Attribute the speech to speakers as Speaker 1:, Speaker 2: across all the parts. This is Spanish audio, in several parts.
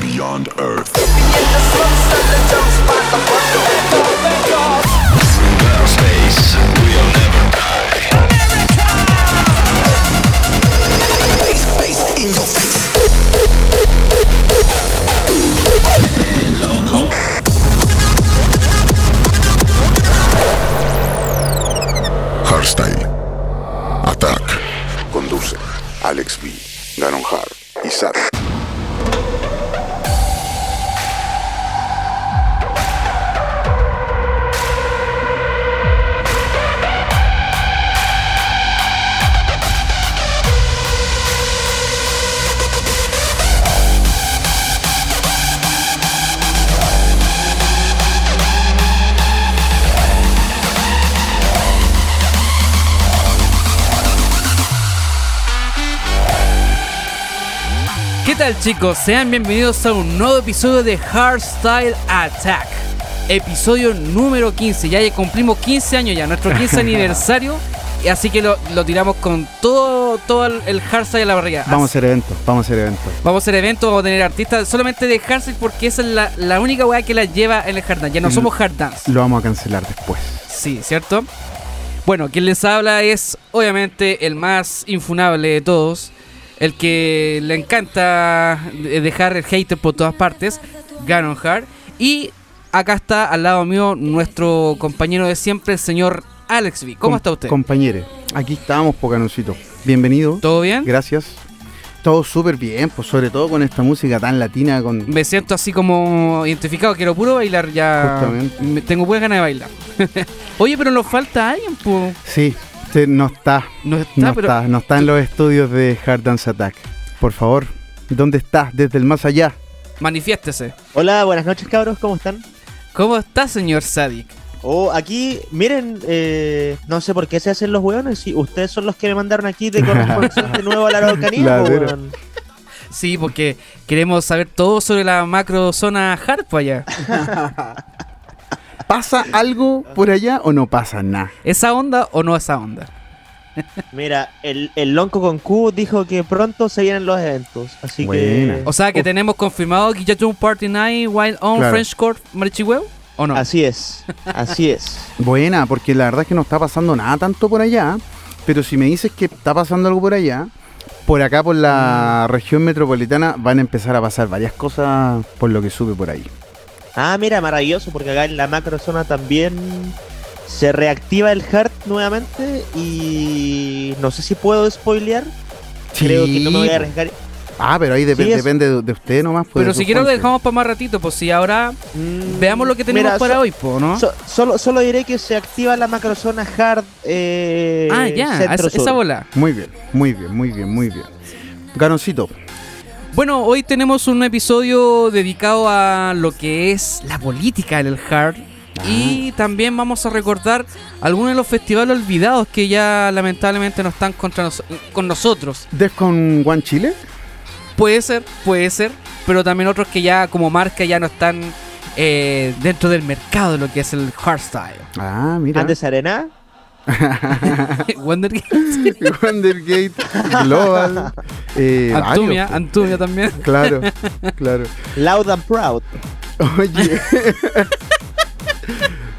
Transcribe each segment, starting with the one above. Speaker 1: beyond Earth.
Speaker 2: From outer space, we'll never die.
Speaker 1: Hardstyle. Attack.
Speaker 3: Conduce Alex B, Garon Hart y Sara.
Speaker 4: ¿Qué tal chicos? Sean bienvenidos a un nuevo episodio de Hardstyle Attack. Episodio número 15. Ya cumplimos 15 años ya, nuestro 15 aniversario. y Así que lo, lo tiramos con todo, todo el- el hardstyle a la barriga.
Speaker 5: Vamos a
Speaker 4: Así-
Speaker 5: hacer eventos, vamos a hacer eventos.
Speaker 4: vamos a hacer eventos, vamos a tener artistas solamente de hardstyle porque esa es la, la única weá que la lleva en el hard dance. Ya no
Speaker 5: Mm.
Speaker 4: somos hard dance.
Speaker 5: Lo vamos a cancelar después.
Speaker 4: Sí, ¿cierto? Bueno, quien les habla es obviamente el más infunable de todos, el que le encanta de- dejar el hater por todas partes, Ganon Hart. Y acá está al lado mío nuestro compañero de siempre, el señor Alex V. ¿Cómo
Speaker 5: Com-
Speaker 4: está usted?
Speaker 5: Compañere, aquí estamos, Pocanucito. Bienvenido.
Speaker 4: ¿Todo bien?
Speaker 5: Gracias. Todo súper bien, pues sobre todo con esta música tan latina, con...
Speaker 4: Me siento así como identificado, quiero puro bailar ya.
Speaker 5: Justamente.
Speaker 4: Me- Tengo buena ganas de bailar. Oye, pero nos falta alguien, po.
Speaker 5: Sí, se- no está,
Speaker 4: No está,
Speaker 5: no
Speaker 4: Ah, pero.
Speaker 5: está, no está en los estudios de Hard Dance Attack. Por favor, ¿dónde estás? Desde el más allá.
Speaker 4: Manifiéstese.
Speaker 6: Hola, buenas noches cabros, ¿cómo están?
Speaker 4: ¿Cómo está, señor Sadik?
Speaker 6: Oh, aquí, miren, eh, no sé por qué se hacen los hueones, si ustedes son los que me mandaron aquí de corresponsal de nuevo a la Araucanía, po,
Speaker 5: Ladero.
Speaker 6: weón.
Speaker 4: Sí, porque queremos saber todo sobre la macro zona hard po, allá.
Speaker 5: ¿Pasa algo por allá o no pasa nada?
Speaker 4: ¿Esa onda o no esa onda?
Speaker 6: Mira, el, el Lonco con Q dijo que pronto se vienen los eventos, así
Speaker 5: Buena.
Speaker 6: que...
Speaker 4: O sea, que
Speaker 6: Uf,
Speaker 4: tenemos confirmado que ya tuvo un Party Night Wild On
Speaker 5: Claro.
Speaker 4: French Court Marichihueu, ¿o no?
Speaker 6: Así es, así es.
Speaker 5: Buena, porque la verdad es que no está pasando nada tanto por allá, pero si me dices que está pasando algo por allá, por acá por
Speaker 6: Mm.
Speaker 5: la región metropolitana van a empezar a pasar varias cosas por lo que sube por ahí.
Speaker 6: Ah, mira, maravilloso, porque acá en la macro zona también se reactiva el Heart nuevamente y no sé si puedo spoilear, creo que no me voy a arriesgar.
Speaker 5: Ah, pero ahí dep-
Speaker 6: Sí, es-
Speaker 5: depende de, de usted nomás. pues,
Speaker 4: Pero
Speaker 5: de
Speaker 4: si
Speaker 5: su
Speaker 4: quiero lo
Speaker 5: fuente.
Speaker 4: dejamos para más ratito, pues si ahora
Speaker 6: Mm,
Speaker 4: veamos lo que tenemos
Speaker 6: mira,
Speaker 4: para
Speaker 6: so-
Speaker 4: hoy, po, ¿no?
Speaker 6: So- solo, solo diré que se activa la macrozona hard. eh,
Speaker 4: ah, ya,
Speaker 6: centro
Speaker 4: esa, esa
Speaker 6: sur.
Speaker 4: bola.
Speaker 5: Muy bien, muy bien, muy bien, muy bien. Garoncito,
Speaker 4: Bueno, hoy tenemos un episodio dedicado a lo que es la política en el hard. Y también vamos a recordar algunos de los festivales olvidados que ya lamentablemente no están contra nos- con nosotros.
Speaker 5: ¿Descon One Chile?
Speaker 4: Puede ser, puede ser, pero también otros que ya como marca ya no están eh, dentro del mercado de lo que es el hardstyle.
Speaker 5: Ah, mira.
Speaker 6: Andes Arena.
Speaker 4: Wonder Games,
Speaker 5: Wondergate, Global, eh,
Speaker 4: Antumia,
Speaker 5: varios, pues.
Speaker 4: Antumia también.
Speaker 5: Claro, claro.
Speaker 6: Loud and Proud.
Speaker 5: Oye.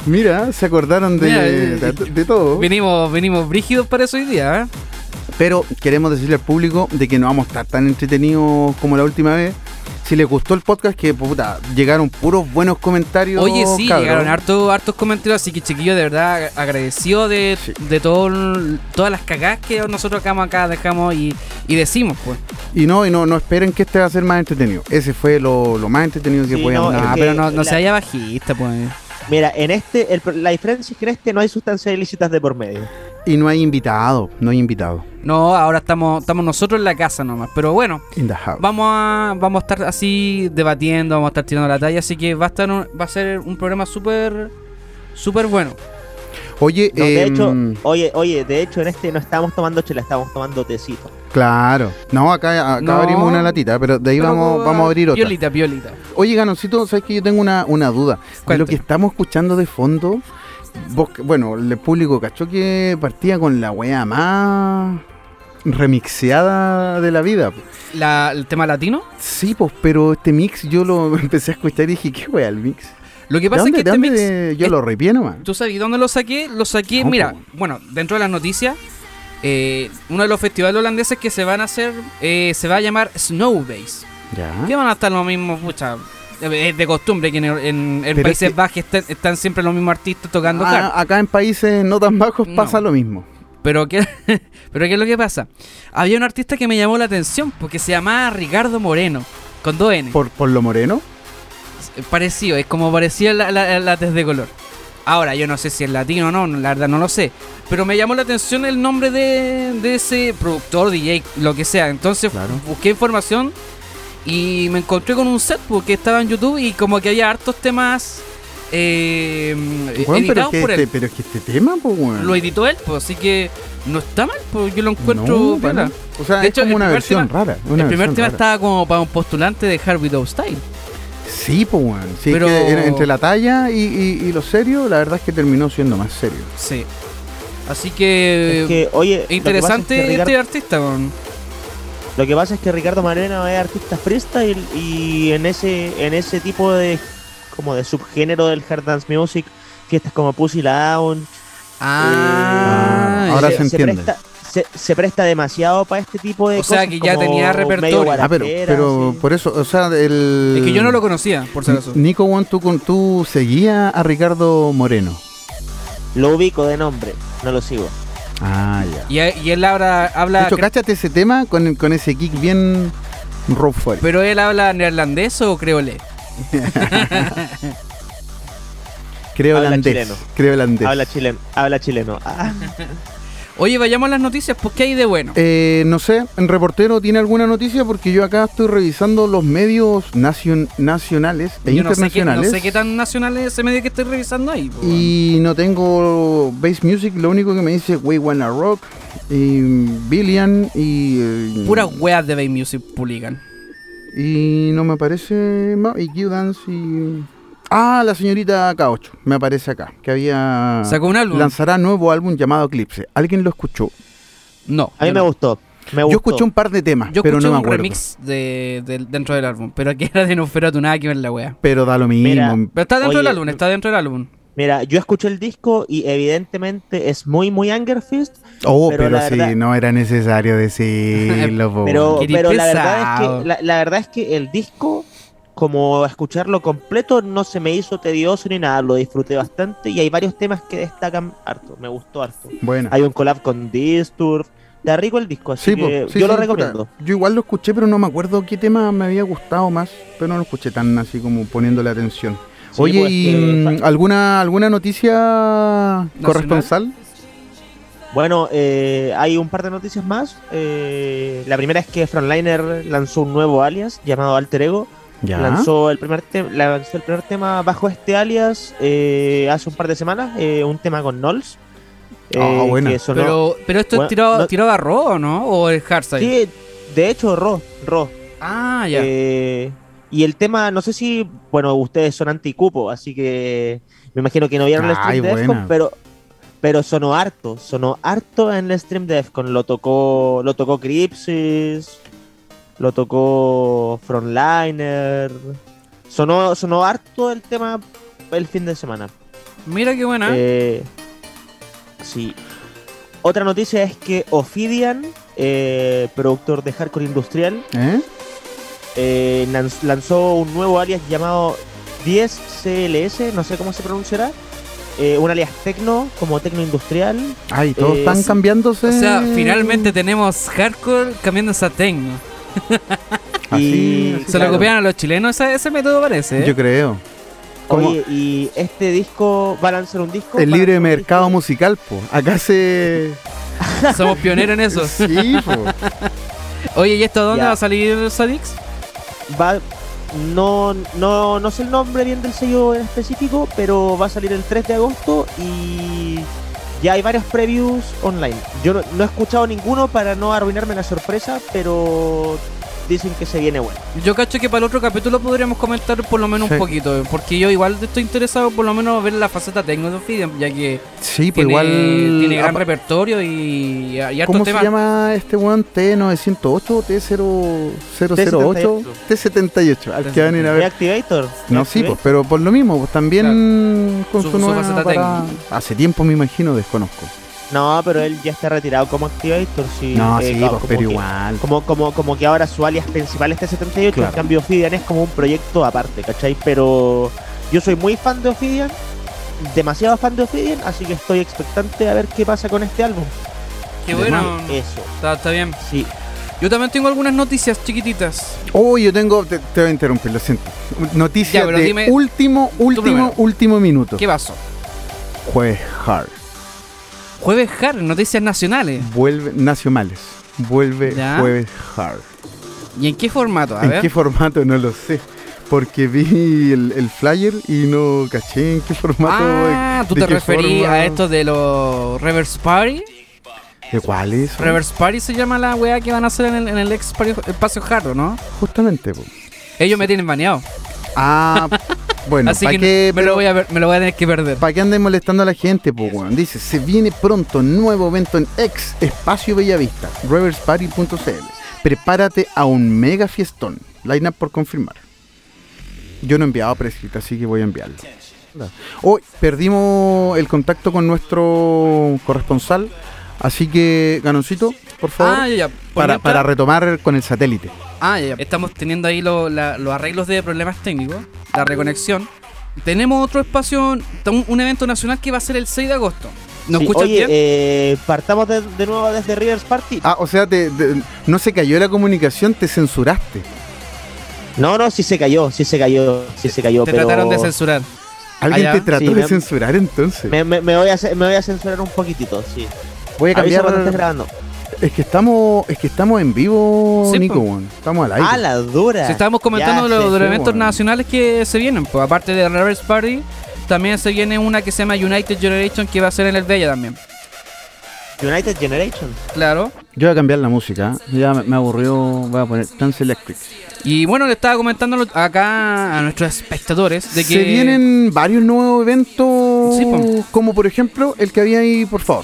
Speaker 5: Mira, se acordaron de,
Speaker 4: Mira,
Speaker 5: de,
Speaker 4: eh,
Speaker 5: de todo.
Speaker 4: Venimos, venimos brígidos para eso hoy día, ¿eh?
Speaker 5: Pero queremos decirle al público de que no vamos a estar tan entretenidos como la última vez. Si les gustó el podcast, que puta, llegaron puros buenos comentarios.
Speaker 4: Oye, sí,
Speaker 5: cabrón.
Speaker 4: llegaron hartos, hartos comentarios, así que chiquillos, de verdad, agradecido de,
Speaker 5: Sí.
Speaker 4: de todo, el- todas las cagadas que nosotros acá, acá dejamos y, y decimos, pues.
Speaker 5: Y no, y no, no esperen que este va a ser más entretenido. Ese fue lo, lo más entretenido que
Speaker 6: Sí,
Speaker 5: podíamos
Speaker 6: no,
Speaker 5: tener.
Speaker 4: Ah,
Speaker 6: que
Speaker 4: pero no, no
Speaker 6: la-
Speaker 4: se vaya bajista, pues.
Speaker 6: Mira, en este, el pro- la diferencia es que en este no hay sustancias ilícitas de por medio.
Speaker 5: Y no hay invitado, no hay invitado.
Speaker 4: No, ahora estamos, estamos nosotros en la casa nomás, pero bueno.
Speaker 5: In the house.
Speaker 4: Vamos a, vamos a estar así debatiendo, vamos a estar tirando la talla, así que va a, estar un- va a ser un programa súper súper bueno.
Speaker 5: Oye,
Speaker 6: No, de
Speaker 5: em,
Speaker 6: hecho, oye, oye, de hecho en este no estamos tomando chela, estamos tomando tecito.
Speaker 5: claro. No, acá, acá
Speaker 4: No.
Speaker 5: abrimos una latita, pero de ahí vamos, vamos a abrir otra.
Speaker 4: Violita, violita.
Speaker 5: Oye, Ganoncito, ¿sabes que yo tengo una, una duda? De
Speaker 4: Cuéntame.
Speaker 5: Lo que estamos escuchando de fondo, vos- bueno, el público cachó que partía con la wea más remixeada de la vida.
Speaker 4: la- el tema latino.
Speaker 5: Sí, pues, pero este mix yo lo empecé a escuchar y dije, ¿qué wea el mix?
Speaker 4: Lo que
Speaker 5: ¿De
Speaker 4: pasa
Speaker 5: dónde,
Speaker 4: es que
Speaker 5: de
Speaker 4: este
Speaker 5: dónde
Speaker 4: mix.
Speaker 5: de- yo
Speaker 4: es-
Speaker 5: lo ripié nomás?
Speaker 4: ¿Tú sabes dónde lo saqué? Lo saqué,
Speaker 5: No,
Speaker 4: mira,
Speaker 5: po.
Speaker 4: bueno, dentro de las noticias, eh, uno de los festivales holandeses que se van a hacer eh, se va a llamar Snowbase.
Speaker 5: Ya.
Speaker 4: Que van a estar los mismos, pucha. Es de costumbre que en, en- en
Speaker 5: Pero
Speaker 4: Países
Speaker 5: es que-
Speaker 4: Bajos están, están siempre los mismos artistas tocando
Speaker 5: Ah,
Speaker 4: hard.
Speaker 5: acá en países no tan bajos
Speaker 4: No.
Speaker 5: pasa lo mismo.
Speaker 4: Pero ¿qué, pero ¿qué es lo que pasa? Había un artista que me llamó la atención porque se llamaba Ricardo Moreno, con dos N.
Speaker 5: Por, por lo moreno.
Speaker 4: Eh, Parecido, es como parecía la, la, la tez de color. Ahora, yo no sé si es latino o no, no, la verdad no lo sé. Pero me llamó la atención el nombre de, de ese productor, DJ, lo que sea. Entonces
Speaker 5: Claro.
Speaker 4: busqué información y me encontré con un set porque estaba en YouTube y como que había hartos temas eh,
Speaker 5: Weón, pero, es
Speaker 4: editados
Speaker 5: que
Speaker 4: por él.
Speaker 5: este, pero es que este tema, pues, weón.
Speaker 4: Lo editó él, pues, así que no está mal, pues yo lo encuentro.
Speaker 5: No,
Speaker 4: piola.
Speaker 5: para nada. O sea,
Speaker 4: De
Speaker 5: es
Speaker 4: hecho, el
Speaker 5: como una
Speaker 4: primer
Speaker 5: versión
Speaker 4: tema-
Speaker 5: rara. una
Speaker 4: el primer
Speaker 5: versión
Speaker 4: tema
Speaker 5: rara.
Speaker 4: estaba como para un postulante de Harvey Dove Style.
Speaker 5: Sí, pues, weón. Sí, es
Speaker 4: Pero-
Speaker 5: que era entre la talla y, y- y lo serio, la verdad es que terminó siendo más serio.
Speaker 4: Sí. Así que.
Speaker 6: Es que, oye, lo que
Speaker 4: Eh, interesante
Speaker 6: pasa es que Ricardo-
Speaker 4: este artista, weón.
Speaker 6: Lo que pasa es que Ricardo Marena es artista freestyle y en ese en ese tipo de como de subgénero del hard dance music, fiestas como Pussy Lounge,
Speaker 5: Ah,
Speaker 4: Ah,
Speaker 5: ahora
Speaker 4: ya.
Speaker 5: se entiende.
Speaker 6: presta, se, se presta demasiado para este tipo de
Speaker 4: O sea,
Speaker 6: cosas
Speaker 4: que ya
Speaker 6: como
Speaker 4: tenía
Speaker 6: medio
Speaker 4: repertorio.
Speaker 5: Ah, pero,
Speaker 6: guarachera,
Speaker 5: pero
Speaker 6: sí.
Speaker 5: por eso, o sea, el.
Speaker 4: Es que yo no lo conocía, por si acaso.
Speaker 5: Nico, weón, tú, con- tú seguías a Ricardo Moreno.
Speaker 6: lo ubico de nombre, no lo sigo.
Speaker 5: Ah, ya.
Speaker 4: Y, y él habla.
Speaker 5: De
Speaker 4: habla
Speaker 5: hecho, cáchate ese tema con, con ese kick bien rough fuera.
Speaker 4: pero él habla neerlandés o creole.
Speaker 5: Creo
Speaker 6: habla
Speaker 5: holandés.
Speaker 6: chileno.
Speaker 5: Creo holandés.
Speaker 6: Habla chileno, habla chileno. Ah,
Speaker 4: Oye, vayamos a las noticias, pues ¿qué hay de bueno?
Speaker 5: Eh, no sé, ¿en reportero tiene alguna noticia? Porque yo acá estoy revisando los medios nacion- nacionales e
Speaker 4: Yo no sé, qué, no
Speaker 5: internacionales.
Speaker 4: sé qué tan nacional es ese medio que estoy revisando ahí. po, weón.
Speaker 5: Y no tengo Bass Music, lo único que me dice We Wanna Rock, y Billion y. eh,
Speaker 4: Puras weas de Bay Music publican.
Speaker 5: Y no me aparece más. Y Q-Dance y. Ah, la señorita K8, me aparece acá, que había.
Speaker 4: ¿Sacó un álbum?
Speaker 5: Lanzará nuevo álbum llamado Eclipse. ¿Alguien lo escuchó?
Speaker 4: No.
Speaker 6: a mí
Speaker 4: yo
Speaker 6: me
Speaker 4: no.
Speaker 6: gustó. Me gustó.
Speaker 5: Yo escuché un par de temas,
Speaker 4: Yo
Speaker 5: pero
Speaker 4: escuché
Speaker 5: no me
Speaker 4: un
Speaker 5: acuerdo.
Speaker 4: remix de, del- dentro del álbum, pero que era de Nosferatu, nada que ver la wea.
Speaker 5: Pero da lo mismo.
Speaker 6: Mira,
Speaker 4: Pero está dentro
Speaker 6: Oye,
Speaker 4: del álbum, está dentro del álbum.
Speaker 6: Mira, yo escuché el disco y evidentemente es muy muy Angerfist,
Speaker 5: Oh,
Speaker 6: Pero
Speaker 5: pero,
Speaker 6: la
Speaker 5: sí,
Speaker 6: verdad-
Speaker 5: no era necesario decirlo. po,
Speaker 6: Pero,
Speaker 5: weón.
Speaker 4: Qué
Speaker 6: pero la, verdad es
Speaker 4: pesado.
Speaker 6: que, la, la verdad es que el disco, como escucharlo completo, no se me hizo tedioso ni nada, lo disfruté bastante y hay varios temas que destacan harto, me gustó harto.
Speaker 5: bueno.
Speaker 6: Hay un collab con Disturb, está rico el disco, así
Speaker 5: Sí, po,
Speaker 6: que
Speaker 5: sí, sí,
Speaker 6: yo lo
Speaker 5: puta,
Speaker 6: recomiendo.
Speaker 5: Yo igual lo escuché, pero no me acuerdo qué tema me había gustado más, pero no lo escuché tan así como poniéndole atención.
Speaker 6: Sí,
Speaker 5: Oye,
Speaker 6: pues,
Speaker 5: ¿y
Speaker 6: pero-
Speaker 5: mm, alguna, alguna noticia corresponsal?
Speaker 6: Bueno, eh, hay un par de noticias más. eh, la primera es que Frontliner lanzó un nuevo alias llamado Alter Ego.
Speaker 5: Ya.
Speaker 6: Lanzó el, primer te- lanzó el primer tema bajo este alias eh, hace un par de semanas, eh, un tema con Knowles.
Speaker 5: Ah,
Speaker 6: eh,
Speaker 5: buena.
Speaker 6: que sonó-
Speaker 4: Pero, pero esto
Speaker 6: Bueno,
Speaker 4: es tirado,
Speaker 6: no-
Speaker 4: tirado a Raw, ¿o ¿no? ¿O el Hardstyle?
Speaker 6: Sí, de hecho, Ro, Ro.
Speaker 4: Ah, ya.
Speaker 6: Eh, y el tema, no sé si, bueno, ustedes son anticupo, así que me imagino que no vieron el
Speaker 5: Ay,
Speaker 6: stream de
Speaker 5: buena.
Speaker 6: Defcon, pero, pero sonó harto, sonó harto en el stream de Defcon. Lo tocó, lo tocó Cripsis, lo tocó Frontliner. Sonó, sonó harto el tema el fin de semana.
Speaker 4: Mira qué buena.
Speaker 6: Eh, sí. Otra noticia es que Ophidian, eh, productor de hardcore industrial,
Speaker 5: ¿Eh?
Speaker 6: eh, lanz- lanzó un nuevo alias llamado 10CLS, no sé cómo se pronunciará. eh, un alias tecno, como tecno industrial.
Speaker 5: Ay, todos
Speaker 6: Eh,
Speaker 5: están
Speaker 6: sí.
Speaker 5: cambiándose.
Speaker 4: o sea, finalmente tenemos hardcore cambiando esa techno.
Speaker 5: Así,
Speaker 6: Y-
Speaker 5: así,
Speaker 4: Se
Speaker 6: Claro.
Speaker 4: lo copiaron a los chilenos esa- ese método, parece. ¿eh?
Speaker 5: Yo creo. Como
Speaker 6: Oye, y este disco va a lanzar un disco.
Speaker 5: el
Speaker 6: va a
Speaker 5: libre
Speaker 6: lanzar un
Speaker 5: mercado
Speaker 6: disco-
Speaker 5: musical, po. Acá se.
Speaker 4: Somos pioneros en eso.
Speaker 5: Sí, po.
Speaker 4: Oye, ¿y esto dónde
Speaker 6: Ya.
Speaker 4: va a salir Sadix?
Speaker 6: va- no, no, no sé el nombre bien del sello en específico, pero va a salir el 3 de agosto y ya hay varios previews online. Yo no, no he escuchado ninguno para no arruinarme la sorpresa, pero dicen que se viene bueno.
Speaker 4: Yo cacho que para el otro capítulo podríamos comentar por lo menos
Speaker 5: Sí.
Speaker 4: un poquito, porque yo igual estoy interesado por lo menos ver la faceta técnica de Ophidian, ya que
Speaker 5: Sí, pues
Speaker 4: tiene,
Speaker 5: igual.
Speaker 4: tiene gran
Speaker 5: apa-
Speaker 4: repertorio y, y hartos
Speaker 5: ¿Cómo
Speaker 4: temas.
Speaker 5: se llama este weón? T908, T0008, T78, al que van a ir a ver.
Speaker 6: Reactivator.
Speaker 5: No, sí, pues, pero por lo mismo, pues también con
Speaker 4: Su-
Speaker 5: su,
Speaker 4: su
Speaker 5: nueva
Speaker 4: faceta
Speaker 5: parada- Hace tiempo me imagino, desconozco.
Speaker 6: No, pero él ya está retirado como Activator. Sí,
Speaker 5: no,
Speaker 6: eh,
Speaker 5: sí,
Speaker 6: co-
Speaker 5: pues,
Speaker 6: como
Speaker 5: pero
Speaker 6: que-
Speaker 5: igual.
Speaker 6: Como, como, como que ahora su alias principal es T78, en
Speaker 5: Claro.
Speaker 6: cambio Ophidian es como un proyecto aparte, ¿cachai? Pero yo soy muy fan de Ophidian, demasiado fan de Ophidian, así que estoy expectante a ver qué pasa con este álbum.
Speaker 4: Qué bueno,
Speaker 6: Eso,
Speaker 4: está, está bien.
Speaker 6: sí.
Speaker 4: Yo también tengo algunas noticias chiquititas.
Speaker 5: Oh, yo tengo. Te, te voy a interrumpir, lo siento. Noticia
Speaker 4: Ya, pero
Speaker 5: de
Speaker 4: dime
Speaker 5: último,
Speaker 4: primero.
Speaker 5: último, último minuto.
Speaker 4: ¿Qué pasó?
Speaker 5: Jueves Hard.
Speaker 4: Jueves Hard, noticias nacionales.
Speaker 5: Vuelve. Nacionales. Vuelve
Speaker 4: Ya.
Speaker 5: Jueves Hard.
Speaker 4: ¿Y en qué formato? A
Speaker 5: ¿En
Speaker 4: ver.
Speaker 5: qué formato? No lo sé. Porque vi el, el flyer y no caché en qué formato.
Speaker 4: Ah,
Speaker 5: de-
Speaker 4: tú
Speaker 5: de
Speaker 4: te
Speaker 5: qué
Speaker 4: referís
Speaker 5: forma.
Speaker 4: a esto de los Reverse Party.
Speaker 5: ¿De cuál es?
Speaker 4: Reverse Party se llama la weá que van a hacer en el, en el expa- espacio Hard, ¿o ¿no?
Speaker 5: Justamente. po.
Speaker 4: Ellos me tienen baneado.
Speaker 5: Ah, bueno,
Speaker 4: Así
Speaker 5: ¿pa'
Speaker 4: que
Speaker 5: qué?
Speaker 4: me, lo
Speaker 5: Pero-
Speaker 4: voy a ver- me lo voy a tener que perder.
Speaker 5: ¿Para qué andes molestando a la gente, po, weón? Dice, se viene pronto nuevo evento en ex Espacio Bellavista, reversparty.cl. Prepárate a un mega fiestón. Line por confirmar. Yo no he enviado prescrita, así que voy a enviarlo. Hoy perdimos el contacto con nuestro corresponsal, así que, Ganoncito, por favor,
Speaker 4: Ah, ya, ya. Por
Speaker 5: para,
Speaker 4: mientras-
Speaker 5: para retomar con el satélite.
Speaker 4: Ah, ya, ya. Estamos teniendo ahí lo- la- los arreglos de problemas técnicos, la reconexión. Tenemos otro espacio, un, un evento nacional que va a ser el 6 de agosto. ¿Nos
Speaker 6: Sí,
Speaker 4: escuchas
Speaker 6: Oye,
Speaker 4: bien?
Speaker 6: eh, partamos de, de nuevo desde Rivers Party.
Speaker 5: Ah, o sea, te- te- no se cayó la comunicación, te censuraste.
Speaker 6: No, no, sí se cayó, sí se cayó, sí se cayó,
Speaker 4: Te
Speaker 6: pero...
Speaker 4: trataron de censurar.
Speaker 5: ¿Alguien
Speaker 4: Ah, ya.
Speaker 5: te trató
Speaker 6: Sí,
Speaker 5: de
Speaker 6: me-
Speaker 5: censurar entonces?
Speaker 6: me, me- me voy a, ce- me voy a censurar un poquitito, sí.
Speaker 5: Voy a
Speaker 6: Avisa
Speaker 5: cambiar
Speaker 6: cuando estés grabando.
Speaker 5: Es que estamos, es que estamos en vivo,
Speaker 4: Sí,
Speaker 5: Nico.
Speaker 4: po.
Speaker 5: weón. Estamos al aire.
Speaker 6: Ah, la dura.
Speaker 4: Si estábamos comentando
Speaker 6: Ya
Speaker 4: los,
Speaker 6: sé.
Speaker 4: los
Speaker 5: sí,
Speaker 4: eventos
Speaker 5: bueno.
Speaker 4: nacionales que se vienen, pues aparte de Reverse Party, también se viene una que se llama United Generation que va a ser en el Bella también.
Speaker 6: United Generation.
Speaker 4: Claro.
Speaker 5: Yo voy a cambiar la música. ¿eh? Ya me, me aburrió. Voy a poner Dance Electric.
Speaker 4: Y bueno, le estaba comentando lo- acá a nuestros espectadores de que
Speaker 5: Se vienen varios nuevos eventos.
Speaker 4: Sí, po.
Speaker 5: como por ejemplo el que había ahí, por favor.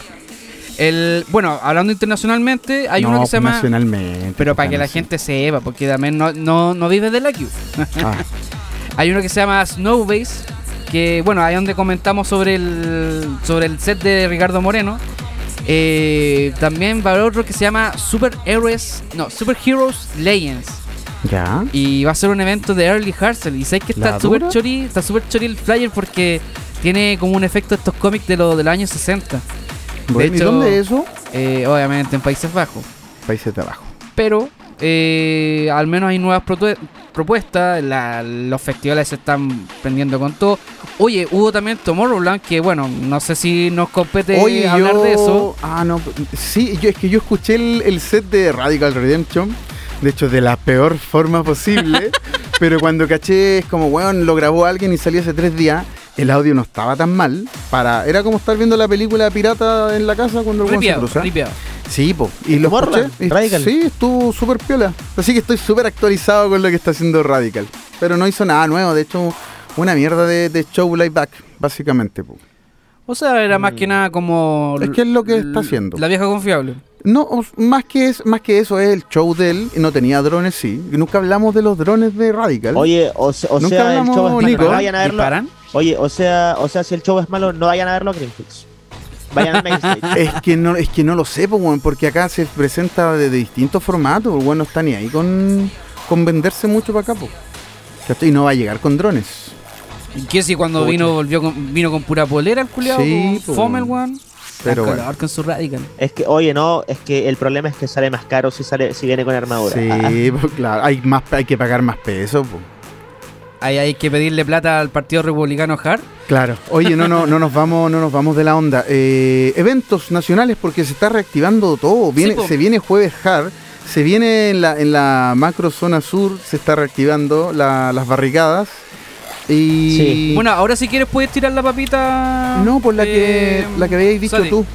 Speaker 4: el bueno, hablando internacionalmente, hay
Speaker 5: No, pues,
Speaker 4: uno que se llama
Speaker 5: Nacionalmente.
Speaker 4: pero
Speaker 5: po,
Speaker 4: para que la
Speaker 5: Nancy.
Speaker 4: gente sepa, porque también no, no, no vive de la Q.
Speaker 5: Ah,
Speaker 4: Hay uno que se llama Snowbase, que bueno, ahí donde comentamos sobre el, sobre el set de Ricardo Moreno. Eh, también va a haber otro que se llama Super Heroes, no, Super Heroes Legends.
Speaker 5: ya.
Speaker 4: Y va a ser un evento de Early Hustle. Y sabes que
Speaker 5: ¿La
Speaker 4: está super
Speaker 5: dura?
Speaker 4: chori, está super chori el flyer porque tiene como un efecto estos cómics de, lo, de los años 60.
Speaker 5: Bueno, ¿Y
Speaker 4: hecho-
Speaker 5: dónde es eso?
Speaker 4: Eh, obviamente en Países Bajos.
Speaker 5: Países de abajo.
Speaker 4: pero eh, al menos hay nuevas protue- propuestas, la- los festivales se están prendiendo con todo. Oye, hubo también Tomorrowland, que bueno, no sé si nos compete
Speaker 5: Oye,
Speaker 4: hablar
Speaker 5: yo-
Speaker 4: de eso.
Speaker 5: Ah, no. Sí, yo, es que yo escuché el, el set de Radical Redemption. De hecho, de la peor forma posible. pero cuando caché, es como, weón, lo grabó alguien y salió hace tres días. El audio no estaba tan mal. Para, era como estar viendo la película pirata en la casa cuando el weón se
Speaker 4: Ripiado,
Speaker 5: cruza.
Speaker 4: ripiado.
Speaker 5: Sí, po. Y lo
Speaker 6: Tomorrowland,
Speaker 5: escuché. y-
Speaker 6: Radical.
Speaker 5: Sí, estuvo súper piola. Así que estoy súper actualizado con lo que está haciendo Radical. Pero no hizo nada nuevo. De hecho, una mierda de, de show live back, básicamente, po.
Speaker 4: O sea, era más que nada como...
Speaker 5: Mm. Es que es lo que está haciendo.
Speaker 4: La vieja confiable.
Speaker 5: No, os- más que, es, más que eso es el show de él. No tenía drones, sí. Y Nunca hablamos de los drones de Radical.
Speaker 6: Oye, o, se- o
Speaker 5: Nunca
Speaker 6: sea, el
Speaker 5: hablamos,
Speaker 6: show es malo,
Speaker 5: Nico.
Speaker 6: no vayan a verlo.
Speaker 4: ¿Disparan?
Speaker 6: Oye, o sea, o sea, si el show es malo, no vayan a verlo a Greenfields. Vayan a Mainstage.
Speaker 5: Es que no, es que no lo sé, po, weón, porque acá se presenta de, de distintos formatos. Bueno, no está ni ahí con, con venderse mucho para acá, po. ¿Cachai? Y no va a llegar con drones.
Speaker 4: ¿Y qué si cuando vino volvió con, vino con pura polera el culiado?
Speaker 5: Sí,
Speaker 4: con
Speaker 5: po.
Speaker 4: Fomel One.
Speaker 5: Pero
Speaker 4: con,
Speaker 5: bueno.
Speaker 4: con su radical.
Speaker 6: es que, oye, no, es que el problema es que sale más caro si sale, si viene con armadura.
Speaker 5: Sí,
Speaker 6: Ah,
Speaker 5: po, claro. Hay, más, hay que pagar más pesos, po.
Speaker 4: Ahí hay que pedirle plata al Partido Republicano Hard.
Speaker 5: Claro. Oye, no, no, no nos vamos, no nos vamos de la onda. Eh, eventos nacionales porque se está reactivando todo. Viene,
Speaker 4: Sí, po.
Speaker 5: se viene jueves hard, se viene en la, en la macro zona sur, se está reactivando la- las barricadas. Y
Speaker 6: Sí.
Speaker 4: Bueno, ahora si quieres puedes tirar la papita.
Speaker 5: no, por la que
Speaker 4: eh,
Speaker 5: la que habías dicho
Speaker 4: Sadi.
Speaker 5: tú.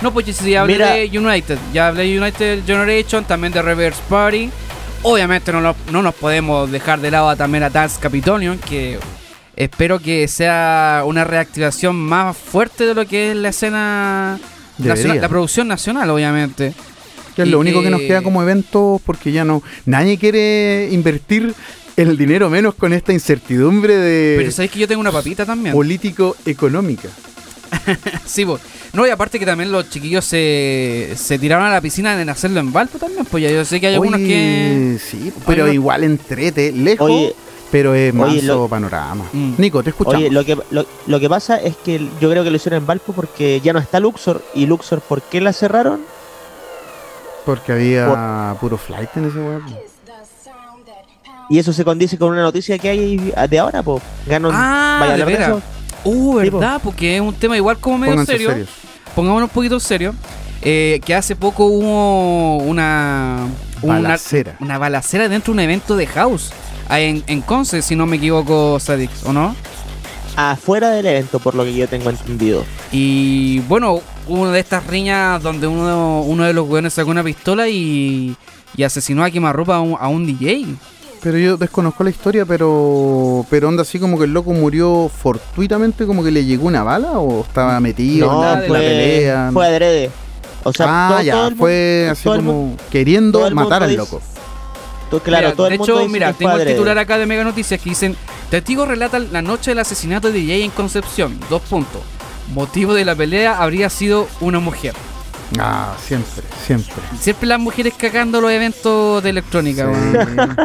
Speaker 4: No, pues si hablé
Speaker 6: Mira.
Speaker 4: de United, ya hablé de United Generation, también de Reverse Party. Obviamente no, nos- no nos podemos dejar de lado a también a Dance Capitonian, que espero que sea una reactivación más fuerte de lo que es la escena
Speaker 5: Debería.
Speaker 4: nacional, la producción nacional, obviamente.
Speaker 5: Que es
Speaker 4: Y
Speaker 5: lo único que nos queda como eventos porque ya no. Nadie quiere invertir el dinero menos con esta incertidumbre
Speaker 4: Pero
Speaker 5: de
Speaker 4: sabéis que yo tengo una papita también.
Speaker 5: político-económica.
Speaker 4: Sí, po. No, y aparte que también los chiquillos se, se tiraron a la piscina en hacerlo en Valpo también. Pues ya yo sé que hay algunos
Speaker 5: Oye,
Speaker 4: que.
Speaker 5: Sí, pero
Speaker 4: Oye,
Speaker 5: igual entrete, lejos,
Speaker 6: Oye,
Speaker 5: pero es manso
Speaker 6: lo-
Speaker 5: panorama.
Speaker 4: Mm.
Speaker 5: Nico, te escuchamos.
Speaker 6: Oye, lo que, lo, lo que pasa es que yo creo que lo hicieron en Valpo porque ya no está Luxor. ¿Y Luxor por qué la cerraron?
Speaker 5: Porque había puro flight en ese web.
Speaker 6: Y eso se condice con una noticia que hay de ahora, po. Ganon
Speaker 4: Ah,
Speaker 6: vaya a hablar
Speaker 4: de
Speaker 6: de
Speaker 4: veras.
Speaker 6: eso.
Speaker 4: Uh,
Speaker 6: Sí, po.
Speaker 4: verdad, porque es un tema igual como medio
Speaker 5: Pónganse
Speaker 4: serio.
Speaker 5: serios.
Speaker 4: Pongámonos un poquito serio. eh, que hace poco hubo una. una-
Speaker 5: Balacera.
Speaker 4: Una, balacera dentro de un evento de house. ahí En, en Conce, si no me equivoco, Sadix, ¿o no?
Speaker 6: Afuera del evento, por lo que yo tengo entendido.
Speaker 4: Y bueno, una de estas riñas donde uno, uno de los weones sacó una pistola y, y asesinó a quemarropa a un, a un DJ.
Speaker 5: Pero yo desconozco la historia, pero pero onda así como que el loco murió fortuitamente, como que le llegó una bala o estaba metido en
Speaker 6: no,
Speaker 5: la-
Speaker 4: de
Speaker 6: fue,
Speaker 5: en la pelea.
Speaker 6: fue adrede. O sea,
Speaker 5: ah,
Speaker 6: todo-
Speaker 5: ya,
Speaker 6: todo el
Speaker 5: fue
Speaker 6: mundo-
Speaker 5: así
Speaker 6: todo el
Speaker 5: como
Speaker 6: mundo-
Speaker 5: queriendo
Speaker 6: todo el mundo
Speaker 5: matar al
Speaker 6: dice-
Speaker 5: loco.
Speaker 6: todo- claro,
Speaker 4: Mira,
Speaker 6: todo el
Speaker 4: de
Speaker 6: mundo
Speaker 4: hecho,
Speaker 6: dice
Speaker 4: mira,
Speaker 6: que fue
Speaker 4: tengo el
Speaker 6: adrede.
Speaker 4: titular acá de Mega Noticias que dicen: Testigos relatan la noche del asesinato de DJ en Concepción. Dos puntos. Motivo de la pelea habría sido una mujer.
Speaker 5: Ah, siempre, siempre.
Speaker 4: Siempre las mujeres cagando los eventos de electrónica, weón.
Speaker 5: Sí.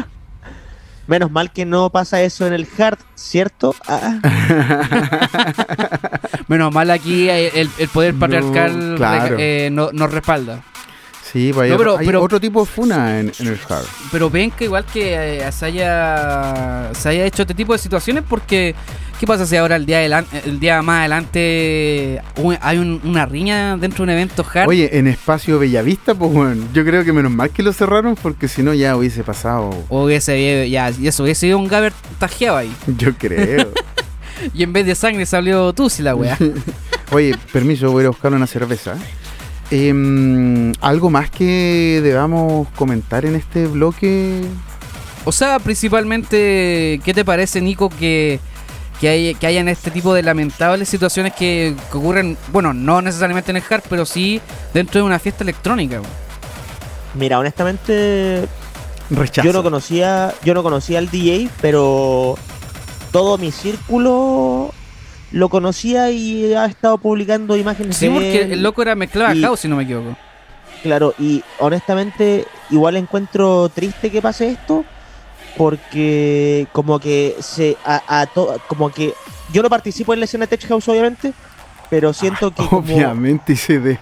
Speaker 6: Menos mal que no pasa eso en el hard, ¿cierto? Ah,
Speaker 4: Menos mal aquí eh, el, el poder
Speaker 5: No,
Speaker 4: patriarcal
Speaker 5: claro.
Speaker 4: eh, no- nos respalda.
Speaker 5: Sí, pues hay,
Speaker 4: No,
Speaker 5: otro-
Speaker 4: pero-
Speaker 5: hay
Speaker 4: pero-
Speaker 5: otro tipo de funa en, en el hard.
Speaker 4: Pero ven que igual que eh, se, haya, se haya hecho este tipo de situaciones porque... ¿Qué pasa si ahora el día, delan- el día más adelante u- hay un- una riña dentro de un evento hard?
Speaker 5: Oye, en espacio Bellavista, pues bueno, yo creo que menos mal que lo cerraron porque si no ya hubiese pasado,
Speaker 4: O hubiese, ya, y eso, hubiese sido un Gaber tajeado ahí.
Speaker 5: yo creo.
Speaker 4: Y en vez de sangre salió Tusi la weá.
Speaker 5: Oye, permiso, voy a ir a buscar una cerveza. Em, ¿Algo más que debamos comentar en este bloque?
Speaker 4: O sea, principalmente, ¿qué te parece, Nico, que, que, hay, que hayan este tipo de lamentables situaciones que, que ocurren, bueno, no necesariamente en el hard, pero sí dentro de una fiesta electrónica? weón?
Speaker 6: mira, honestamente,
Speaker 5: Rechazo.
Speaker 6: yo no conocía, yo no conocía al DJ, pero todo mi círculo lo conocía y ha estado publicando imágenes
Speaker 4: Sí,
Speaker 6: de
Speaker 4: porque
Speaker 6: él.
Speaker 4: el loco era mezclaba
Speaker 6: y-
Speaker 4: house, si no me equivoco.
Speaker 6: Claro, y honestamente igual encuentro triste que pase esto porque como que se a, a to- como que yo no participo en la escena Tech House obviamente, pero siento que como-
Speaker 5: Obviamente hice de...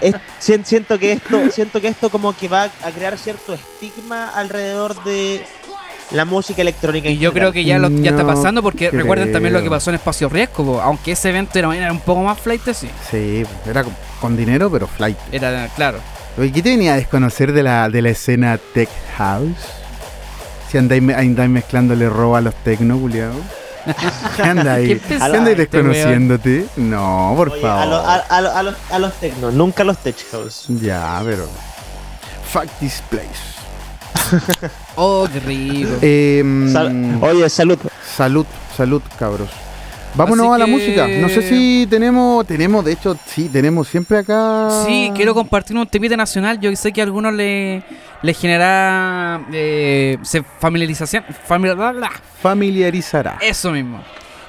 Speaker 6: es- sien- siento que esto siento que esto como que va a crear cierto estigma alrededor de la música electrónica.
Speaker 4: Y
Speaker 6: en
Speaker 4: yo creo
Speaker 6: general.
Speaker 4: que ya, lo, ya está
Speaker 5: No
Speaker 4: pasando porque recuerden también lo que
Speaker 5: creo.
Speaker 4: pasó en Espacio Riesgo, po. aunque ese evento era, era un poco más flight, sí.
Speaker 5: Sí, era con- con dinero, pero flight.
Speaker 4: Era, claro.
Speaker 5: Oye, ¿qué te venía a desconocer de la, de la escena tech house? Si andáis, me- andáis mezclándole robo a los tecno, culiao. ¿Qué
Speaker 4: Qué
Speaker 5: andáis? ¿Qué
Speaker 4: pesado
Speaker 5: andáis
Speaker 4: este weón.
Speaker 5: desconociéndote? No, por
Speaker 6: Oye, a,
Speaker 5: favor.
Speaker 6: lo- a- a lo- a los a los techno, nunca a los Tech House.
Speaker 5: Ya, pero... Fuck this place.
Speaker 4: Oh, qué rico.
Speaker 5: Em,
Speaker 6: Sal- Oye, salud.
Speaker 5: Salud, salud, cabros. Vámonos
Speaker 4: Así
Speaker 5: a la
Speaker 4: que-
Speaker 5: música. No sé si tenemos, tenemos, de hecho, sí, tenemos siempre acá.
Speaker 4: Sí, quiero compartir un temita nacional. Yo sé que a algunos le, le generará eh, se familiarización. familiar- bla, bla, bla.
Speaker 5: Familiarizará.
Speaker 4: eso mismo.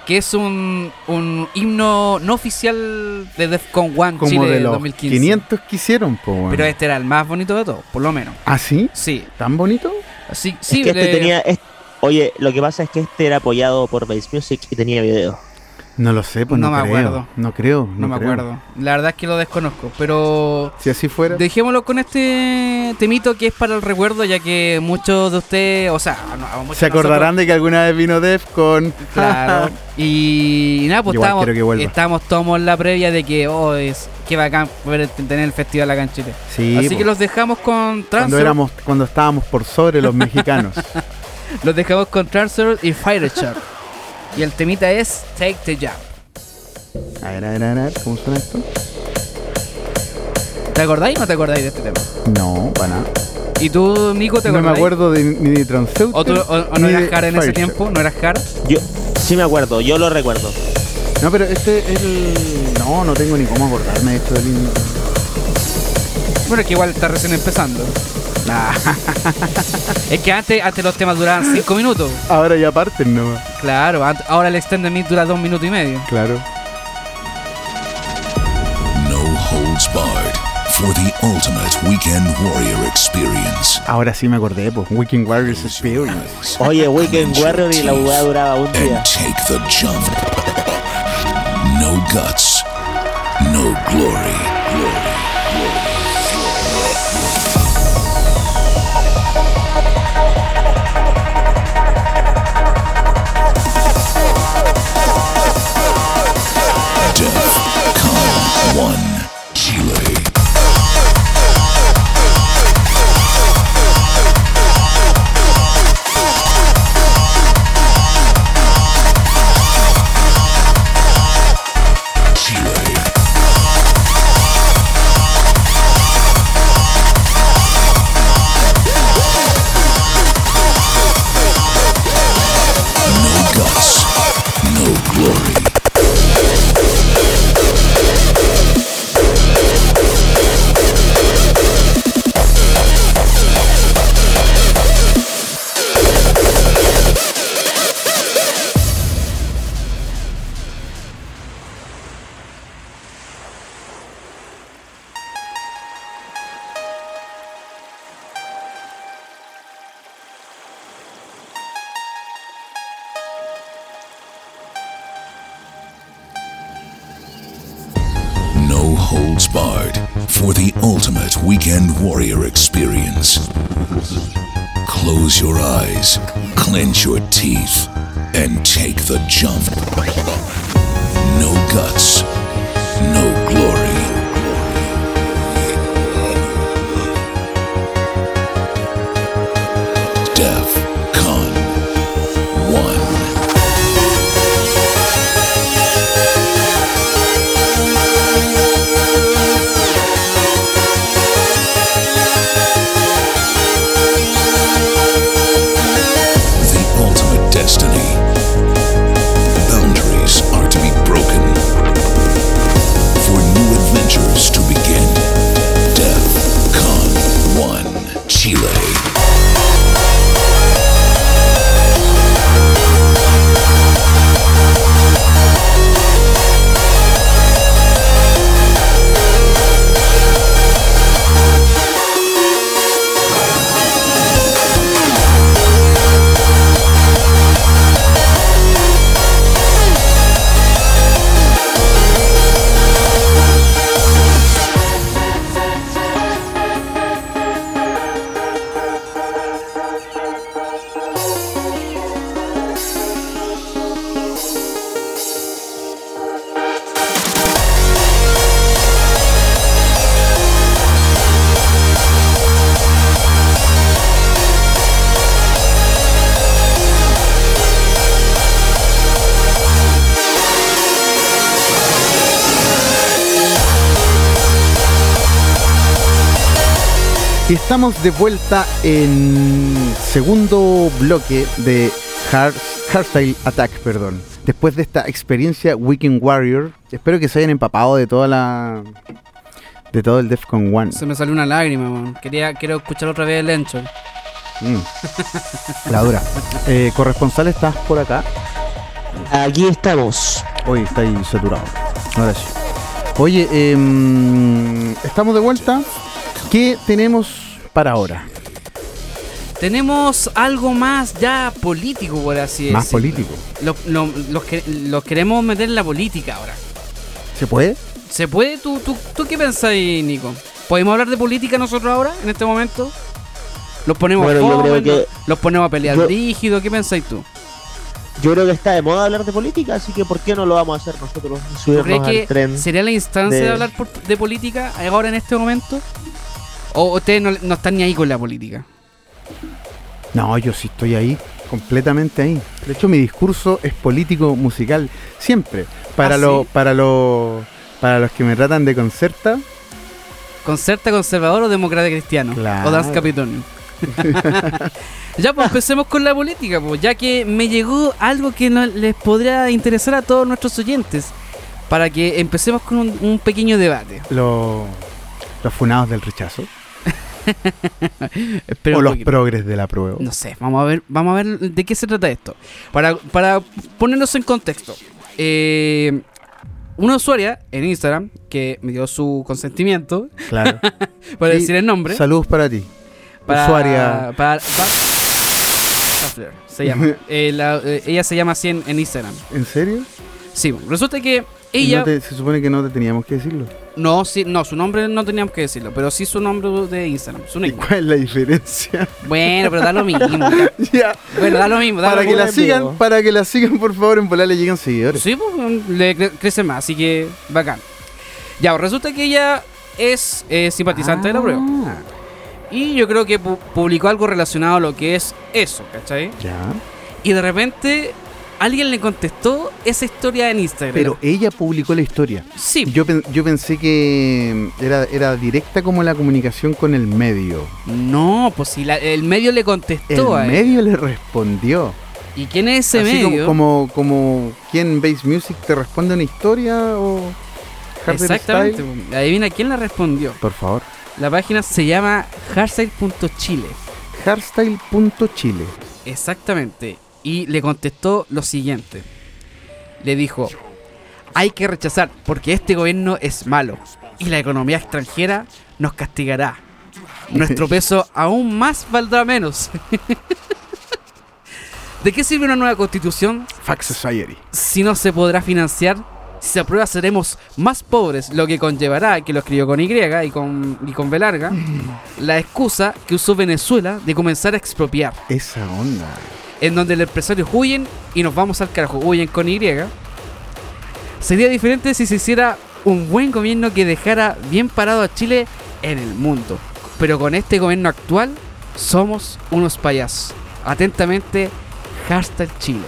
Speaker 4: Que es un, un himno no oficial de DEFCON 1
Speaker 5: Como
Speaker 4: Chile
Speaker 5: de los
Speaker 4: 2015.
Speaker 5: 500 que hicieron, po, weón.
Speaker 4: Pero este era el más bonito de todos, por lo menos.
Speaker 5: ¿Ah, sí?
Speaker 4: Sí,
Speaker 5: ¿Tan bonito?
Speaker 4: sí, sí.
Speaker 6: Es que este
Speaker 4: le-
Speaker 6: tenía es- Oye, lo que pasa es que este era apoyado por Bass Music y tenía video.
Speaker 5: No lo sé, pues no,
Speaker 4: No me
Speaker 5: creo.
Speaker 4: acuerdo.
Speaker 5: No creo.
Speaker 4: no, me
Speaker 5: creo.
Speaker 4: acuerdo. La verdad es que lo desconozco, pero...
Speaker 5: Si así fuera.
Speaker 4: Dejémoslo con este temito que es para el recuerdo, ya que muchos de ustedes, o sea, no, a muchos
Speaker 5: Se
Speaker 4: de nosotros-
Speaker 5: acordarán de que alguna vez vino Defcon.
Speaker 4: Claro. y nada, pues
Speaker 5: Igual
Speaker 4: estamos,
Speaker 5: quiero que vuelva.
Speaker 4: estamos todos en la previa de que, oh, es que bacán poder tener el festival acá en Chile.
Speaker 5: sí.
Speaker 4: Así
Speaker 5: po.
Speaker 4: que los dejamos con
Speaker 5: cuando
Speaker 4: Transworld,
Speaker 5: éramos, cuando estábamos por sobre los mexicanos.
Speaker 4: los dejamos con Transworld y Fire Shark. y el temita es Take the Jump.
Speaker 5: a ver, a ver, a ver, ¿cómo suena esto?
Speaker 4: ¿Te acordáis o no te acordáis de este tema?
Speaker 5: No, para nada.
Speaker 4: ¿Y tú, Nico, te
Speaker 5: No me
Speaker 4: acordás?
Speaker 5: acuerdo de ni de Transeuta.
Speaker 4: ¿O, tú- o- o no
Speaker 5: ni
Speaker 4: eras
Speaker 5: de
Speaker 4: Jara en ese
Speaker 5: Fireshot.
Speaker 4: tiempo? ¿No eras Jara?
Speaker 6: Yo sí me acuerdo, yo lo recuerdo.
Speaker 5: No, pero este es el. No, no tengo ni cómo acordarme de esto del in-
Speaker 4: Bueno, que igual está recién empezando.
Speaker 5: Nah,
Speaker 4: Es que antes, antes los temas duraban 5 minutos.
Speaker 5: ahora ya parten nomás.
Speaker 4: Claro, ant- ahora el Extended Mix dura 2 minutos y medio.
Speaker 5: Claro.
Speaker 1: No holds barred for the ultimate weekend warrior experience.
Speaker 5: Ahora sí me acordé, pues. Weekend Warriors Experience.
Speaker 6: Oye, Weekend Warrior y la jugada duraba un día.
Speaker 1: And take the jump. No guts. No glory. Death Con 1 Chile. Chile. No guts, no glory. No holds barred for the ultimate weekend warrior experience. Close your eyes, clench your teeth, and take the jump. No guts, no glory. Def Con 1. the ultimate destiny. Boundaries are to be broken for new adventures to begin. Death Con 1 Chile.
Speaker 5: Y estamos de vuelta en segundo bloque de Hard- Hardstyle Attack, perdón. Después de esta experiencia Weekend Warrior, espero que se hayan empapado de toda la. de todo el Defcon 1.
Speaker 4: Se me salió una lágrima, man. Quería, quiero escuchar otra vez el Encho.
Speaker 5: Mm. La dura. Eh, corresponsal, estás por acá.
Speaker 6: Aquí estamos.
Speaker 5: Hoy está ahí saturado. Ahora sí. Oye, em, estamos de vuelta. ¿Qué tenemos para ahora?
Speaker 4: Tenemos algo más ya político, por así decirlo.
Speaker 5: Más político.
Speaker 4: Lo- lo- los, que- los queremos meter en la política ahora.
Speaker 5: ¿Se puede?
Speaker 4: ¿Se puede? ¿Tú, tú, tú qué pensáis, Nico? ¿Podemos hablar de política nosotros ahora, en este momento? ¿Los ponemos
Speaker 6: Bueno, yo
Speaker 4: a
Speaker 6: creo que-
Speaker 4: ¿Los ponemos a pelear
Speaker 6: yo-
Speaker 4: rígido? ¿Qué pensáis tú?
Speaker 6: Yo creo que está de moda hablar de política, así que ¿por qué no lo vamos a hacer nosotros?
Speaker 4: ¿Tú
Speaker 6: Subirnos al
Speaker 4: crees que
Speaker 6: tren.
Speaker 4: sería la instancia de,
Speaker 6: de-
Speaker 4: hablar por- de política ahora en este momento? ¿O ustedes no, no están ni ahí con la política?
Speaker 5: No, yo sí estoy ahí, completamente ahí. De hecho, mi discurso es político musical siempre. Para
Speaker 4: ¿Ah,
Speaker 5: lo-
Speaker 4: sí?
Speaker 5: para lo- para los que me tratan de concerta,
Speaker 4: Concerta conservador o demócrata cristiano.
Speaker 5: Claro.
Speaker 4: O Dance Capitonio. ya, pues empecemos con la política, pues, ya que me llegó algo que no- les podría interesar a todos nuestros oyentes. Para que empecemos con un, un pequeño debate.
Speaker 5: Lo- los funados del rechazo.
Speaker 4: Espera
Speaker 5: o
Speaker 4: un
Speaker 5: los
Speaker 4: poquito.
Speaker 5: progres de la prueba.
Speaker 4: No sé, vamos a ver, vamos a ver de qué se trata esto. Para, para ponernos en contexto. eh, una usuaria en Instagram que me dio su consentimiento
Speaker 5: Claro.
Speaker 4: para
Speaker 5: Y
Speaker 4: decir el nombre.
Speaker 5: Saludos para ti.
Speaker 4: para,
Speaker 5: Usuaria.
Speaker 4: Para, para- Butler, se llama. Eh, la- eh, ella se llama así en, en Instagram.
Speaker 5: ¿En serio?
Speaker 4: Sí, resulta que
Speaker 5: Y
Speaker 4: ella.
Speaker 5: no te- se supone que no te teníamos que decirlo.
Speaker 4: No, sí, no, su nombre no teníamos que decirlo, pero sí su nombre de Instagram. Su
Speaker 5: ¿Y
Speaker 4: nickname.
Speaker 5: cuál es la diferencia?
Speaker 4: Bueno, pero da lo mismo.
Speaker 5: ya.
Speaker 4: Bueno, da lo mismo. da lo
Speaker 5: Para que
Speaker 4: mismo.
Speaker 5: la sigan, para que la sigan, por favor, en volar le llegan seguidores.
Speaker 4: Sí, pues, le cre- crece más, así que bacán. Ya, pues, resulta que ella es eh, simpatizante de la prueba.
Speaker 5: Ah,
Speaker 4: Y yo creo que pu- publicó algo relacionado a lo que es eso, ¿cachai?
Speaker 5: Ya.
Speaker 4: Y de repente alguien le contestó esa historia en Instagram.
Speaker 5: Pero ella publicó la historia.
Speaker 4: sí,
Speaker 5: Yo, pen- yo pensé que era, era directa como la comunicación con el medio.
Speaker 4: no, pues si la- el medio le
Speaker 5: El
Speaker 4: contestó a él.
Speaker 5: medio le respondió.
Speaker 4: ¿Y quién es ese
Speaker 5: Así
Speaker 4: medio?
Speaker 5: como, como, como quien Bass Music te responde una historia o Harder
Speaker 4: Exactamente.
Speaker 5: Style.
Speaker 4: pues. Adivina quién la respondió.
Speaker 5: Por favor.
Speaker 4: La página se llama hardstyle.chile.
Speaker 5: Hardstyle.chile.
Speaker 4: Exactamente. Y le contestó lo siguiente. Le dijo, hay que rechazar porque este gobierno es malo y la economía extranjera nos castigará. Nuestro peso aún más valdrá menos. ¿De qué sirve una nueva constitución
Speaker 5: Fact Society.
Speaker 4: si no se podrá financiar? Si se aprueba seremos más pobres, lo que conllevará, que lo escribió con Y y con, y con B larga, la excusa que usó Venezuela de comenzar a expropiar
Speaker 5: Esa onda.
Speaker 4: en donde los empresarios huyen y nos vamos al carajo, huyen con Y. Sería diferente si se hiciera un buen gobierno que dejara bien parado a Chile en el mundo. Pero con este gobierno actual somos unos payasos. Atentamente, hashtag Chile.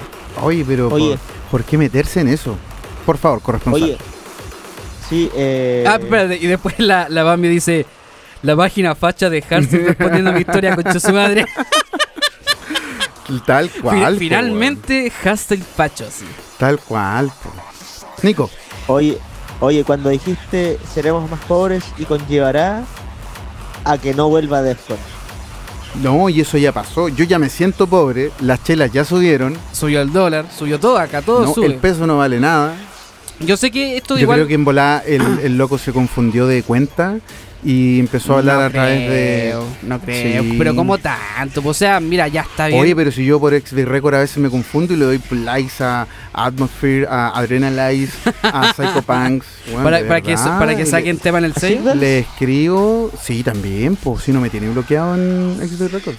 Speaker 5: Oye, pero
Speaker 6: Oye.
Speaker 5: Por, por qué meterse en eso? Por favor, corresponsal.
Speaker 6: Oye. Sí, eh.
Speaker 4: Ah, espérate, y después la, la Bambi dice, la página facha de hashtag respondiendo a mi historia con su madre.
Speaker 5: Tal cual. po,
Speaker 4: Finalmente, hashtag facho, sí.
Speaker 5: weón. Tal cual. po. Nico,
Speaker 6: Oye, oye, cuando dijiste seremos más pobres y conllevará a que no vuelva Defcon.
Speaker 5: no, y eso ya pasó. Yo ya me siento pobre, las chelas ya subieron,
Speaker 4: Subió el dólar, subió todo acá, todo
Speaker 5: no,
Speaker 4: sube.
Speaker 5: el peso no vale nada.
Speaker 4: Yo sé que esto
Speaker 5: Yo
Speaker 4: igual...
Speaker 5: creo que en volada el, el loco se confundió de cuenta y empezó a hablar
Speaker 4: No
Speaker 5: a través de...
Speaker 4: creo, No creo,
Speaker 5: Sí.
Speaker 4: pero como tanto. pues, O sea, mira, ya está bien.
Speaker 5: Oye, pero si yo por XB Record a veces me confundo y le doy likes a Atmosphere, a Adrenalize, a Psychopunks. weón,
Speaker 4: para,
Speaker 5: de
Speaker 4: para que,
Speaker 5: verdad,
Speaker 4: para que
Speaker 5: y le-
Speaker 4: saquen tema en el sello.
Speaker 5: Le escribo, sí, también, pues si no me tiene bloqueado en XB Record.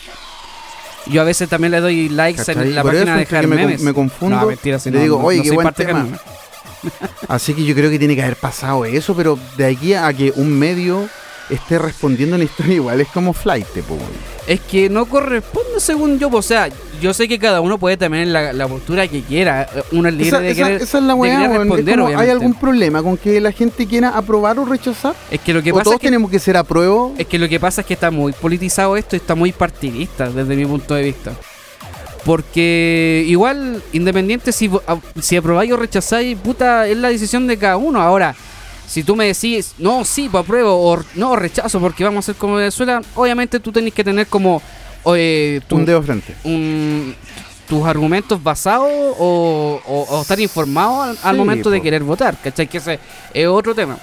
Speaker 4: Yo a veces también le doy likes
Speaker 5: ¿Cachai?
Speaker 4: en la
Speaker 5: Por
Speaker 4: página
Speaker 5: eso
Speaker 4: de
Speaker 5: es que
Speaker 4: Hard
Speaker 5: me con-
Speaker 4: Memes.
Speaker 5: me confundo.
Speaker 4: No, mentira, si
Speaker 5: Le
Speaker 4: no,
Speaker 5: digo,
Speaker 4: no-
Speaker 5: oye,
Speaker 4: no
Speaker 5: qué
Speaker 4: soy
Speaker 5: buen
Speaker 4: parte de
Speaker 5: tema.
Speaker 4: Hard Memes.
Speaker 5: Así que yo creo que tiene que haber pasado eso, pero de aquí a que un medio esté respondiendo una historia igual es como flight, po. weón.
Speaker 4: Es que no corresponde según yo. pues, O sea, yo sé que cada uno puede tener la, la postura que quiera. Uno es libre
Speaker 5: Esa,
Speaker 4: de
Speaker 5: esa-
Speaker 4: querer,
Speaker 5: esa es la
Speaker 4: de
Speaker 5: weá,
Speaker 4: querer
Speaker 5: weón. Es
Speaker 4: responder,
Speaker 5: como, ¿Hay
Speaker 4: obviamente.
Speaker 5: algún problema con que la gente quiera aprobar o rechazar?
Speaker 4: Es que lo que
Speaker 5: ¿O
Speaker 4: pasa
Speaker 5: todos
Speaker 4: es que,
Speaker 5: tenemos que ser a prueba?
Speaker 4: es que lo que pasa es que está muy politizado esto y está muy partidista desde mi punto de vista. Porque igual, independiente si, vo- a- si aprobáis o rechazáis, puta, es la decisión de cada uno. Ahora, si tú me decís, no, sí, pues apruebo, o r- no, rechazo, porque vamos a hacer como Venezuela, obviamente tú tenés que tener como eh, tu-
Speaker 5: Un dedo frente.
Speaker 4: un- tus argumentos basados o, o- o estar informado al, al
Speaker 5: Sí,
Speaker 4: momento de
Speaker 5: po.
Speaker 4: querer votar, ¿cachai? Que ese es otro tema.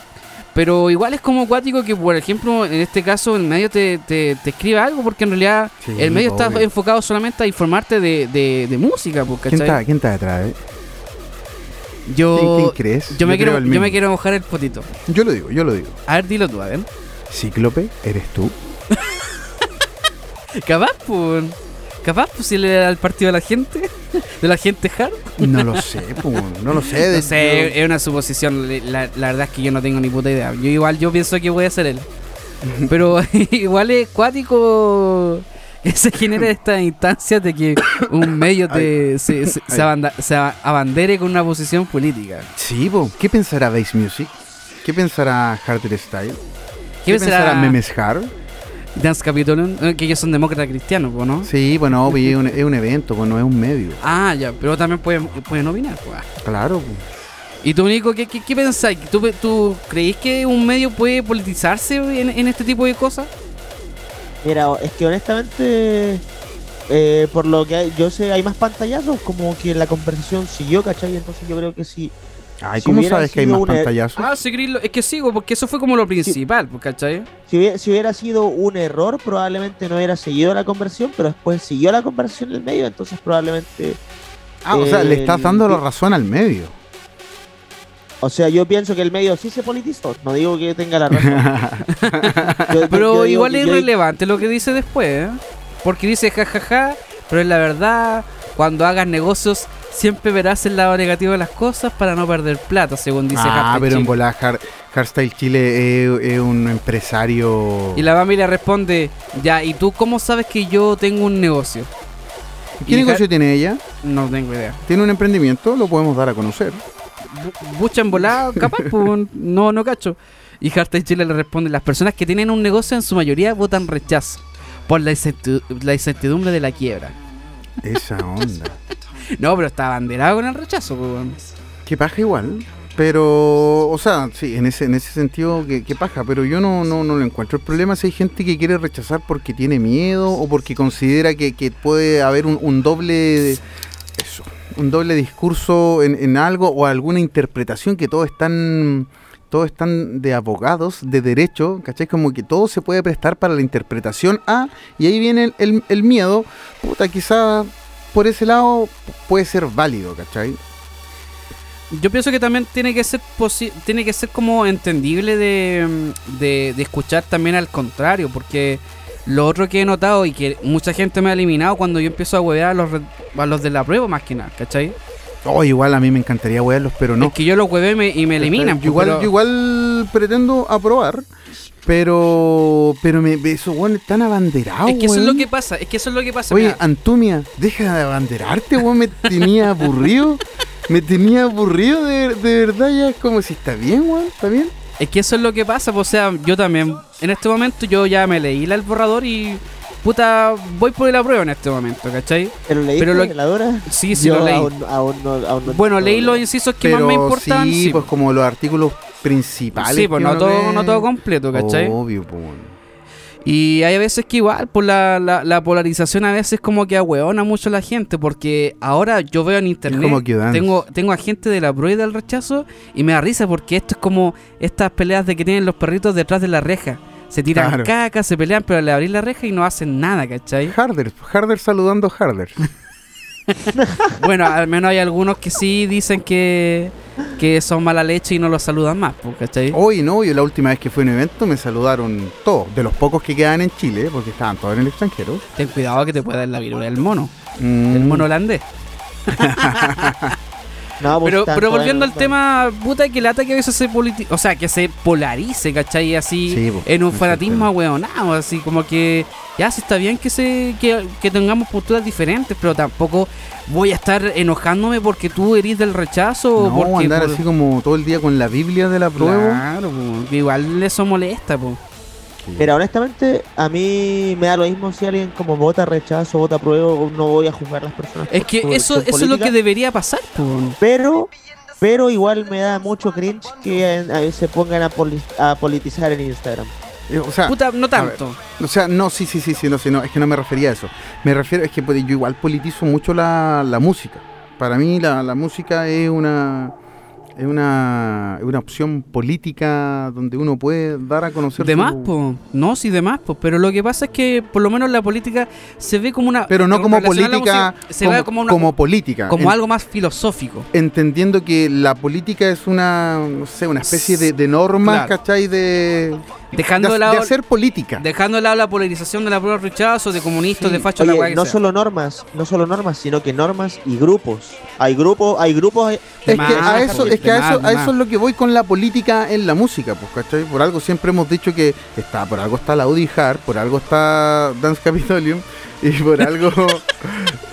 Speaker 4: Pero igual es como acuático que, por ejemplo, en este caso el medio te, te, te escribe algo porque en realidad
Speaker 5: Sí,
Speaker 4: el medio
Speaker 5: obvio.
Speaker 4: está enfocado solamente a informarte de, de, de música, pues,
Speaker 5: ¿Quién
Speaker 4: ¿cachai?
Speaker 5: está, ¿Quién está detrás? eh?
Speaker 4: Yo,
Speaker 5: ¿Quién- quién crees?
Speaker 4: Yo me,
Speaker 5: Yo creo
Speaker 4: quiero,
Speaker 5: el
Speaker 4: yo me
Speaker 5: mismo.
Speaker 4: quiero mojar el potito.
Speaker 5: Yo lo digo, yo lo digo.
Speaker 4: A ver, dilo tú, a ver.
Speaker 5: Cíclope, eres tú.
Speaker 4: Capaz, pues. Capaz, pues, si le da al partido de la gente, de la gente hard.
Speaker 5: No lo sé, po, no lo sé.
Speaker 4: No sé, eh. es una suposición. La, la verdad es que yo no tengo ni puta idea. Yo igual yo pienso que voy a ser él. Pero igual es cuático que se genera esta instancia de que un medio te, se, se- se abanda- se a- abandere con una posición política.
Speaker 5: Sí, po. ¿qué pensará Bass Music? ¿Qué pensará Harder Style?
Speaker 4: ¿Qué pensará
Speaker 5: Memes Hard?
Speaker 4: Dance Capitolium? Eh, Que ellos son demócratas cristianos, po, ¿no?
Speaker 5: Sí, bueno, obvio, es un, es un evento, pues no es un medio.
Speaker 4: Ah, ya, pero también pueden, pueden opinar. po.
Speaker 5: Claro, pues.
Speaker 4: ¿Y tú, Nico, qué, qué, qué pensáis? ¿Tú, pe- ¿Tú creéis que un medio puede politizarse en, en este tipo de cosas?
Speaker 6: Mira, es que honestamente, eh, por lo que hay- yo sé, hay más pantallazos, como que la conversación siguió, ¿cachai? Entonces yo creo que sí.
Speaker 5: Ay,
Speaker 6: Si
Speaker 5: ¿cómo
Speaker 6: hubiera
Speaker 5: sabes que hay
Speaker 6: sido
Speaker 5: más
Speaker 6: una-
Speaker 5: pantallazos?
Speaker 4: Ah, sí, Grillo, es que sigo, porque eso fue como lo principal, po, ¿cachai?
Speaker 6: Si hubiera, si hubiera sido un error, probablemente no hubiera seguido la conversión, pero después siguió la conversión en el medio, entonces probablemente...
Speaker 5: Ah, o sea, le estás
Speaker 6: el-
Speaker 5: dando la razón al medio.
Speaker 6: O sea, yo pienso que el medio sí se politizó, no digo que tenga la razón. Yo- yo-
Speaker 4: Pero
Speaker 6: yo digo
Speaker 4: igual
Speaker 6: que-
Speaker 4: es
Speaker 6: yo-
Speaker 4: irrelevante lo que dice después, ¿eh? Porque dice jajaja, pero es la verdad, cuando hagas negocios siempre verás el lado negativo de las cosas para no perder plata, según dice
Speaker 5: ah,
Speaker 4: Hashtag
Speaker 5: pero en
Speaker 4: Chile.
Speaker 5: volada Har- Hardstyle Chile es, es un empresario.
Speaker 4: Y la familia responde, ya, ¿y tú cómo sabes que yo tengo un negocio?
Speaker 5: ¿Qué
Speaker 4: y
Speaker 5: negocio
Speaker 4: Har-
Speaker 5: tiene ella?
Speaker 4: No tengo idea.
Speaker 5: Tiene un emprendimiento, lo podemos dar a conocer.
Speaker 4: Bu- Bucha embolada, capaz, pues, no, no cacho. Y Hashtag Chile le responde, las personas que tienen un negocio en su mayoría votan rechazo por la incertu- la incertidumbre de la quiebra.
Speaker 5: Esa onda.
Speaker 4: No, pero está abanderado con el rechazo, pues, weón.
Speaker 5: Que paja igual. Pero, o sea, sí, en ese, en ese sentido, que, que paja. Pero yo no, no, no lo encuentro. El problema es si hay gente que quiere rechazar porque tiene miedo o porque considera que, que puede haber un, un doble. Eso. Un doble discurso en, en algo o alguna interpretación que todos están. Todos están de abogados, de derecho, ¿cachai? Como que todo se puede prestar para la interpretación A, y ahí viene el, el- el miedo. Puta, quizá por ese lado puede ser válido, ¿cachai?
Speaker 4: Yo pienso que también tiene que ser posi- tiene que ser como entendible de, mm, de- de escuchar también al contrario, porque lo otro que he notado y que mucha gente me ha eliminado cuando yo empiezo a huevear a los, re- a los de la prueba más que nada, ¿cachai?
Speaker 5: Oh, igual a mí me encantaría huearlos, pero no.
Speaker 4: Es que yo los hueveo y me, y me eliminan.
Speaker 5: Yo
Speaker 4: pues,
Speaker 5: igual,
Speaker 4: pero-
Speaker 5: yo igual pretendo aprobar, pero pero me, esos weones están abanderados.
Speaker 4: es que eso es lo
Speaker 5: Ah, weón.
Speaker 4: que pasa, es que eso es lo que pasa.
Speaker 5: Oye,
Speaker 4: mira.
Speaker 5: Antumia, deja de abanderarte, weón. Me tenía aburrido. Me tenía aburrido, de, de verdad. Ya es como si está bien, weón. Está bien.
Speaker 4: Es que eso es lo que pasa, pues, o sea, yo también, en este momento yo ya me leí la- el borrador y puta, voy por la prueba en este momento, ¿cachai?
Speaker 6: ¿Pero leíste
Speaker 4: Pero lo-
Speaker 6: la hora?
Speaker 4: Sí, sí
Speaker 6: Yo
Speaker 4: lo leí.
Speaker 6: Aún, aún no, aún no-
Speaker 4: Bueno,
Speaker 6: no-
Speaker 4: leí los incisos que
Speaker 5: pero
Speaker 4: más me importan.
Speaker 5: sí, pues como los artículos principales.
Speaker 4: Sí, pues
Speaker 5: que
Speaker 4: no
Speaker 5: uno
Speaker 4: todo,
Speaker 5: lee.
Speaker 4: no todo completo, ¿cachai?
Speaker 5: Obvio, pues. weón.
Speaker 4: Y hay veces que igual, por la, la, la polarización a veces como que ahueona mucho a la gente, porque ahora yo veo en internet,
Speaker 5: como que dance.
Speaker 4: tengo, tengo a gente de la prueba y del rechazo, y me da risa porque esto es como estas peleas de que tienen los perritos detrás de la reja. Se tiran
Speaker 5: Claro.
Speaker 4: caca, se pelean, pero le abrís la reja y no hacen nada, ¿cachai?
Speaker 5: Harder, Harder saludando a Harder.
Speaker 4: bueno, al menos hay algunos que sí dicen que, que son mala leche y no los saludan más, pues, ¿cachai?
Speaker 5: Hoy no, yo la última vez que fui a un evento me saludaron todos, de los pocos que quedaban en Chile, porque estaban todos en el extranjero.
Speaker 4: Ten cuidado que te puede dar la viruela del mono, el mono holandés.
Speaker 6: No, pues,
Speaker 4: Pero,
Speaker 6: están
Speaker 4: pero
Speaker 6: todas-
Speaker 4: volviendo al
Speaker 6: no-
Speaker 4: tema, puta, que lata que a veces se politi- o sea, que se polarice, ¿cachai? Así,
Speaker 5: Sí, po,
Speaker 4: en un
Speaker 5: ese
Speaker 4: fanatismo
Speaker 5: es el
Speaker 4: ahueonado, así como que, ya, sí está bien que, se, que, que tengamos posturas diferentes, pero tampoco voy a estar enojándome porque tú eres del rechazo o
Speaker 5: No,
Speaker 4: porque...
Speaker 5: andar
Speaker 4: Oh, por-
Speaker 5: así como todo el día con la Biblia de la prueba.
Speaker 4: Claro, po, que igual eso molesta, po.
Speaker 6: Mira, honestamente, a mí me da lo mismo si alguien como vota rechazo, vota prueba, no voy a juzgar a las personas.
Speaker 4: Es
Speaker 6: por
Speaker 4: que
Speaker 6: su
Speaker 4: eso, eso
Speaker 6: elección
Speaker 4: es lo
Speaker 6: política,
Speaker 4: que debería pasar, po.
Speaker 6: Pero, pero igual me da mucho cringe que eh, se pongan a, poli- a politizar en Instagram.
Speaker 5: Eh, O sea,
Speaker 4: Puta, no
Speaker 5: a ver,
Speaker 4: tanto.
Speaker 5: o sea, no, sí, sí, sí, sí, no, sí, no, es que no me refería a eso. Me refiero, es que pues, yo igual politizo mucho la, la música. Para mí la, la música es una es una, es una opción política donde uno puede dar a conocer
Speaker 4: De
Speaker 5: su-
Speaker 4: más, po. No, sí, de más, po. Pero lo que pasa es que, por lo menos, la política se ve como una.
Speaker 5: pero no
Speaker 4: en
Speaker 5: como
Speaker 4: relación a la
Speaker 5: política
Speaker 4: música, se ve como,
Speaker 5: como,
Speaker 4: una-
Speaker 5: como política
Speaker 4: como
Speaker 5: En-
Speaker 4: algo más filosófico.
Speaker 5: entendiendo que la política es una, no sé, una especie de, de norma,
Speaker 4: Claro.
Speaker 5: ¿cachai? De,
Speaker 4: Dejando
Speaker 5: de,
Speaker 4: de lado-
Speaker 5: de hacer política.
Speaker 4: Dejando de lado la polarización de la prueba de rechazo, de comunistas, de fachos, la
Speaker 6: Oye,
Speaker 4: weá que
Speaker 6: no
Speaker 4: sea.
Speaker 6: solo normas, no solo normas, sino que normas y grupos. Hay grupos, hay grupos.
Speaker 5: es
Speaker 4: más,
Speaker 5: que a eso,
Speaker 4: porque
Speaker 5: es que a
Speaker 4: de más,
Speaker 5: eso,
Speaker 4: de
Speaker 5: a
Speaker 4: más.
Speaker 5: eso es lo que voy con la política en la música, pues, ¿cachai? Por algo siempre hemos dicho que está, por algo está la Audi Hard, por algo está Dance Capitolium y por algo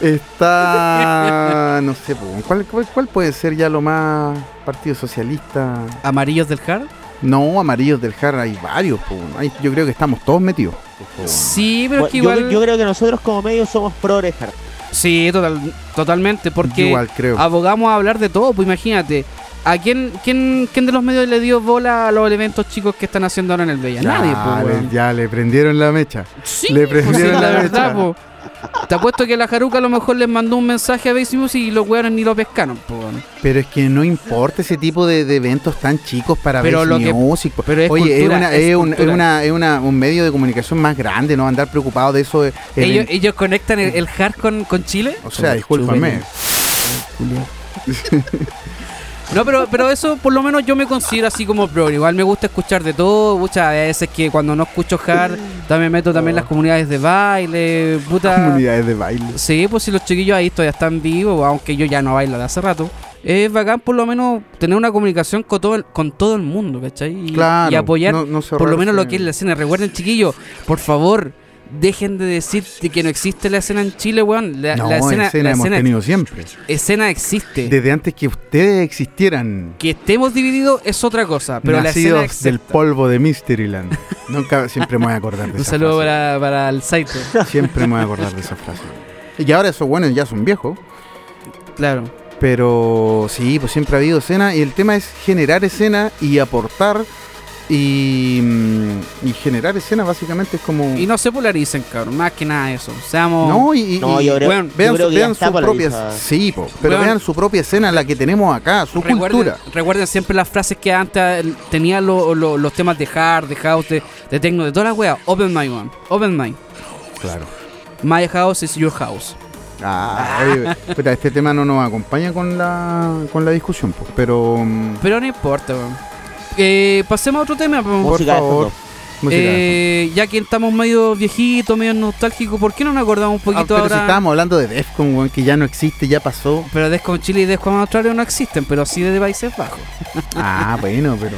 Speaker 5: está no sé, pues, ¿cuál, cuál, cuál puede ser ya lo más partido socialista?
Speaker 4: Amarillos del Hard.
Speaker 5: No, amarillos del Har hay varios. po. Hay- yo creo que estamos todos metidos. pues,
Speaker 4: Sí, pero es que
Speaker 6: Bueno, yo-
Speaker 4: igual.
Speaker 6: yo, creo que nosotros como medio somos pro Rehard.
Speaker 4: Sí, total, totalmente, porque
Speaker 5: Yo igual creo.
Speaker 4: abogamos a hablar de todo, pues imagínate. ¿A quién, quién, quién de los medios le dio bola a los eventos chicos que están haciendo ahora en el Bella? Nadie,
Speaker 5: ya,
Speaker 4: pues, weón.
Speaker 5: le, ya le prendieron la mecha.
Speaker 4: Sí,
Speaker 5: Le
Speaker 4: pues, sí,
Speaker 5: prendieron
Speaker 4: la
Speaker 5: la
Speaker 4: verdad,
Speaker 5: mecha.
Speaker 4: po. Te apuesto que la Jaruca a lo mejor les mandó un mensaje a Bass Music y los weones ni lo pescaron, po, weón.
Speaker 5: Pero es que no importa ese tipo de, de eventos tan chicos para
Speaker 4: Pero
Speaker 5: ver
Speaker 4: lo que-
Speaker 5: music, po.
Speaker 4: pero es
Speaker 5: Oye,
Speaker 4: cultura,
Speaker 5: es, una,
Speaker 4: es
Speaker 5: es un, es
Speaker 4: cultura.
Speaker 5: una- es una- un medio de comunicación más grande, no andar preocupado de eso. eh,
Speaker 4: Ellos,
Speaker 5: event-
Speaker 4: ellos conectan el, el hard con, con Chile.
Speaker 5: o sea, discúlpame.
Speaker 4: No, pero, pero eso por lo menos yo me considero así como pro. Igual me gusta escuchar de todo. Muchas veces que cuando no escucho hard, también meto también las comunidades de baile. Puta.
Speaker 5: Oh. Comunidades de baile.
Speaker 4: Sí, pues si los chiquillos ahí todavía están vivos, aunque yo ya no bailo de hace rato. Es bacán por lo menos tener una comunicación con todo el, con todo el mundo, ¿cachai? Y,
Speaker 5: Claro,
Speaker 4: y apoyar
Speaker 5: no- no cerrar
Speaker 4: por lo menos lo
Speaker 5: escena.
Speaker 4: que es la escena. Recuerden, chiquillos, por favor, dejen de decir de que no existe la escena en Chile, weón. La,
Speaker 5: no,
Speaker 4: la escena,
Speaker 5: escena,
Speaker 4: la
Speaker 5: hemos
Speaker 4: escena-
Speaker 5: tenido siempre.
Speaker 4: escena existe.
Speaker 5: Desde antes que ustedes existieran.
Speaker 4: que estemos divididos es otra cosa, pero la escena
Speaker 5: nacidos
Speaker 4: existe.
Speaker 5: del polvo de Mysteryland. Nunca, siempre me voy a acordar de
Speaker 4: Un
Speaker 5: esa
Speaker 4: saludo
Speaker 5: frase.
Speaker 4: para, para el site,
Speaker 5: Siempre me voy a acordar de esa frase. Y ahora esos buenos ya son viejos.
Speaker 4: claro.
Speaker 5: Pero sí, pues siempre ha habido escena. Y el tema es generar escena y aportar. Y, mm, y generar escena básicamente es como.
Speaker 4: Y no se polaricen, cabrón, más que nada eso. Seamos...
Speaker 5: No, y, y-
Speaker 6: No,
Speaker 5: y
Speaker 6: yo creo,
Speaker 4: weón,
Speaker 6: yo
Speaker 5: vean,
Speaker 6: creo que ya
Speaker 5: vean
Speaker 6: está
Speaker 5: su propia.
Speaker 6: polarizada.
Speaker 5: Sí, po, pero
Speaker 4: Weón.
Speaker 5: vean su propia escena, la que tenemos acá, su
Speaker 4: Recuerden,
Speaker 5: cultura.
Speaker 4: recuerden siempre las frases que antes ah, el- tenían lo- lo- los temas de hard, de house, de, de techno, de toda la wea. Open mind, one. Open mind.
Speaker 5: Claro.
Speaker 4: My house is your house.
Speaker 5: Ah, oye, puta, este tema no nos acompaña con la, con la discusión, pues, pero. mm,
Speaker 4: Pero no importa, weón. Eh, pasemos a otro tema, po.
Speaker 5: Por
Speaker 6: Música de
Speaker 5: favor.
Speaker 6: fondo.
Speaker 5: música de fondo.
Speaker 4: Eh, ya que estamos medio viejitos, medio nostálgicos, ¿por qué no nos acordamos un
Speaker 5: Ah,
Speaker 4: poquito
Speaker 5: pero
Speaker 4: ahora?
Speaker 5: si estábamos hablando de Defcon, weón, que ya no existe, ya pasó.
Speaker 4: Pero Desco en Chile y Desco en Australia no existen, pero sí desde Países Bajos.
Speaker 5: Ah, bueno, pero.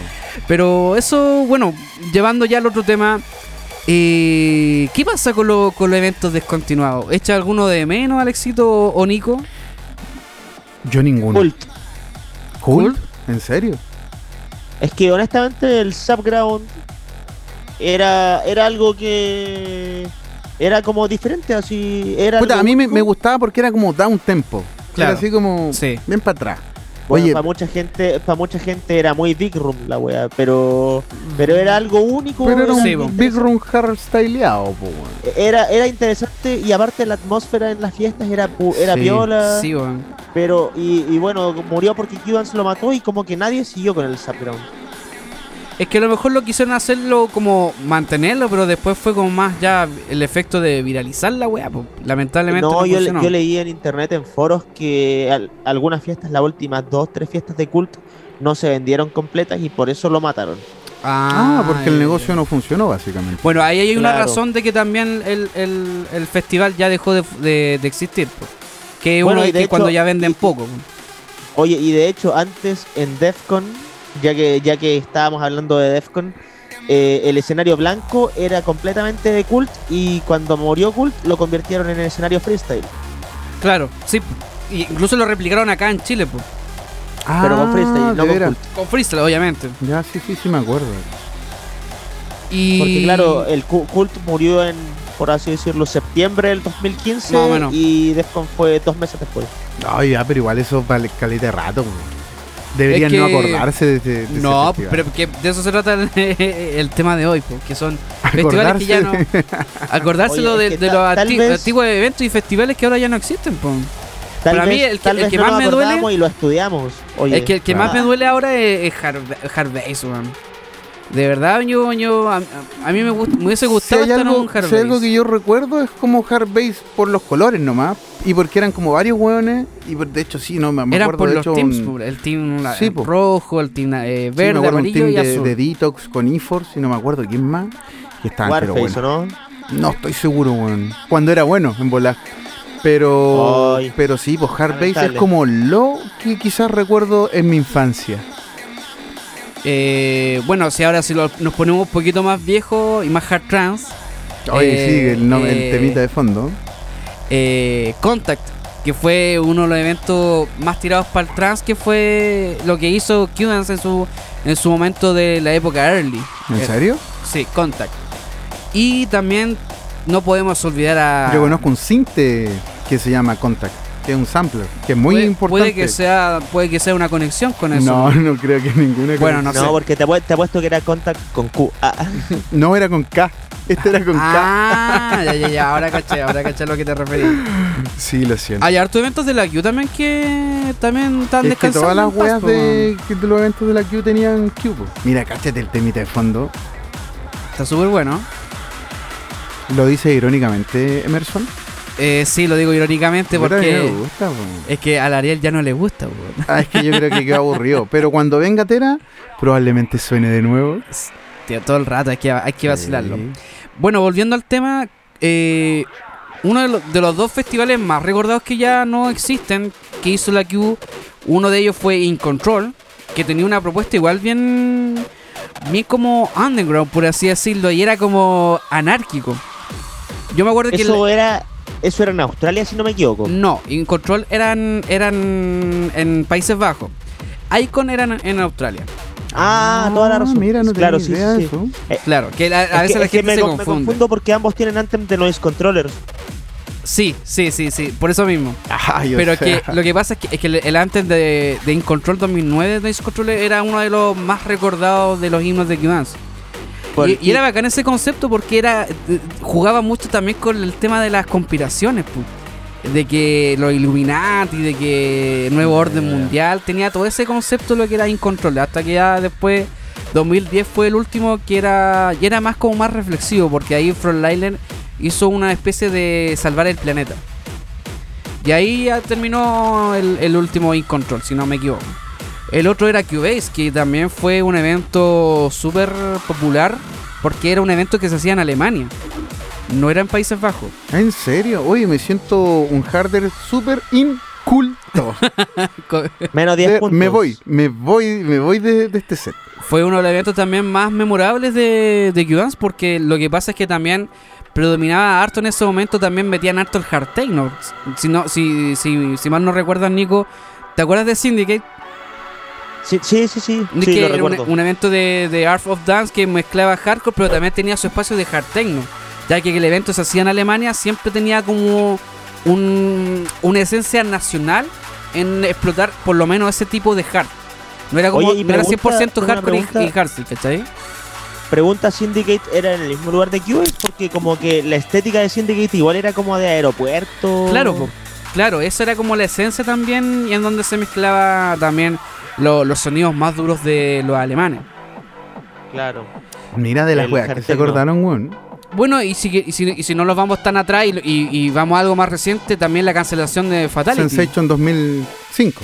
Speaker 4: Pero eso, bueno, llevando ya al otro tema, eh, ¿qué pasa con, lo- con los eventos descontinuados? ¿Echa alguno de menos, Alexito o Nico?
Speaker 5: Yo ninguno.
Speaker 6: Cult.
Speaker 5: ¿Cool? ¿En serio?
Speaker 6: Es que honestamente el subground era, era algo que era como diferente, así era
Speaker 5: Puta,
Speaker 6: algo
Speaker 5: a mí me,
Speaker 6: único.
Speaker 5: me gustaba porque era como down tempo.
Speaker 4: Claro.
Speaker 5: Era así como.
Speaker 4: Sí.
Speaker 5: Bien para atrás.
Speaker 6: Bueno,
Speaker 5: Oye,
Speaker 6: para mucha gente, para mucha gente era muy big room la wea, pero pero era algo único.
Speaker 5: Mm. pero era un
Speaker 4: Sí, po.
Speaker 5: Big Room Hard styleado, po. weón.
Speaker 6: era, era interesante y aparte la atmósfera en las fiestas era pu- era
Speaker 5: Sí,
Speaker 6: piola,
Speaker 4: Sí, weón.
Speaker 6: pero y, y bueno, murió porque Q Dance lo mató y como que nadie siguió con el subground.
Speaker 4: Es que a lo mejor lo quisieron hacerlo como mantenerlo, pero después fue como más ya el efecto de viralizar la weá. po. Lamentablemente no,
Speaker 6: No, yo, le-
Speaker 4: funcionó.
Speaker 6: yo leí en internet, en foros, que al- algunas fiestas, las últimas dos, tres fiestas de cult, no se vendieron completas y por eso lo mataron.
Speaker 5: Ah, porque el
Speaker 4: ya.
Speaker 5: negocio no funcionó, básicamente.
Speaker 4: Bueno, ahí hay una
Speaker 6: Claro.
Speaker 4: razón de que también el, el- el festival ya dejó de, de- de existir. po. Que
Speaker 6: Bueno,
Speaker 4: uno
Speaker 6: y
Speaker 4: es
Speaker 6: de
Speaker 4: que
Speaker 6: hecho-
Speaker 4: cuando ya venden poco. po.
Speaker 6: Oye, y de hecho, antes en DEFCON, ya que, ya que estábamos hablando de DEFCON, eh, el escenario blanco era completamente de cult y cuando murió cult lo convirtieron en el escenario freestyle,
Speaker 4: Claro, sí. Y Incluso lo replicaron acá en Chile, po.
Speaker 6: pero con freestyle, no
Speaker 5: Ah, de
Speaker 6: con
Speaker 5: veras.
Speaker 6: cult.
Speaker 4: con freestyle, obviamente.
Speaker 5: Ya, sí, sí, sí, me acuerdo.
Speaker 4: Y
Speaker 6: Porque claro,
Speaker 5: este
Speaker 6: el cu- cult murió en, por así decirlo, septiembre del 2015
Speaker 4: Más o menos.
Speaker 6: y DEFCON fue dos meses después.
Speaker 5: Ay, ya, pero igual eso vale caleta de rato, weón. Deberían
Speaker 4: Es que-
Speaker 5: no acordarse de, este, de- de ese
Speaker 4: no,
Speaker 5: festival.
Speaker 4: pero que de eso se trata el, el tema de hoy, po, que son festivales que
Speaker 5: Acordarse
Speaker 4: ya no. Acordárselo
Speaker 6: Oye, es
Speaker 4: de,
Speaker 6: que
Speaker 4: de los
Speaker 6: ta- tal
Speaker 4: anti-
Speaker 6: vez-
Speaker 4: antiguos eventos y festivales que ahora ya no existen, po.
Speaker 6: Tal
Speaker 4: Para
Speaker 6: vez,
Speaker 4: mí el que-
Speaker 6: tal
Speaker 4: el
Speaker 6: vez
Speaker 4: que
Speaker 6: no
Speaker 4: más
Speaker 6: nos
Speaker 4: me duele-
Speaker 6: acordamos y lo estudiamos. Oye, ah,
Speaker 4: es que el que más me duele ahora es, es Hard, Hard Bass, weón. De verdad, yo, yo a, a mí me, gust- me hubiese
Speaker 5: Si
Speaker 4: gustado
Speaker 5: hay,
Speaker 4: estar en
Speaker 5: algo,
Speaker 4: un Hard
Speaker 5: si hay algo
Speaker 4: Bass.
Speaker 5: que yo recuerdo es como hard bass por los colores nomás y porque eran como varios hueones y por- de hecho sí, no me, me
Speaker 4: Eran
Speaker 5: acuerdo
Speaker 4: por
Speaker 5: de
Speaker 4: los
Speaker 5: hecho
Speaker 4: teams,
Speaker 5: un-
Speaker 4: po, el team la-
Speaker 5: Sí, po.
Speaker 4: rojo, el team eh,
Speaker 5: sí, me
Speaker 4: verde,
Speaker 5: acuerdo un
Speaker 4: amarillo
Speaker 5: team
Speaker 4: y
Speaker 5: de,
Speaker 4: azul.
Speaker 5: de detox con Inforce y no me acuerdo quién más que estaban pero
Speaker 6: Warface,
Speaker 5: bueno.
Speaker 6: ¿o ¿no?
Speaker 5: No estoy seguro, weón. Cuando era bueno en volar. Pero
Speaker 6: Ay.
Speaker 5: pero sí, pues hard bass es
Speaker 6: Lamentable.
Speaker 5: como lo que quizás recuerdo en mi infancia.
Speaker 4: Eh, bueno, si ahora si lo- nos ponemos un poquito más viejo y más hard trance,
Speaker 5: Oye,
Speaker 4: Eh,
Speaker 5: sí, el, nom- el
Speaker 4: eh,
Speaker 5: temita de fondo.
Speaker 4: eh, Contact que fue uno de los eventos más tirados para el trans, que fue lo que hizo Cubans en su, en su momento de la época early.
Speaker 5: ¿En
Speaker 4: Eh,
Speaker 5: serio?
Speaker 4: Sí, Contact. Y también no podemos olvidar a...
Speaker 5: Yo conozco un cinte que se llama Contact, que es un sampler, que es muy
Speaker 4: puede,
Speaker 5: importante.
Speaker 4: Puede que, sea, puede que sea una conexión con eso.
Speaker 5: No, no creo que ninguna.
Speaker 4: Bueno, no
Speaker 6: No,
Speaker 4: sé.
Speaker 6: porque te, apue- te apuesto que era contact con Q. Ah,
Speaker 5: No era con K. Este era con
Speaker 4: Ah, ya, ya, ya, ahora caché, ahora caché a lo que te referí.
Speaker 5: K. Sí, lo siento.
Speaker 4: Hay harto eventos de la Q también que también están
Speaker 5: es que
Speaker 4: descansando.
Speaker 5: todas las
Speaker 4: en paz,
Speaker 5: weas
Speaker 4: po,
Speaker 5: de, que de los eventos de la Q tenían Q. po. Mira, cáchate el temita de fondo.
Speaker 4: weón. Está súper bueno.
Speaker 5: Lo dice irónicamente Emerson.
Speaker 4: Eh, sí, lo digo irónicamente
Speaker 5: Puta, a mí no me
Speaker 4: porque
Speaker 5: gusta, po.
Speaker 4: es que al Ariel ya no le gusta. weón.
Speaker 5: Ah, es que yo creo que quedó aburrido. Pero cuando venga Tera, probablemente suene de nuevo.
Speaker 4: Tío, todo el rato hay que, hay que vacilarlo.
Speaker 5: Sí.
Speaker 4: Bueno, volviendo al tema, eh, uno de, lo- de los dos festivales más recordados que ya no existen, que hizo la Q, uno de ellos fue In Control, que tenía una propuesta igual bien, bien como underground, por así decirlo, y era como anárquico. Yo me acuerdo que...
Speaker 6: eso
Speaker 4: la-
Speaker 6: era eso era en Australia, si no me equivoco.
Speaker 4: No, In Control eran, eran en Países Bajos. Icon eran en Australia.
Speaker 6: Ah, toda la razón.
Speaker 5: Mira, no
Speaker 6: claro,
Speaker 5: tenía
Speaker 6: sí,
Speaker 5: idea
Speaker 6: sí,
Speaker 5: de
Speaker 6: sí. Eh,
Speaker 5: eso.
Speaker 4: Claro, que la- a,
Speaker 6: Es que-
Speaker 4: veces la
Speaker 6: es que
Speaker 4: gente
Speaker 6: me,
Speaker 4: se
Speaker 6: con- me
Speaker 4: confunde.
Speaker 6: confundo porque ambos tienen Anthem de Noise Controllers.
Speaker 4: Sí, sí, sí, sí, por eso mismo.
Speaker 5: Ah, yo
Speaker 4: Pero
Speaker 5: sé.
Speaker 4: que lo que pasa es que, es que el, el antes de, de In Control 2009 de Noise Control era uno de los más recordados de los himnos de Kivans. Y, y era bacán ese concepto porque era eh, jugaba mucho también con el tema de las conspiraciones, pu. de que los Illuminati, de que Nuevo Orden Mundial, tenía todo ese concepto lo que era In Control, hasta que ya después 2010 fue el último que era y era más como más reflexivo porque ahí Frontline hizo una especie de salvar el planeta. Y ahí ya terminó el, el último In Control, si no me equivoco. El otro era Cubase, que también fue un evento súper popular porque era un evento que se hacía en Alemania. No era en Países Bajos.
Speaker 5: ¿En serio? Oye, me siento un harder súper inculto.
Speaker 4: Co-
Speaker 6: Menos 10
Speaker 5: De-
Speaker 6: puntos.
Speaker 5: me voy, me voy, me voy de, de este set.
Speaker 4: Fue uno de los eventos también más memorables de, de Cubans porque lo que pasa es que también predominaba harto en ese momento, también metían harto el hard techno. Si, no, si, si, si mal no recuerdas, Nico, ¿te acuerdas de Syndicate?
Speaker 6: Sí, sí, sí. sí,
Speaker 4: Es
Speaker 6: sí,
Speaker 4: que
Speaker 6: lo
Speaker 4: era un,
Speaker 6: recuerdo.
Speaker 4: un evento de, de Art of Dance que mezclaba hardcore, pero también tenía su espacio de hard techno. Ya que el evento se hacía en Alemania, siempre tenía como un- una esencia nacional en explotar por lo menos ese tipo de hard. No era como
Speaker 6: Oye, y
Speaker 4: no era
Speaker 6: pregunta-
Speaker 4: 100%
Speaker 6: una
Speaker 4: hardcore y-
Speaker 6: pregunta.
Speaker 4: y, hardstyle, ¿cachai?
Speaker 6: Pregunta Syndicate era en el mismo lugar de Cubase porque como que la estética de Syndicate igual era como de aeropuerto.
Speaker 4: Claro, po. claro, eso era como la esencia también y en donde se mezclaba también lo- los sonidos más duros de los alemanes.
Speaker 6: Claro.
Speaker 5: Mira de las
Speaker 6: El
Speaker 5: weas que se
Speaker 6: hard techno.
Speaker 5: acordaron, weón.
Speaker 4: Bueno, y si, y si, y si no los vamos tan atrás y, y- y vamos a algo más reciente, también la cancelación de Fatality.
Speaker 5: Sensation 2005.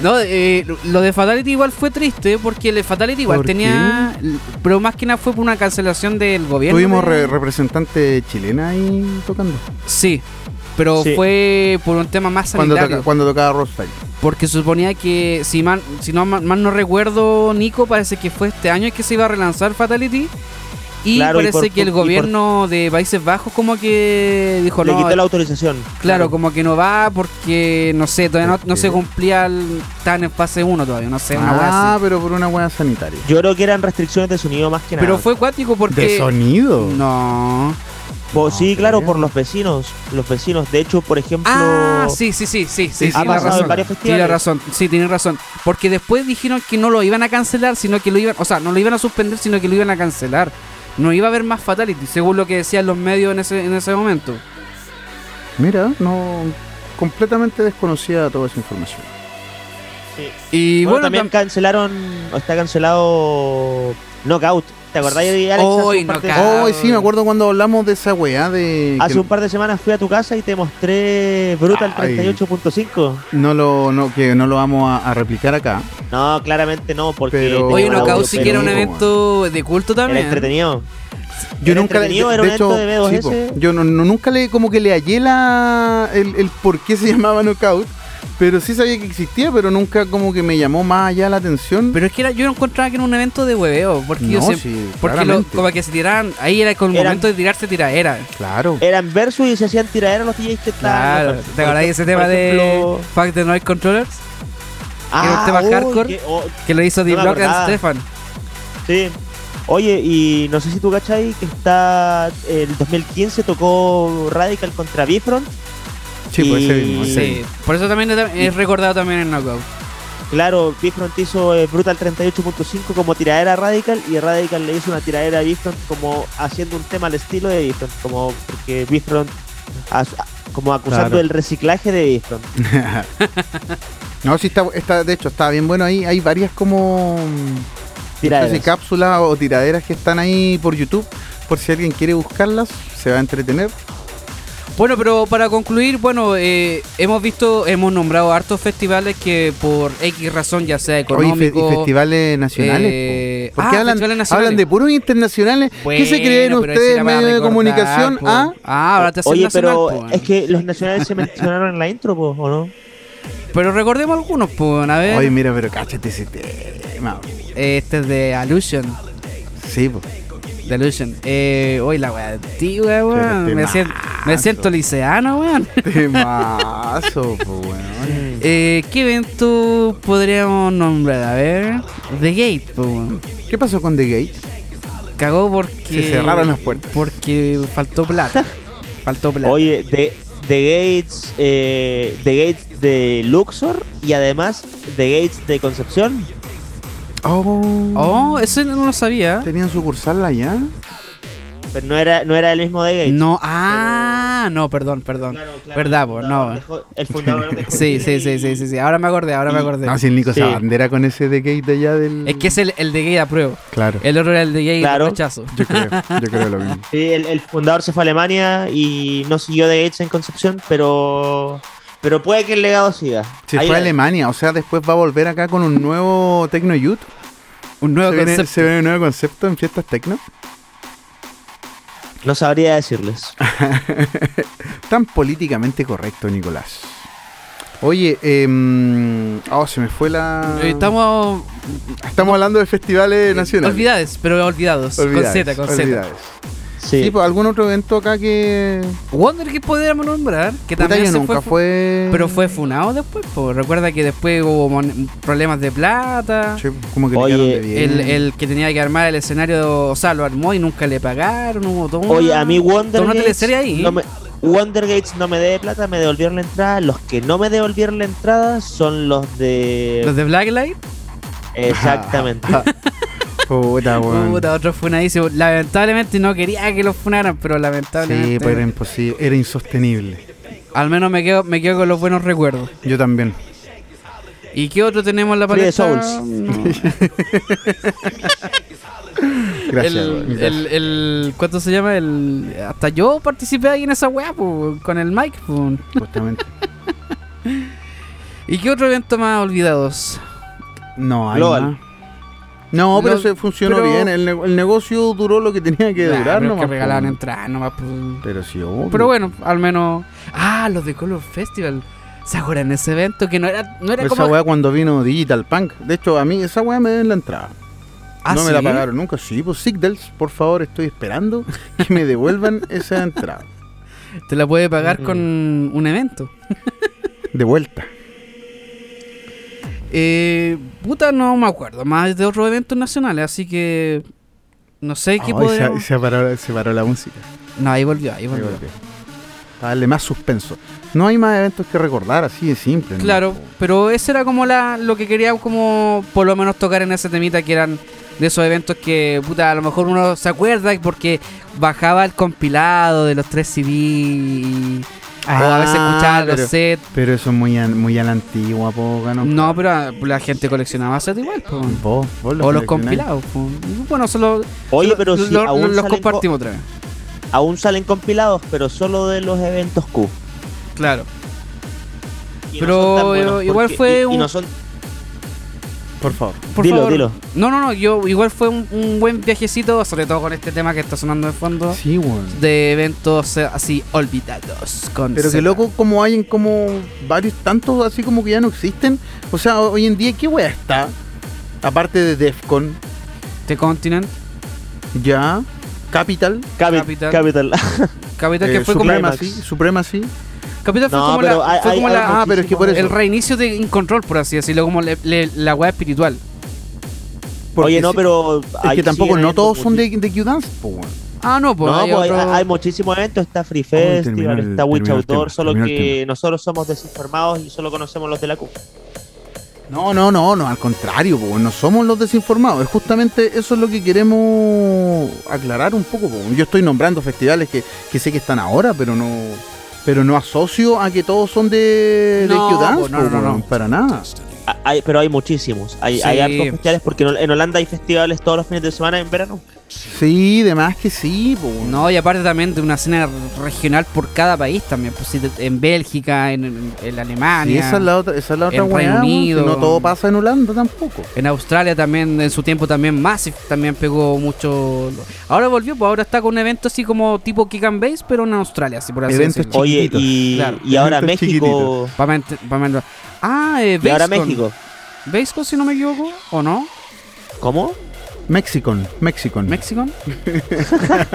Speaker 4: No, eh, lo de Fatality igual fue triste porque el de Fatality igual
Speaker 5: ¿Por
Speaker 4: tenía. Pero más que nada fue por una cancelación del gobierno.
Speaker 5: Tuvimos
Speaker 4: de-
Speaker 5: re- representante chilena ahí tocando.
Speaker 4: Sí, pero
Speaker 6: Sí.
Speaker 4: fue por un tema más
Speaker 5: Cuando,
Speaker 4: sanitario.
Speaker 5: toca- cuando tocaba Rockstar.
Speaker 4: Porque se suponía que, si, mal- si no mal mal no recuerdo, Nico, parece que fue este año que se iba a relanzar Fatality. Y
Speaker 6: Claro, y
Speaker 4: parece
Speaker 6: por-
Speaker 4: que el
Speaker 6: y por-
Speaker 4: gobierno de Países Bajos, como que dijo
Speaker 6: Le
Speaker 4: no.
Speaker 6: quitó la autorización.
Speaker 4: Claro, como que no va porque, no sé, todavía no, no se cumplía el, tan en fase 1 todavía, no sé, una wea
Speaker 5: Ah,
Speaker 4: así.
Speaker 5: pero por una wea sanitaria.
Speaker 6: Yo creo que eran restricciones de sonido más que nada.
Speaker 4: Pero fue cuático porque...
Speaker 5: ¿De sonido?
Speaker 4: No.
Speaker 6: Po- sí,
Speaker 5: No,
Speaker 6: claro,
Speaker 5: creo.
Speaker 6: por los vecinos. Los vecinos. De hecho, por ejemplo.
Speaker 4: Ah, sí, sí, sí, sí, sí.
Speaker 5: Ha
Speaker 4: tiene
Speaker 5: pasado en
Speaker 4: razón.
Speaker 6: varios festivales.
Speaker 4: Tiene razón, sí, tiene razón. Porque después dijeron que no lo iban a cancelar, sino que lo iban, o sea, no lo iban a suspender, sino que lo iban a cancelar. No iba a haber más fatality, según lo que decían los medios en ese, en ese momento.
Speaker 5: Mira, no. Completamente desconocida toda esa información.
Speaker 6: Sí.
Speaker 4: Y
Speaker 6: Y bueno,
Speaker 4: bueno,
Speaker 6: también
Speaker 4: tam-
Speaker 6: cancelaron. o Está cancelado. Knockout. ¿Te acordás de Alex?
Speaker 4: Hoy,
Speaker 6: Hace un par de-
Speaker 4: Knockout. Ah,
Speaker 5: Oh, sí, me acuerdo cuando hablamos de esa weá de. que
Speaker 6: Hace un par de semanas fui a tu casa y te mostré Brutal
Speaker 5: Ay.
Speaker 6: 38.5.
Speaker 5: no lo, no, que no lo vamos a, a replicar acá.
Speaker 6: No, claramente no, porque.
Speaker 5: Pero-
Speaker 4: oye,
Speaker 5: Pero-
Speaker 4: Knockout
Speaker 5: Pero-
Speaker 4: sí que era un
Speaker 5: Pero-
Speaker 4: evento de culto
Speaker 6: Era
Speaker 4: también.
Speaker 6: entretenido.
Speaker 5: Yo
Speaker 6: Era
Speaker 5: nunca le
Speaker 6: entretenido, era un evento de B2S.
Speaker 5: yo no- no- nunca le como que le hallé la el, el por qué se llamaba knockout, Pero sí sabía que existía, pero nunca como que me llamó más allá la atención.
Speaker 4: Pero es que era- yo lo encontraba que era un evento de hueveo. Porque yo
Speaker 5: No,
Speaker 4: siempre-
Speaker 5: sí,
Speaker 4: porque lo-
Speaker 5: claramente.
Speaker 4: como que se tiraban. Ahí era con el
Speaker 6: Eran-
Speaker 4: momento de tirarse tiraera.
Speaker 5: claro.
Speaker 6: Eran versus y se hacían tiraderas los DJs que estaban.
Speaker 4: Claro.
Speaker 6: Por
Speaker 4: ¿Te acordás de ese tema
Speaker 6: por
Speaker 4: de
Speaker 6: ejemplo-
Speaker 4: Fuck the Noise Controllers?
Speaker 6: Ah,
Speaker 4: tema
Speaker 6: uy,
Speaker 4: hardcore?
Speaker 6: que- oh,
Speaker 4: Que lo hizo
Speaker 6: No
Speaker 4: The
Speaker 6: me
Speaker 4: Block and
Speaker 6: acordaba.
Speaker 4: Stefan.
Speaker 6: sí. Oye, y no sé si tú cachai que está. El 2015 tocó Radical contra Bifront.
Speaker 5: Sí, pues ese
Speaker 6: y-
Speaker 5: mismo, ese
Speaker 4: Sí.
Speaker 5: mismo.
Speaker 4: Por eso también es es recordado también en Knockout.
Speaker 6: Claro, Bifront hizo eh, Brutal 38.5 como tiradera a Radical y Radical le hizo una tiradera a Bifront como haciendo un tema al estilo de Bifront, como porque Bifront as- como acusando
Speaker 5: Claro.
Speaker 6: el reciclaje de Bifront.
Speaker 5: No, sí, está, está- de hecho, está bien bueno ahí. Hay varias como... no sé si
Speaker 6: Tiraderas.
Speaker 5: cápsulas o tiraderas que están ahí por YouTube. Por si alguien quiere buscarlas, se va a entretener.
Speaker 4: Bueno, pero para concluir, bueno, eh, hemos visto, hemos nombrado hartos festivales que por X razón, ya sea
Speaker 5: Oye, y fe-
Speaker 4: económico.
Speaker 5: y festivales nacionales.
Speaker 4: eh,
Speaker 5: po. ¿Por
Speaker 4: ah,
Speaker 5: qué hablan,
Speaker 4: festivales nacionales.
Speaker 5: hablan de puros internacionales? ¿Qué se
Speaker 4: Bueno,
Speaker 5: creen
Speaker 4: pero si
Speaker 5: ustedes
Speaker 4: la vas a
Speaker 5: medio de
Speaker 4: recordar,
Speaker 5: comunicación?
Speaker 4: po.
Speaker 5: Ah,
Speaker 4: Ah, ahora te hacen
Speaker 6: Oye,
Speaker 4: nacional,
Speaker 6: pero
Speaker 4: po.
Speaker 6: es que los nacionales se mencionaron en la intro, po, ¿o no?
Speaker 4: Pero recordemos algunos, pues, a ver.
Speaker 5: Oye, mira, pero cáchate ese tema. po.
Speaker 4: Este es de Allusion.
Speaker 5: Sí, po.
Speaker 4: De Allusion. Eh, hoy la wea antigua,
Speaker 5: Pero este
Speaker 4: weón. Me, sien- me
Speaker 5: temazo.
Speaker 4: siento liceano, weón.
Speaker 5: Temazo, po, weón.
Speaker 4: Eh, ¿Qué evento podríamos nombrar? A ver. The Gate, po, weón.
Speaker 5: ¿Qué pasó con The Gate?
Speaker 4: Cagó porque.
Speaker 5: Se cerraron las puertas.
Speaker 4: Porque faltó plata. faltó plata.
Speaker 6: Oye, de, The Gates, eh, The Gates de Luxor y además The Gates de Concepción.
Speaker 5: Oh,
Speaker 4: Oh, eso no lo sabía.
Speaker 5: ¿Tenían sucursal allá?
Speaker 6: Pero no era, no era el mismo The Gates.
Speaker 4: No, ah, no, perdón, perdón. ¿Verdad, po? No.
Speaker 6: El fundador dejó-
Speaker 4: Sí, sí, sí, sí, sí, sí. Ahora me acordé, ahora me acordé.
Speaker 5: No, si el Nico
Speaker 6: Sí.
Speaker 5: se abandera con ese The Gate allá del...
Speaker 4: Es que es el, el de gay apruebo.
Speaker 5: Claro,
Speaker 4: El otro era el de gay
Speaker 6: Claro.
Speaker 4: rechazo.
Speaker 5: yo creo, yo creo lo mismo.
Speaker 6: Sí, el, el fundador se fue a Alemania y no siguió The Gates en Concepción, pero pero puede que el legado siga.
Speaker 5: Se
Speaker 6: Ahí-
Speaker 5: fue a Alemania, o sea, después va a volver acá con un nuevo Tecno Youth.
Speaker 4: Un nuevo
Speaker 5: Se viene,
Speaker 4: concepto.
Speaker 5: se viene un nuevo concepto en fiestas Tecno.
Speaker 6: No sabría decirles.
Speaker 5: Tan políticamente correcto, Nicolás. Oye, eh, oh, se me fue la...
Speaker 4: Eh, Estamos
Speaker 5: Estamos hablando de festivales nacionales.
Speaker 4: olvidados, pero olvidados. con Z, con Z.
Speaker 5: olvidades.
Speaker 6: Sí.
Speaker 5: Sí, pues, algún otro evento acá que...
Speaker 4: Wonder que podríamos nombrar, que
Speaker 5: Puta,
Speaker 4: también
Speaker 5: yo
Speaker 4: se
Speaker 5: nunca
Speaker 4: fu-
Speaker 5: fue...
Speaker 4: Pero fue funado después, po. recuerda que después hubo mon- problemas de plata.
Speaker 5: Sí, como que le
Speaker 6: Oye,
Speaker 5: quedaron de bien.
Speaker 4: El, el que tenía que armar el escenario, o sea, lo armó y nunca le pagaron. Hubo todo una-
Speaker 6: Oye, a mí Wonder
Speaker 4: toda una
Speaker 6: Gates
Speaker 4: teleserie ahí.
Speaker 6: no me Wonder Gates no me debe plata, me devolvieron la entrada. Los que no me devolvieron la entrada son los de...
Speaker 4: Los de Blacklight.
Speaker 6: Exactamente.
Speaker 5: Puta, weón.
Speaker 4: Puta, otro funadísimo. Lamentablemente no quería que los funaran, pero lamentablemente.
Speaker 5: Sí, pues era imposible, era insostenible.
Speaker 4: Al menos me quedo, me quedo con los buenos recuerdos.
Speaker 5: Yo también.
Speaker 4: ¿Y qué otro tenemos en la
Speaker 6: Free
Speaker 4: paleta?
Speaker 6: de Souls.
Speaker 4: No.
Speaker 5: Gracias,
Speaker 4: el,
Speaker 5: weón, gracias.
Speaker 4: el- el- ¿Cuánto se llama? El, hasta yo participé ahí en esa weá, po, con el mic. po.
Speaker 5: Justamente.
Speaker 4: ¿Y qué otro evento más olvidados?
Speaker 5: No, hay
Speaker 6: Global.
Speaker 5: más. No, pero
Speaker 4: No,
Speaker 5: se funcionó
Speaker 4: pero-
Speaker 5: bien. El, nego- el negocio duró lo que tenía que
Speaker 4: Nah,
Speaker 5: durar,
Speaker 4: pero es
Speaker 5: nomás,
Speaker 4: que regalaban
Speaker 5: po.
Speaker 4: entradas nomás. po.
Speaker 5: Pero sí, obvio.
Speaker 4: Pero bueno, al menos. Ah, los de Color Festival. ¿Se acuerdan ese evento que no era, no era
Speaker 5: Esa
Speaker 4: como.
Speaker 5: weá cuando vino Digital Punk. De hecho, a mí esa weá me den la entrada.
Speaker 4: Ah,
Speaker 5: no me
Speaker 4: ¿sí?
Speaker 5: la pagaron nunca. Sí, pues Sigdals, por favor, estoy esperando que me devuelvan esa entrada.
Speaker 4: Te la puede pagar con un evento.
Speaker 5: De vuelta.
Speaker 4: Eh, puta, no me acuerdo más de otros eventos nacionales, así que. No sé qué
Speaker 5: Ay,
Speaker 4: podríamos-
Speaker 5: se, se paró, se paró la música.
Speaker 4: No, ahí volvió, ahí volvió.
Speaker 5: Ahí volvió. Para darle más suspenso. No hay más eventos que recordar, así de simple. ¿no?
Speaker 4: Claro, pero eso era como la, lo que quería como por lo menos tocar en ese temita que eran de esos eventos que puta a lo mejor uno se acuerda porque bajaba el compilado de los tres CD y- o a veces
Speaker 5: Ah,
Speaker 4: escuchaba
Speaker 5: pero-
Speaker 4: los sets.
Speaker 5: Pero eso es muy a, muy a la antigua, po, Gano.
Speaker 4: No, pero ah, la gente coleccionaba sets igual, po.
Speaker 5: Vos, vos
Speaker 4: o los
Speaker 5: coleccionás.
Speaker 4: compilados. po. Bueno, solo
Speaker 6: Oye,
Speaker 4: solo-
Speaker 6: pero si
Speaker 4: lo-
Speaker 6: aún
Speaker 4: los
Speaker 6: salen co-
Speaker 4: compartimos otra vez.
Speaker 6: Aún salen compilados, pero solo de los eventos Q.
Speaker 4: Claro.
Speaker 6: Y
Speaker 4: Pero
Speaker 6: son tan buenos
Speaker 4: igual
Speaker 6: porque-
Speaker 4: fue
Speaker 6: y- y
Speaker 4: un-
Speaker 6: no son-
Speaker 5: Por favor.
Speaker 4: Por
Speaker 6: Dilo,
Speaker 4: favor.
Speaker 6: dilo.
Speaker 4: No, no, no, yo igual fue un, un buen viajecito, sobre todo con este tema que está sonando de fondo.
Speaker 5: Sí, weón.
Speaker 4: De eventos eh, así olvidados. Con
Speaker 5: Pero
Speaker 4: Z.
Speaker 5: que loco, como hay en como varios tantos así como que ya no existen. O sea, hoy en día, ¿qué wea está? Aparte de Defcon,
Speaker 4: The Continent,
Speaker 5: ya, Capital,
Speaker 6: Capi-
Speaker 4: Capital.
Speaker 6: Capital.
Speaker 4: Capital que
Speaker 5: eh,
Speaker 4: fue como.
Speaker 5: Supremacy, Supremacy.
Speaker 4: Capital fue
Speaker 6: No,
Speaker 4: como
Speaker 6: pero
Speaker 4: la.
Speaker 6: hay-
Speaker 4: fue
Speaker 6: hay-
Speaker 4: como
Speaker 6: hay
Speaker 4: la-
Speaker 5: Ah, pero es que por eso.
Speaker 4: el reinicio de In Control, por así decirlo, como le- le- la weá espiritual.
Speaker 5: Porque
Speaker 6: Oye, no,
Speaker 5: sí,
Speaker 6: pero.
Speaker 5: Es que
Speaker 6: ahí
Speaker 5: tampoco,
Speaker 6: siguen
Speaker 5: no
Speaker 6: habiendo
Speaker 5: todos son
Speaker 6: muchis-
Speaker 5: de, de Q-Dance, po, weón.
Speaker 4: Ah, no, pues.
Speaker 6: No,
Speaker 4: hay
Speaker 6: pues, hay,
Speaker 4: otro-
Speaker 6: hay muchísimos eventos, está Free
Speaker 5: terminó
Speaker 6: Festival,
Speaker 5: el-
Speaker 6: está Witch
Speaker 5: terminó el
Speaker 6: Outdoor,
Speaker 5: tema,
Speaker 6: solo
Speaker 5: terminó el
Speaker 6: que nosotros somos desinformados y solo conocemos los de la Q.
Speaker 5: No, no, no, no, al contrario, po, no somos los desinformados. Es justamente eso es lo que queremos aclarar un poco. po. Yo estoy nombrando festivales que, que sé que están ahora, pero no pero no asocio a que todos son de, de
Speaker 4: No,
Speaker 5: Q-Dance,
Speaker 4: po, no,
Speaker 5: po,
Speaker 4: no, no,
Speaker 5: weón,
Speaker 4: no.
Speaker 5: para nada.
Speaker 6: Ah, hay- pero hay muchísimos. Hay,
Speaker 4: Sí.
Speaker 6: hay hartos festivales porque en en Holanda hay festivales todos los fines de semana en verano.
Speaker 5: Sí, de más que sí, po, weón.
Speaker 4: No, y aparte también de una escena regional por cada país también. Pues, sí, de- en Bélgica, en, en- en
Speaker 5: Sí,
Speaker 4: Alemania.
Speaker 5: esa es la otra, esa es la otra
Speaker 4: en
Speaker 5: weá,
Speaker 4: Reino
Speaker 5: weón, que
Speaker 4: Unido.
Speaker 5: no todo pasa en Holanda tampoco.
Speaker 4: En Australia también, en su tiempo también, Massive también pegó mucho. Ahora volvió, pues ahora está con un evento así como tipo kick and base, pero en Australia, así por así
Speaker 5: Eventos
Speaker 4: decirlo.
Speaker 6: Oye,
Speaker 5: Chiquititos.
Speaker 6: y,
Speaker 4: Claro.
Speaker 6: y ahora
Speaker 5: Eventos
Speaker 6: México.
Speaker 5: chiquititos.
Speaker 4: Pa' me ent- pa' me- Ah, eh,
Speaker 6: Y ahora
Speaker 4: Basecon.
Speaker 6: México.
Speaker 4: Basecon, si no me equivoco, ¿o no?
Speaker 6: ¿Cómo?
Speaker 5: Mexicon, Mexicon.
Speaker 4: ¿Mexicon?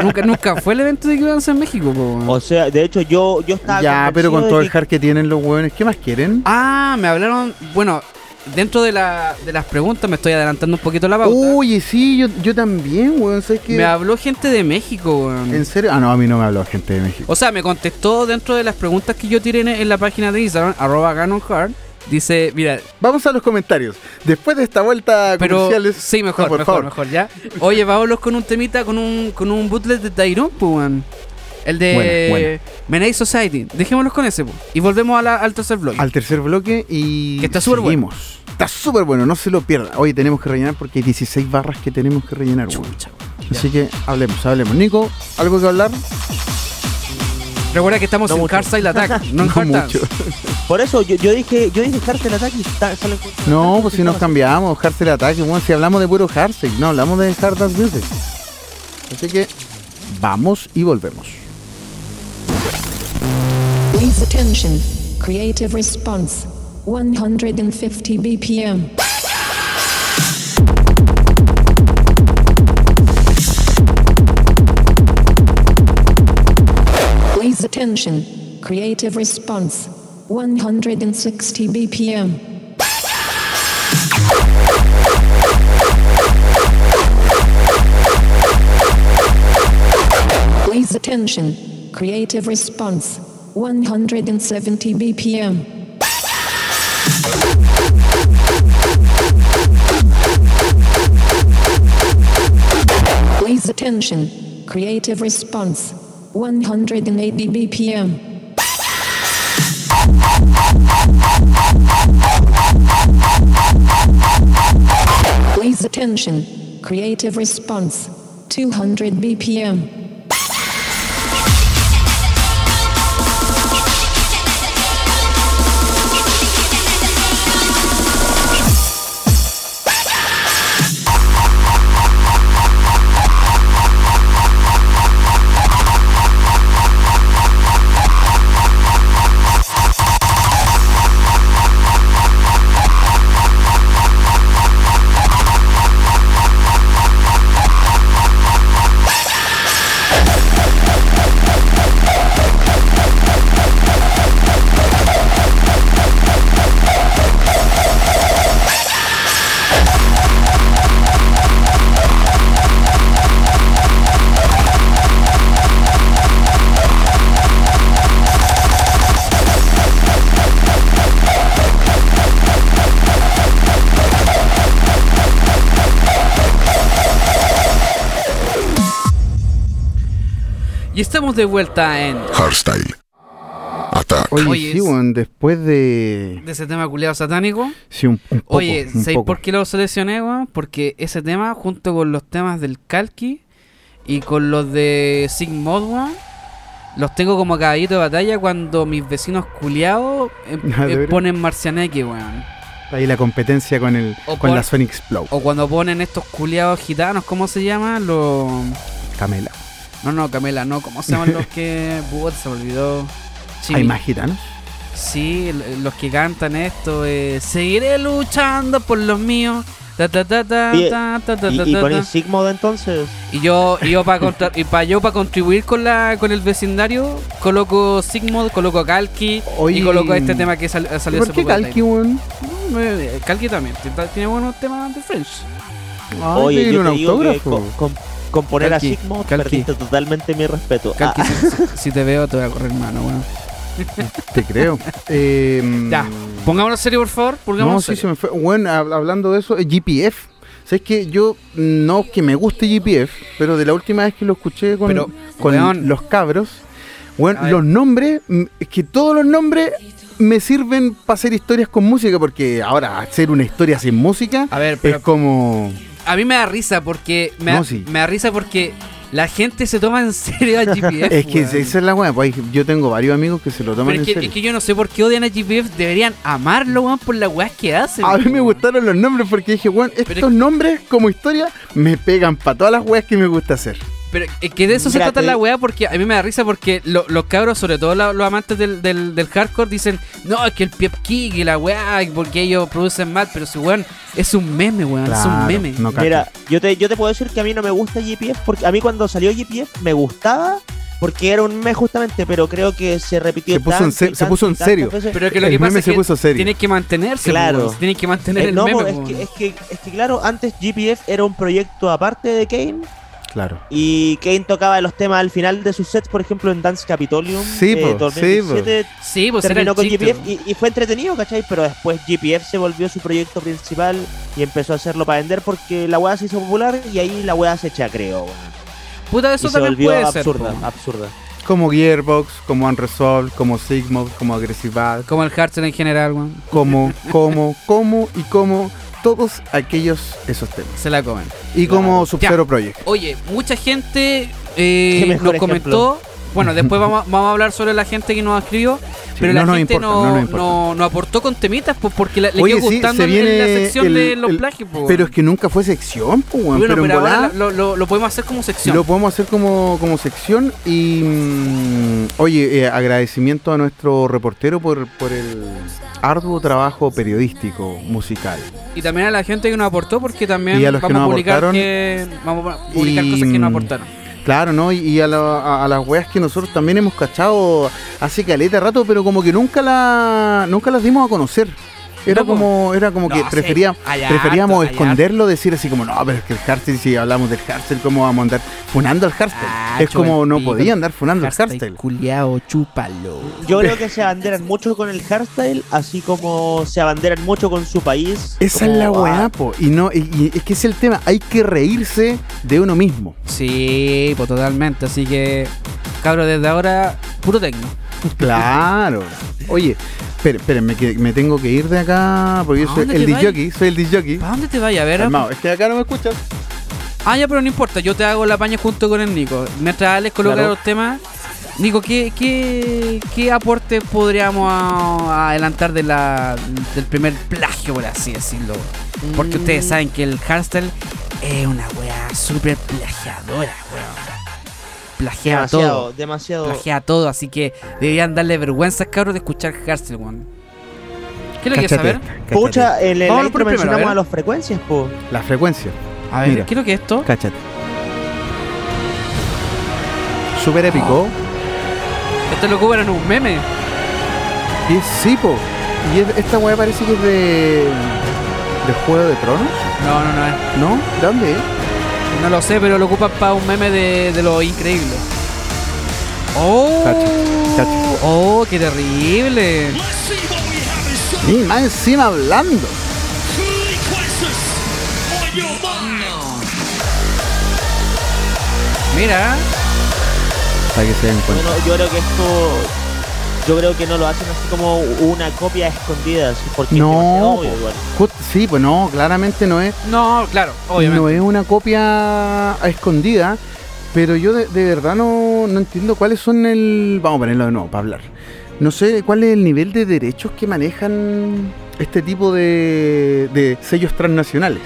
Speaker 4: nunca, nunca fue el evento de Kick en México, po, weón.
Speaker 6: O sea, de hecho yo, yo estaba.
Speaker 5: ya, pero con
Speaker 6: convencido
Speaker 5: todo
Speaker 6: de
Speaker 5: el jar que tienen los hueones, ¿qué más quieren?
Speaker 4: Ah, me hablaron. Bueno, dentro de, la, de las preguntas me estoy adelantando un poquito la pauta.
Speaker 5: Oye, sí, yo, yo también, weón, ¿sabes qué?
Speaker 4: me habló gente de México, weón.
Speaker 5: ¿En serio? Ah, no, a mí no me habló gente de México.
Speaker 4: O sea, me contestó dentro de las preguntas que yo tiré en, en la página de Instagram, arroba GanonHard. Dice, mira,
Speaker 5: Vamos a los comentarios. Después de esta vuelta
Speaker 4: pero.
Speaker 5: comerciales.
Speaker 4: Sí,
Speaker 5: No,
Speaker 4: mejor,
Speaker 5: por
Speaker 4: mejor,
Speaker 5: favor.
Speaker 4: mejor, ya. Oye, vámonos con un temita, con un, con un bootlet de Tyrone, pues, weón. El de
Speaker 5: Buena, buena.
Speaker 4: Menai Society. Dejémoslos con ese, po. Y volvemos a la, al tercer blog.
Speaker 5: Al tercer bloque y.
Speaker 4: Que está súper bueno.
Speaker 5: seguimos. Está súper bueno, no se lo pierda. Hoy tenemos que rellenar porque hay 16 barras que tenemos que rellenar, weón. Así que hablemos, hablemos. Nico, ¿algo que hablar?
Speaker 4: Recuerda que estamos
Speaker 6: No
Speaker 4: en
Speaker 6: mucho.
Speaker 4: Carside Attack, no en Hard Dance.
Speaker 6: Por eso yo, yo dije, yo dije Cartel Attack y ta- solo encuentro-
Speaker 5: No, pues si nos cambiamos, Harsel Ataque, weón. Si hablamos de puro Harsel, no hablamos de Hard Dance Music. Así que vamos y volvemos.
Speaker 7: Please attention. Creative response. 150 BPM. Please attention. Creative response. 160 BPM. Please attention. Creative response. 170 BPM. Please attention. Creative response. 180 BPM. Please attention. Creative response. 200 BPM.
Speaker 4: Y estamos de vuelta en.
Speaker 3: Hardstyle. Attack.
Speaker 5: Oye,
Speaker 4: Oye,
Speaker 5: sí,
Speaker 4: es-
Speaker 5: weón, después de.
Speaker 4: De ese tema culiado satánico.
Speaker 5: Sí, un, un poco.
Speaker 4: Oye,
Speaker 5: un
Speaker 4: ¿sabéis
Speaker 5: poco.
Speaker 4: por qué lo seleccioné, weón? Porque ese tema, junto con los temas del Kalki y con los de Sigmod, weón, los tengo como caballito de batalla cuando mis vecinos culiados eh,
Speaker 5: Ah, ¿de
Speaker 4: eh,
Speaker 5: veras?
Speaker 4: ponen marcianeque, weón.
Speaker 5: Ahí la competencia con el
Speaker 4: O por-
Speaker 5: con la Sonic Explode.
Speaker 4: O cuando ponen estos culiados gitanos, ¿cómo se llama? Los.
Speaker 5: Camela.
Speaker 4: No, no, Camela, no, ¿cómo se llaman los que. Puta, se me olvidó. Chimi-
Speaker 5: ¿Hay más gitanos?
Speaker 4: Sí, l- los que cantan esto. eh, Seguiré luchando por los míos. Ta, ta, ta, ta,
Speaker 6: Oye,
Speaker 4: ta, ta, ta,
Speaker 6: ¿Y,
Speaker 4: ta,
Speaker 6: y
Speaker 4: ta.
Speaker 6: con Sigmod entonces?
Speaker 4: Y yo, y yo para y pa yo para contribuir con la con el vecindario, coloco Sigmod, coloco a Kalki
Speaker 5: Oye.
Speaker 4: y coloco este tema que sal-
Speaker 5: ¿Y
Speaker 4: salió hace
Speaker 5: ¿Por qué
Speaker 4: poco. en
Speaker 5: Calqui,
Speaker 4: Time.
Speaker 5: weón?
Speaker 4: No, eh, Kalki también, tiene- tiene buenos temas de French.
Speaker 5: Ah,
Speaker 6: Oye,
Speaker 5: pedirle
Speaker 6: yo
Speaker 5: un
Speaker 6: te digo que
Speaker 5: autógrafo.
Speaker 6: con, con- con poner
Speaker 4: Calqui,
Speaker 6: a Sigmod
Speaker 4: Calqui.
Speaker 6: perdiste totalmente mi respeto.
Speaker 4: Kalki,
Speaker 6: Ah,
Speaker 4: si, si- si te veo te voy a correr mano, weón.
Speaker 5: Mm. Te creo. Eh,
Speaker 4: Ya, pongámonos serio por favor,
Speaker 5: No,
Speaker 4: pongámonos
Speaker 5: sí, se
Speaker 4: serio.
Speaker 5: me fue. Bueno, hab- hablando de eso, eh, GPF. ¿Sabes que Yo, mm, no que me guste GPF, pero de la última vez que lo escuché con,
Speaker 4: Pero,
Speaker 5: con
Speaker 4: weón.
Speaker 5: los cabros,
Speaker 4: A
Speaker 5: bueno,
Speaker 4: ver.
Speaker 5: los nombres, mm, es que todos los nombres me sirven para hacer historias con música, porque ahora hacer una historia sin música
Speaker 4: A ver, pero-
Speaker 5: es como...
Speaker 4: A mí me da risa porque me, da-
Speaker 5: No, sí.
Speaker 4: me da risa porque la gente se toma en serio a GPF.
Speaker 5: es que
Speaker 4: weón.
Speaker 5: esa es la weá, pues, hay- yo tengo varios amigos que se lo toman
Speaker 4: Pero es
Speaker 5: en
Speaker 4: que,
Speaker 5: serio.
Speaker 4: es que yo no sé por qué odian a GPF, deberían amarlo, weón, por las weas que hacen.
Speaker 5: A mí me
Speaker 4: weón.
Speaker 5: gustaron los nombres porque dije, bueno,
Speaker 4: es
Speaker 5: estos
Speaker 4: que-
Speaker 5: nombres como historia me pegan para todas las weas que me gusta hacer.
Speaker 4: Pero es que de eso se
Speaker 6: Mira,
Speaker 4: trata
Speaker 6: te-
Speaker 4: la weá, porque a mí me da risa porque lo- los cabros, sobre todo la- los amantes del, del- del hardcore, dicen, no, es que el Piep Kick y la weá, y porque ellos producen más, pero su weón es un meme, weón, es un
Speaker 5: Claro,
Speaker 4: meme.
Speaker 5: no cacho.
Speaker 6: Mira, yo te, yo te puedo decir que a mí no me gusta GPF, porque a mí cuando salió GPF me gustaba porque era un mes justamente, pero creo que se repitió
Speaker 5: Se puso en
Speaker 6: tanto
Speaker 5: se-
Speaker 6: y
Speaker 5: se puso en
Speaker 6: tanto y
Speaker 5: serio.
Speaker 6: tantas veces.
Speaker 4: Pero que lo
Speaker 5: El
Speaker 4: que pasa
Speaker 5: meme
Speaker 4: es
Speaker 5: se
Speaker 4: que
Speaker 5: puso serio.
Speaker 4: tienes que mantenerse, pues,
Speaker 6: Claro.
Speaker 4: weón, tienes que mantener
Speaker 6: Eh,
Speaker 4: el
Speaker 6: no,
Speaker 4: meme, pues.
Speaker 6: po,
Speaker 4: weón.
Speaker 6: es, que, es, que, es que claro, antes GPF era un proyecto aparte de Kane
Speaker 5: Claro.
Speaker 6: y Kane tocaba los temas al final de sus sets, por ejemplo en Dance Capitolium. eh,
Speaker 5: Sí, po,
Speaker 6: Torneo
Speaker 5: sí, po.
Speaker 6: 17,
Speaker 4: Sí, pues era el
Speaker 6: terminó con
Speaker 4: chiste,
Speaker 6: GPF
Speaker 4: weón.
Speaker 6: y, y fue entretenido, ¿cachai? Pero después GPF se volvió su proyecto principal y empezó a hacerlo para vender porque la weá se hizo popular y ahí la weá se chacreó. weón.
Speaker 4: Puta, eso
Speaker 6: Y se
Speaker 4: también
Speaker 6: volvió
Speaker 4: puede ser. pues.
Speaker 6: absurda,
Speaker 4: po.
Speaker 6: absurda.
Speaker 5: Como Gearbox, como Unresolved, como Sigmod, como Agresivad,
Speaker 4: Como el hardcore en general, weón.
Speaker 5: como, como, como y como todos aquellos esos temas.
Speaker 4: Se la comen.
Speaker 5: Y como
Speaker 4: Ya.
Speaker 5: Sub-Zero Project.
Speaker 4: Oye, mucha gente eh,
Speaker 6: Qué
Speaker 4: nos
Speaker 6: mejor
Speaker 4: comentó. Bueno, después vamos, a- vamos a hablar sobre la gente que nos escribió. pero
Speaker 5: no
Speaker 4: la
Speaker 5: nos
Speaker 4: gente
Speaker 5: importa,
Speaker 4: no,
Speaker 5: no nos
Speaker 4: no,
Speaker 5: importa.
Speaker 4: no aportó con temitas pues, porque la- le
Speaker 5: Oye,
Speaker 4: quedó
Speaker 5: sí,
Speaker 4: gustando
Speaker 5: se
Speaker 4: en- en la
Speaker 5: viene
Speaker 4: sección
Speaker 5: el-
Speaker 4: de los
Speaker 5: el-
Speaker 4: plagios. po,
Speaker 5: Pero
Speaker 4: weón.
Speaker 5: es que nunca fue sección, pues, weón.
Speaker 4: Bueno,
Speaker 5: pero, en
Speaker 4: pero ahora
Speaker 5: volada
Speaker 4: lo, lo- lo podemos hacer como sección.
Speaker 5: lo podemos hacer como, como sección. Y, mm, oye, eh, agradecimiento a nuestro reportero por, por el arduo trabajo periodístico, musical.
Speaker 4: Y también a la gente que nos aportó porque también
Speaker 5: Y a los que
Speaker 4: vamos a
Speaker 5: nos
Speaker 4: publicar,
Speaker 5: aportaron.
Speaker 4: que- vamos a publicar
Speaker 5: Y- mm,
Speaker 4: cosas que nos aportaron.
Speaker 5: Claro, ¿no? Y, y a, la- a- a las weas que nosotros también hemos cachado hace caleta rato, pero como que nunca la nunca las dimos a conocer. Era
Speaker 4: No, po.
Speaker 5: como, era como que
Speaker 4: No, sí,
Speaker 5: prefería,
Speaker 4: hay harto,
Speaker 5: preferíamos
Speaker 4: hay
Speaker 5: esconderlo, decir así como, no, pero es que el Harstel, si hablamos del Harstel, ¿cómo vamos a andar funando al Harstel?
Speaker 4: Ah,
Speaker 5: es
Speaker 4: chupa
Speaker 5: como
Speaker 4: el
Speaker 5: no
Speaker 4: pico.
Speaker 5: podía andar funando al
Speaker 4: Hashtag
Speaker 5: Harstel.
Speaker 4: culiao, chúpalo.
Speaker 6: Yo creo que se abanderan mucho con el hardstyle, así como se abanderan mucho con su país.
Speaker 5: Esa es
Speaker 6: como,
Speaker 5: la
Speaker 6: ah,
Speaker 5: weá, po. Y no, y, y es que es el tema, hay que reírse de uno mismo.
Speaker 4: Sí, pues totalmente. Así que, cabros, desde ahora, puro tecno.
Speaker 5: Claro. Oye, espérenme, espérenme, que me tengo que ir de acá, porque yo
Speaker 4: ¿A
Speaker 5: soy
Speaker 4: dónde
Speaker 5: el
Speaker 4: te vas?
Speaker 5: disjockey, soy el disjockey.
Speaker 4: ¿Para dónde te vaya a ver?
Speaker 5: Calmado, es que acá no me escuchas.
Speaker 4: Ah, ya, pero no importa, yo te hago la paña junto con el Nico. Mientras Alex coloca
Speaker 5: Claro.
Speaker 4: los temas, Nico, ¿qué, qué, qué aporte podríamos a- a adelantar de la, del primer plagio, por así decirlo? Porque ustedes saben que el hardstyle es una weá súper plagiadora, weón. Plagia
Speaker 6: Demasiado,
Speaker 4: todo.
Speaker 6: demasiado.
Speaker 4: Plagia todo, así que deberían darle vergüenza, cabros, de escuchar hardstyle, weón. ¿Qué es lo que
Speaker 5: Cáchate
Speaker 4: saber?
Speaker 5: esta, cáchate
Speaker 6: Pucha, en el
Speaker 4: Vámonos por
Speaker 6: intro
Speaker 4: el primero,
Speaker 6: mencionamos
Speaker 4: a ver.
Speaker 6: a, los frecuencias, po.
Speaker 5: esta. La frecuencia.
Speaker 4: A ver,
Speaker 5: Mira.
Speaker 4: ¿qué es lo que es esto?
Speaker 5: Cáchate. Súper épico.
Speaker 4: Esto lo cubren en un meme. Ah.
Speaker 5: Y es Sipo. Y es- esta weá parece que es de. de Juego de Tronos,
Speaker 4: No, no, no. es-
Speaker 5: ¿no? ¿De dónde es?
Speaker 4: No lo sé, pero lo ocupan para un meme de, de lo increíble. ¡Oh!
Speaker 5: Cacho, cacho.
Speaker 4: ¡Oh, qué terrible!
Speaker 5: Y más Ah, encima hablando.
Speaker 4: Mira,
Speaker 5: Para que se den
Speaker 6: Yo,
Speaker 5: cuenta.
Speaker 6: no- yo creo que esto. Yo creo que no lo hacen así como una copia escondida, así, porque es demasiado
Speaker 5: No,
Speaker 6: obvio,
Speaker 5: po.
Speaker 6: igual.
Speaker 5: Just- sí, pues no, claramente no es.
Speaker 4: no, claro, obviamente.
Speaker 5: No es una copia a escondida, pero yo de, de verdad no, no entiendo cuáles son el... Vamos a ponerlo de nuevo para hablar. No sé cuál es el nivel de derechos que manejan este tipo de, de sellos transnacionales.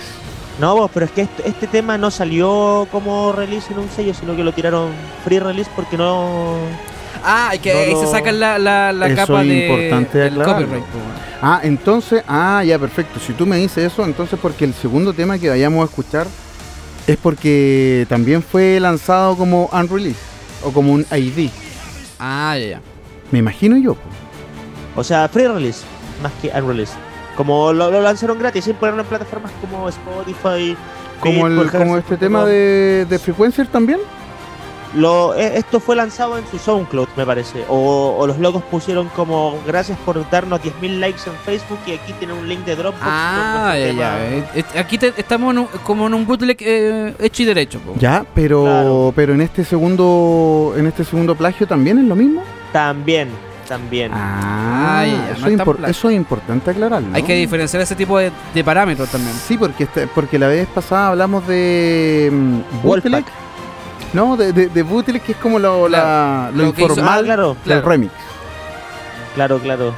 Speaker 6: No, vos, pero es que este, este tema no salió como release en un sello, sino que lo tiraron free release porque no.
Speaker 4: Ah, y que
Speaker 6: No,
Speaker 4: ahí
Speaker 6: no.
Speaker 4: se sacan la, la, la
Speaker 5: Eso
Speaker 4: capa
Speaker 5: es
Speaker 4: de,
Speaker 5: importante
Speaker 4: del
Speaker 5: aclararlo.
Speaker 4: copyright. po, weón.
Speaker 5: Ah, entonces, ah, ya, perfecto. Si tú me dices eso, entonces porque el segundo tema que vayamos a escuchar es porque también fue lanzado como unreleased o como un ID.
Speaker 4: Ah, ya, ya.
Speaker 5: Me imagino yo. po.
Speaker 6: O sea, free release, más que unrelease. Como lo, lo lanzaron gratis, sin ponerlo en plataformas como Spotify.
Speaker 5: Como, el-
Speaker 6: Beatport,
Speaker 5: como
Speaker 6: Hearthstone,
Speaker 5: este tema de, de Frequencer también.
Speaker 6: Lo, e- esto fue lanzado en su SoundCloud, me parece. O, o los locos pusieron como gracias por darnos 10.000 likes en Facebook y aquí tienen un link de Dropbox. con
Speaker 4: Ah, ya,
Speaker 6: nuestro tema.
Speaker 4: ya. Eh, eh, Aquí te- estamos en un- como en un bootleg eh, hecho y derecho. po.
Speaker 5: Ya, pero
Speaker 6: Claro.
Speaker 5: pero en este segundo en este segundo plagio también es lo mismo.
Speaker 6: También, también.
Speaker 5: Ah,
Speaker 4: Ay, ya,
Speaker 5: eso,
Speaker 4: no es
Speaker 5: es
Speaker 4: tan
Speaker 5: impor-
Speaker 4: plagio.
Speaker 5: eso es importante aclararlo.
Speaker 4: Hay que diferenciar ese tipo de, de parámetros también.
Speaker 5: Sí, porque este- porque la vez pasada hablamos de mm, bootleg.
Speaker 6: Wolfpack.
Speaker 5: No, de, de, de bootleg que es como lo, la- lo
Speaker 4: Lo que hizo-
Speaker 5: informal
Speaker 6: Ah, claro,
Speaker 5: del
Speaker 4: claro.
Speaker 5: remix.
Speaker 6: Claro, claro.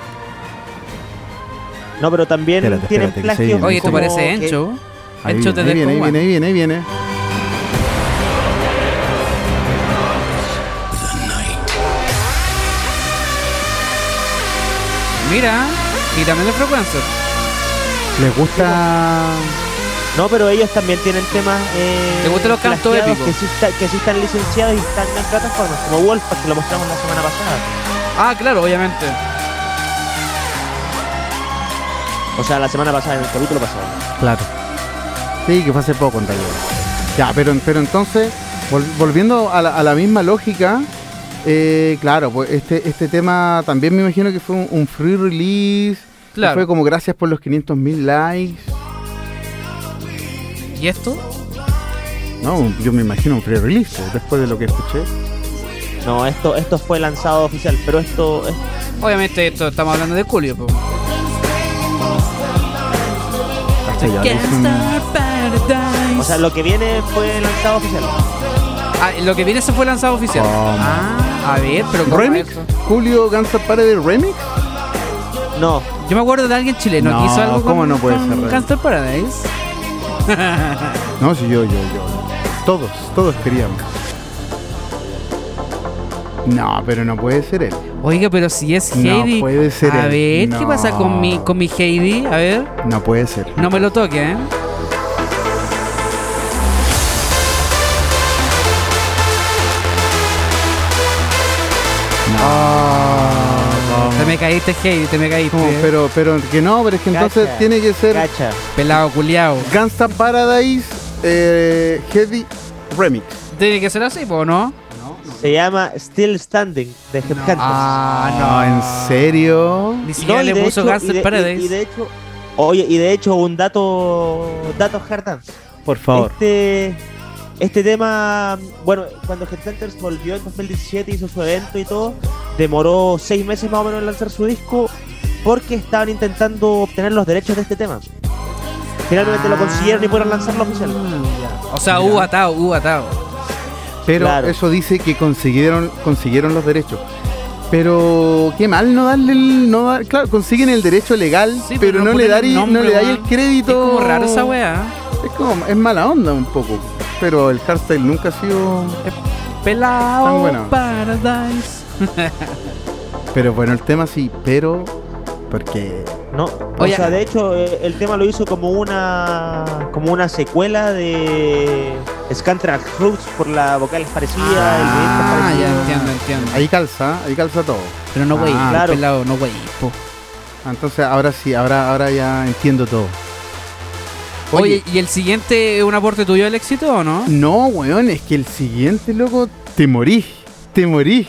Speaker 6: No, pero también
Speaker 5: Espérate,
Speaker 6: tienen
Speaker 5: espérate, que se
Speaker 6: plagios.
Speaker 5: viene.
Speaker 4: Oye, ¿te
Speaker 5: Como
Speaker 4: parece
Speaker 6: que-
Speaker 4: Encho?
Speaker 5: Ahí
Speaker 4: Encho
Speaker 5: viene,
Speaker 4: te
Speaker 5: ahí viene, ahí
Speaker 4: dejo
Speaker 5: viene, ahí viene, ahí viene.
Speaker 4: Mira, y también de frecuencia.
Speaker 5: Les gusta
Speaker 6: No, pero ellos también tienen temas. Eh,
Speaker 4: ¿Te gustan los cantos
Speaker 6: plagiados
Speaker 4: épicos?
Speaker 6: Que sí, está- que sí están licenciados y están en plataformas, como Wolfpack, que lo mostramos la semana pasada.
Speaker 4: Ah, claro, obviamente.
Speaker 6: O sea, la semana pasada, en el capítulo pasado.
Speaker 5: Claro. Sí, que fue hace poco en realidad. Ya, pero, pero entonces, vol- volviendo a la, a la misma lógica, eh, claro, pues este, este tema también me imagino que fue un, un free release. que
Speaker 4: Claro.
Speaker 5: Fue como gracias por los 500 mil likes.
Speaker 4: ¿Y esto?
Speaker 5: No, yo me imagino un free release pues, después de lo que escuché.
Speaker 6: No, esto, esto fue lanzado oficial, pero esto es
Speaker 4: Obviamente, esto estamos hablando de Julio. po.
Speaker 5: Hasta ya, es un-
Speaker 6: O sea, lo que viene fue lanzado oficial.
Speaker 4: Ah, lo que viene se fue lanzado oficial.
Speaker 5: ¿Cómo?
Speaker 4: Ah, a ver, pero ¿cómo
Speaker 5: ¿Remix?
Speaker 4: es eso?
Speaker 5: ¿Julio Guns N' Paredes Remix?
Speaker 6: No,
Speaker 4: Yo me acuerdo de alguien chileno
Speaker 5: No,
Speaker 4: que hizo algo
Speaker 5: ¿cómo
Speaker 4: con,
Speaker 5: no puede
Speaker 4: con
Speaker 5: ser remix?
Speaker 4: Gangster Paradise.
Speaker 5: No, sí, yo, yo, yo. Todos, todos queríamos. No, pero no puede ser él.
Speaker 4: Oiga, pero si es
Speaker 5: No
Speaker 4: Heidi.
Speaker 5: puede ser
Speaker 4: A
Speaker 5: él.
Speaker 4: ver, ¿qué
Speaker 5: No.
Speaker 4: pasa con mi, con mi Heidi? A ver,
Speaker 5: No puede ser.
Speaker 4: no me lo toque, ¿eh? Te me caíste, Heidi, te me caíste.
Speaker 5: No,
Speaker 4: ¿eh?
Speaker 5: pero, pero que no, pero es que entonces
Speaker 6: Cacha.
Speaker 5: tiene que ser
Speaker 6: cacha.
Speaker 4: Pelado, culiao.
Speaker 5: Gangsta Paradise eh, Heavy Remix.
Speaker 4: Tiene que ser así, po, ¿no?
Speaker 6: Se llama Still Standing de Headhunters.
Speaker 5: Ah, ¿en serio?
Speaker 4: Ni
Speaker 6: No,
Speaker 4: siquiera
Speaker 6: y
Speaker 4: le
Speaker 6: de
Speaker 4: puso
Speaker 6: hecho- y
Speaker 4: Gangster
Speaker 6: de- y-
Speaker 4: Paradise.
Speaker 6: Y, de hecho, oye, y de hecho un dato, dato Hard Dance.
Speaker 5: Por favor.
Speaker 6: Este, este tema, bueno, cuando Headhunters volvió en 2017 hizo su evento y todo, demoró seis meses más o menos en lanzar su disco porque estaban intentando obtener los derechos de este tema. Finalmente lo consiguieron y pudieron lanzarlo oficial.
Speaker 4: O sea, hubo atado, hubo atado.
Speaker 5: Pero
Speaker 6: claro.
Speaker 5: eso dice que consiguieron, consiguieron los derechos. Pero qué mal no darle el, no dar- claro, consiguen el derecho legal,
Speaker 4: Sí, pues,
Speaker 5: pero, no, le
Speaker 4: ponen
Speaker 5: dar
Speaker 4: el
Speaker 5: no
Speaker 4: nombre,
Speaker 5: le dais
Speaker 4: weón.
Speaker 5: el crédito.
Speaker 4: Es como raro esa weá.
Speaker 5: Es como- es mala onda un poco, pero el hardstyle nunca ha sido Tan
Speaker 4: Pelado
Speaker 5: buena.
Speaker 4: Paradise.
Speaker 5: Pero bueno, el tema sí, pero porque
Speaker 6: No,
Speaker 4: Oye.
Speaker 6: o sea, de hecho eh, el tema lo hizo como una como una secuela de Scantrack Roots por la vocales parecidas,
Speaker 4: Ah,
Speaker 5: Ah,
Speaker 6: el movimiento
Speaker 4: ya
Speaker 6: parecido.
Speaker 4: entiendo, entiendo.
Speaker 5: ahí calza, ahí calza todo.
Speaker 4: Pero no wey,
Speaker 5: Ah,
Speaker 6: claro.
Speaker 4: pelado, no wey. po.
Speaker 5: Ah, Entonces ahora sí, ahora, ahora ya entiendo todo.
Speaker 4: Oye, ¿y el siguiente es un aporte tuyo al éxito o no?
Speaker 5: No, weón, es que el siguiente, loco, te morís, te morís.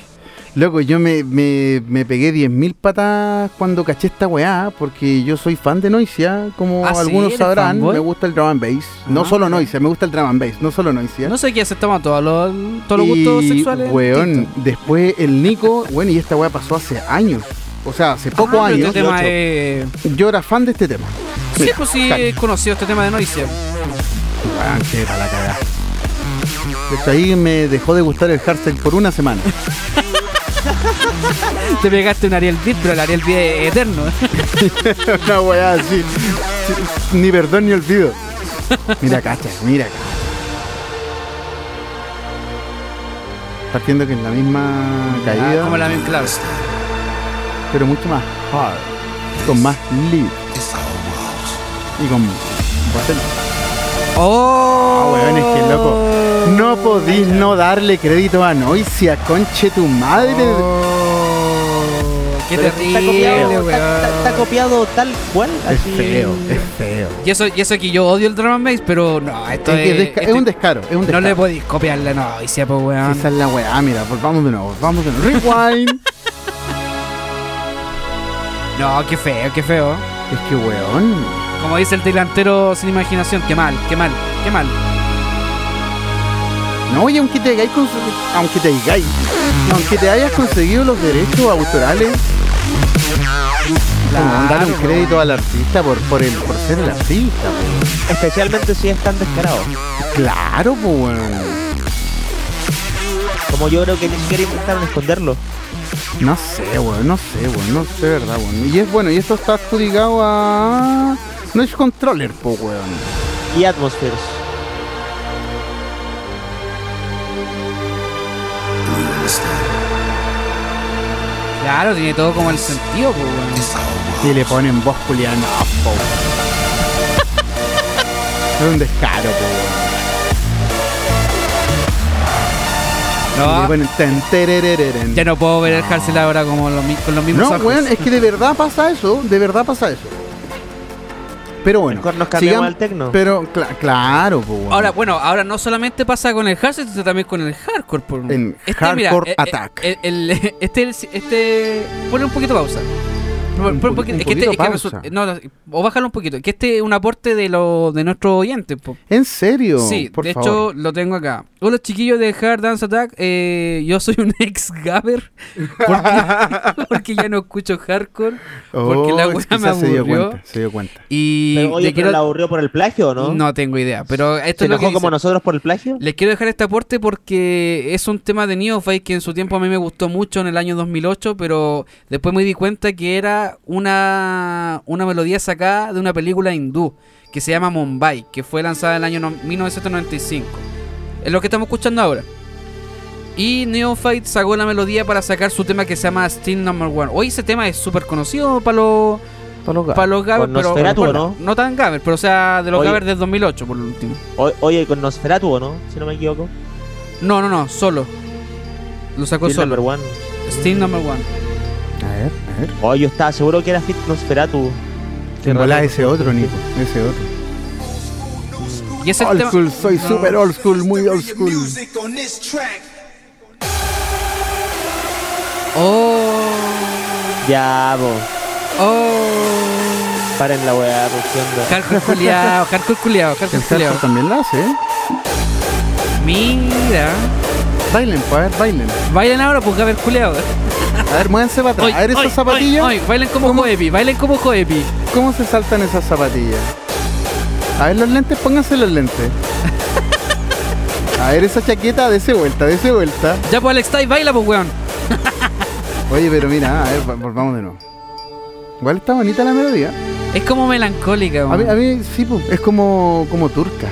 Speaker 5: Loco, yo me, me, me pegué 10.000 patas cuando caché esta weá, porque yo soy fan de Noisia, como
Speaker 4: Ah, sí,
Speaker 5: algunos
Speaker 4: ¿eres
Speaker 5: sabrán,
Speaker 4: fanboy?
Speaker 5: me gusta el drum and bass. no
Speaker 4: Ah,
Speaker 5: solo
Speaker 4: mira.
Speaker 5: Noisia, me gusta el drum and bass, no solo Noisia.
Speaker 4: No sé qué aceptamos a todos los, todos los gustos
Speaker 5: Y,
Speaker 4: sexuales.
Speaker 5: Weón,
Speaker 4: distintos.
Speaker 5: después el Nico, bueno, y esta weá pasó hace años. O sea, hace pocos
Speaker 4: Ah, pero
Speaker 5: años.
Speaker 4: Este tema
Speaker 5: ocho,
Speaker 4: es...
Speaker 5: Yo era fan de este tema.
Speaker 4: Sí,
Speaker 5: Mira,
Speaker 4: pues sí,
Speaker 5: cacha.
Speaker 4: he conocido este tema de Noisia.
Speaker 5: Ah, qué para la cagada. Desde ahí me dejó de gustar el hardstyle por una semana.
Speaker 4: Te pegaste un Ariel Beat, pero el Ariel Beat es eterno.
Speaker 5: Una weá así. Ni perdón ni olvido. Mira, cacha, mira. Partiendo que es la misma
Speaker 4: Ah,
Speaker 5: caída,
Speaker 4: como la misma clave.
Speaker 5: pero mucho más hard, con más lead y con. Ah,
Speaker 4: ¡Oh!
Speaker 5: weón, es que loco. No podís no darle crédito a Noisia, conche tu madre.
Speaker 4: Oh, ¡Qué
Speaker 6: Pero está
Speaker 4: terrible,
Speaker 6: copiado, está- está-
Speaker 4: weón!
Speaker 6: está copiado tal cual.
Speaker 5: Es
Speaker 6: así.
Speaker 5: feo, es feo.
Speaker 4: Y eso, y eso que yo odio el drum and bass, pero no,
Speaker 5: Es,
Speaker 4: esto
Speaker 5: que
Speaker 4: es.
Speaker 5: desca- es
Speaker 4: esto-
Speaker 5: un descaro, es un
Speaker 4: no
Speaker 5: descaro.
Speaker 4: le podéis copiarle, no, y sea, pues, weón.
Speaker 5: Ah, Esa es la weá, mira, volvamos de nuevo, volvamos de nuevo. Rewind.
Speaker 4: No, qué feo, qué feo.
Speaker 5: es que weón.
Speaker 4: Como dice el delantero sin imaginación, qué mal, qué mal, qué mal.
Speaker 5: No, y aunque te hayáis conseguido, aunque te hayáis, aunque te hayas conseguido los derechos autorales, como dar un crédito al artista por, por, el, por ser el artista, po.
Speaker 6: Especialmente si es tan descarado.
Speaker 5: Claro, pues
Speaker 6: Como yo creo que ni siquiera intentaron esconderlo.
Speaker 5: No sé, weón, no sé, weón, no sé, verdad, weón. Y es bueno, y esto está adjudicado a. No es controller, po, weón.
Speaker 6: Y Atmospheres.
Speaker 4: Claro, tiene todo como el sentido, pues, weón.
Speaker 5: Y le ponen voz Juliana, po, weón. Es un descaro, po, weón. Y le
Speaker 4: No,
Speaker 5: ponen ten, tererereren.
Speaker 4: Ah. ya no puedo ver el Hansel ahora como lo mi- con los mismos
Speaker 5: No,
Speaker 4: ojos.
Speaker 5: weón, es que de verdad pasa eso, de verdad pasa eso. Pero bueno,
Speaker 6: Mejor nos cambiamos
Speaker 5: sigan-
Speaker 6: al tecno.
Speaker 5: Pero cla- claro, po, weón.
Speaker 4: Ahora, bueno, ahora no solamente pasa con el hardcore, sino también con el hardcore. Por...
Speaker 5: En Hardcore
Speaker 4: eh, eh,
Speaker 5: Attack.
Speaker 4: el- el- este, el- este, ponle un poquito pausa. Pon-
Speaker 5: Un
Speaker 4: pon
Speaker 5: poquito- un
Speaker 4: es que este- es
Speaker 5: poquito
Speaker 4: que
Speaker 5: pausa.
Speaker 4: resulta- no, no, o bájalo un poquito. Que este es un aporte de lo, de nuestro oyente. po.
Speaker 5: ¿En serio?
Speaker 4: Sí,
Speaker 5: por
Speaker 4: de
Speaker 5: favor.
Speaker 4: hecho lo tengo acá. Hola chiquillos de Hard Dance Attack, eh, yo soy un ex gabber porque, porque ya no escucho hardcore, porque
Speaker 5: Oh,
Speaker 4: la
Speaker 5: es
Speaker 4: weá
Speaker 5: que
Speaker 4: me
Speaker 5: ya se dio
Speaker 4: aburrió.
Speaker 5: cuenta, se dio cuenta.
Speaker 4: Y
Speaker 6: Pero, oye,
Speaker 4: le
Speaker 6: pero
Speaker 4: quiero-
Speaker 6: la aburrió por el plagio, ¿o ¿no?
Speaker 4: ¿no? tengo idea, pero esto
Speaker 6: ¿Se
Speaker 4: es lo que
Speaker 6: enojó como
Speaker 4: dice.
Speaker 6: nosotros por el plagio?
Speaker 4: Les quiero dejar este aporte porque es un tema de Neophyte que en su tiempo a mí me gustó mucho en el año 2008, pero después me di cuenta que era una, una melodía sacada de una película hindú que se llama Mumbai, que fue lanzada en el año no- 1995. Es lo que estamos escuchando ahora. Y Neophyte sacó la melodía para sacar su tema que se llama Steel Number One. Hoy ese tema es súper conocido para los, para los Gabber,
Speaker 6: Con
Speaker 4: pero
Speaker 6: Nosferatu,
Speaker 4: bueno,
Speaker 6: Pues ¿no?
Speaker 4: no tan Gabber, pero o sea, de los
Speaker 6: Oye.
Speaker 4: Gabber del 2008 por lo último.
Speaker 6: O- oye, con Nosferatu, ¿o ¿no? Si no me equivoco.
Speaker 4: No, no, no, solo. Lo sacó
Speaker 6: Bill
Speaker 4: solo.
Speaker 6: Number One.
Speaker 4: Steam number one.
Speaker 5: A ver, a ver.
Speaker 6: Oh, yo estaba seguro que era Fit Nosferatu.
Speaker 5: En
Speaker 6: raro.
Speaker 5: volá ese otro, Nico, ese otro.
Speaker 4: Y ese
Speaker 5: Old
Speaker 4: tema-
Speaker 5: school, soy super old school, muy old school.
Speaker 4: Oh.
Speaker 6: Ya, po.
Speaker 4: Oh.
Speaker 6: Paren la weá, po. ¿qué onda?
Speaker 4: Hardcore culiao, hardcore culiao,
Speaker 5: El
Speaker 4: hardcore
Speaker 5: Sergio
Speaker 4: culiao.
Speaker 5: también la hace, ¿eh?
Speaker 4: Mira.
Speaker 5: Bailen, pues, a ver, bailen.
Speaker 4: Bailen ahora, pues Gaber culiao.
Speaker 5: A ver, muévanse para atrás.
Speaker 4: Oy,
Speaker 5: A ver
Speaker 4: oy,
Speaker 5: esas zapatillas.
Speaker 4: oy, oy, Bailen como Joepi, bailen como Joepi.
Speaker 5: ¿Cómo se saltan esas zapatillas? A ver los lentes, pónganse los lentes. A ver esa chaqueta, dese vuelta, dese vuelta.
Speaker 4: Ya, pues Alex Tai, baila, pues weón.
Speaker 5: Oye, pero mira, a ver, va- volvamos de nuevo. Igual está bonita la melodía.
Speaker 4: Es como melancólica,
Speaker 5: A mí, a
Speaker 4: weón.
Speaker 5: mí sí, pu, es como, como turca.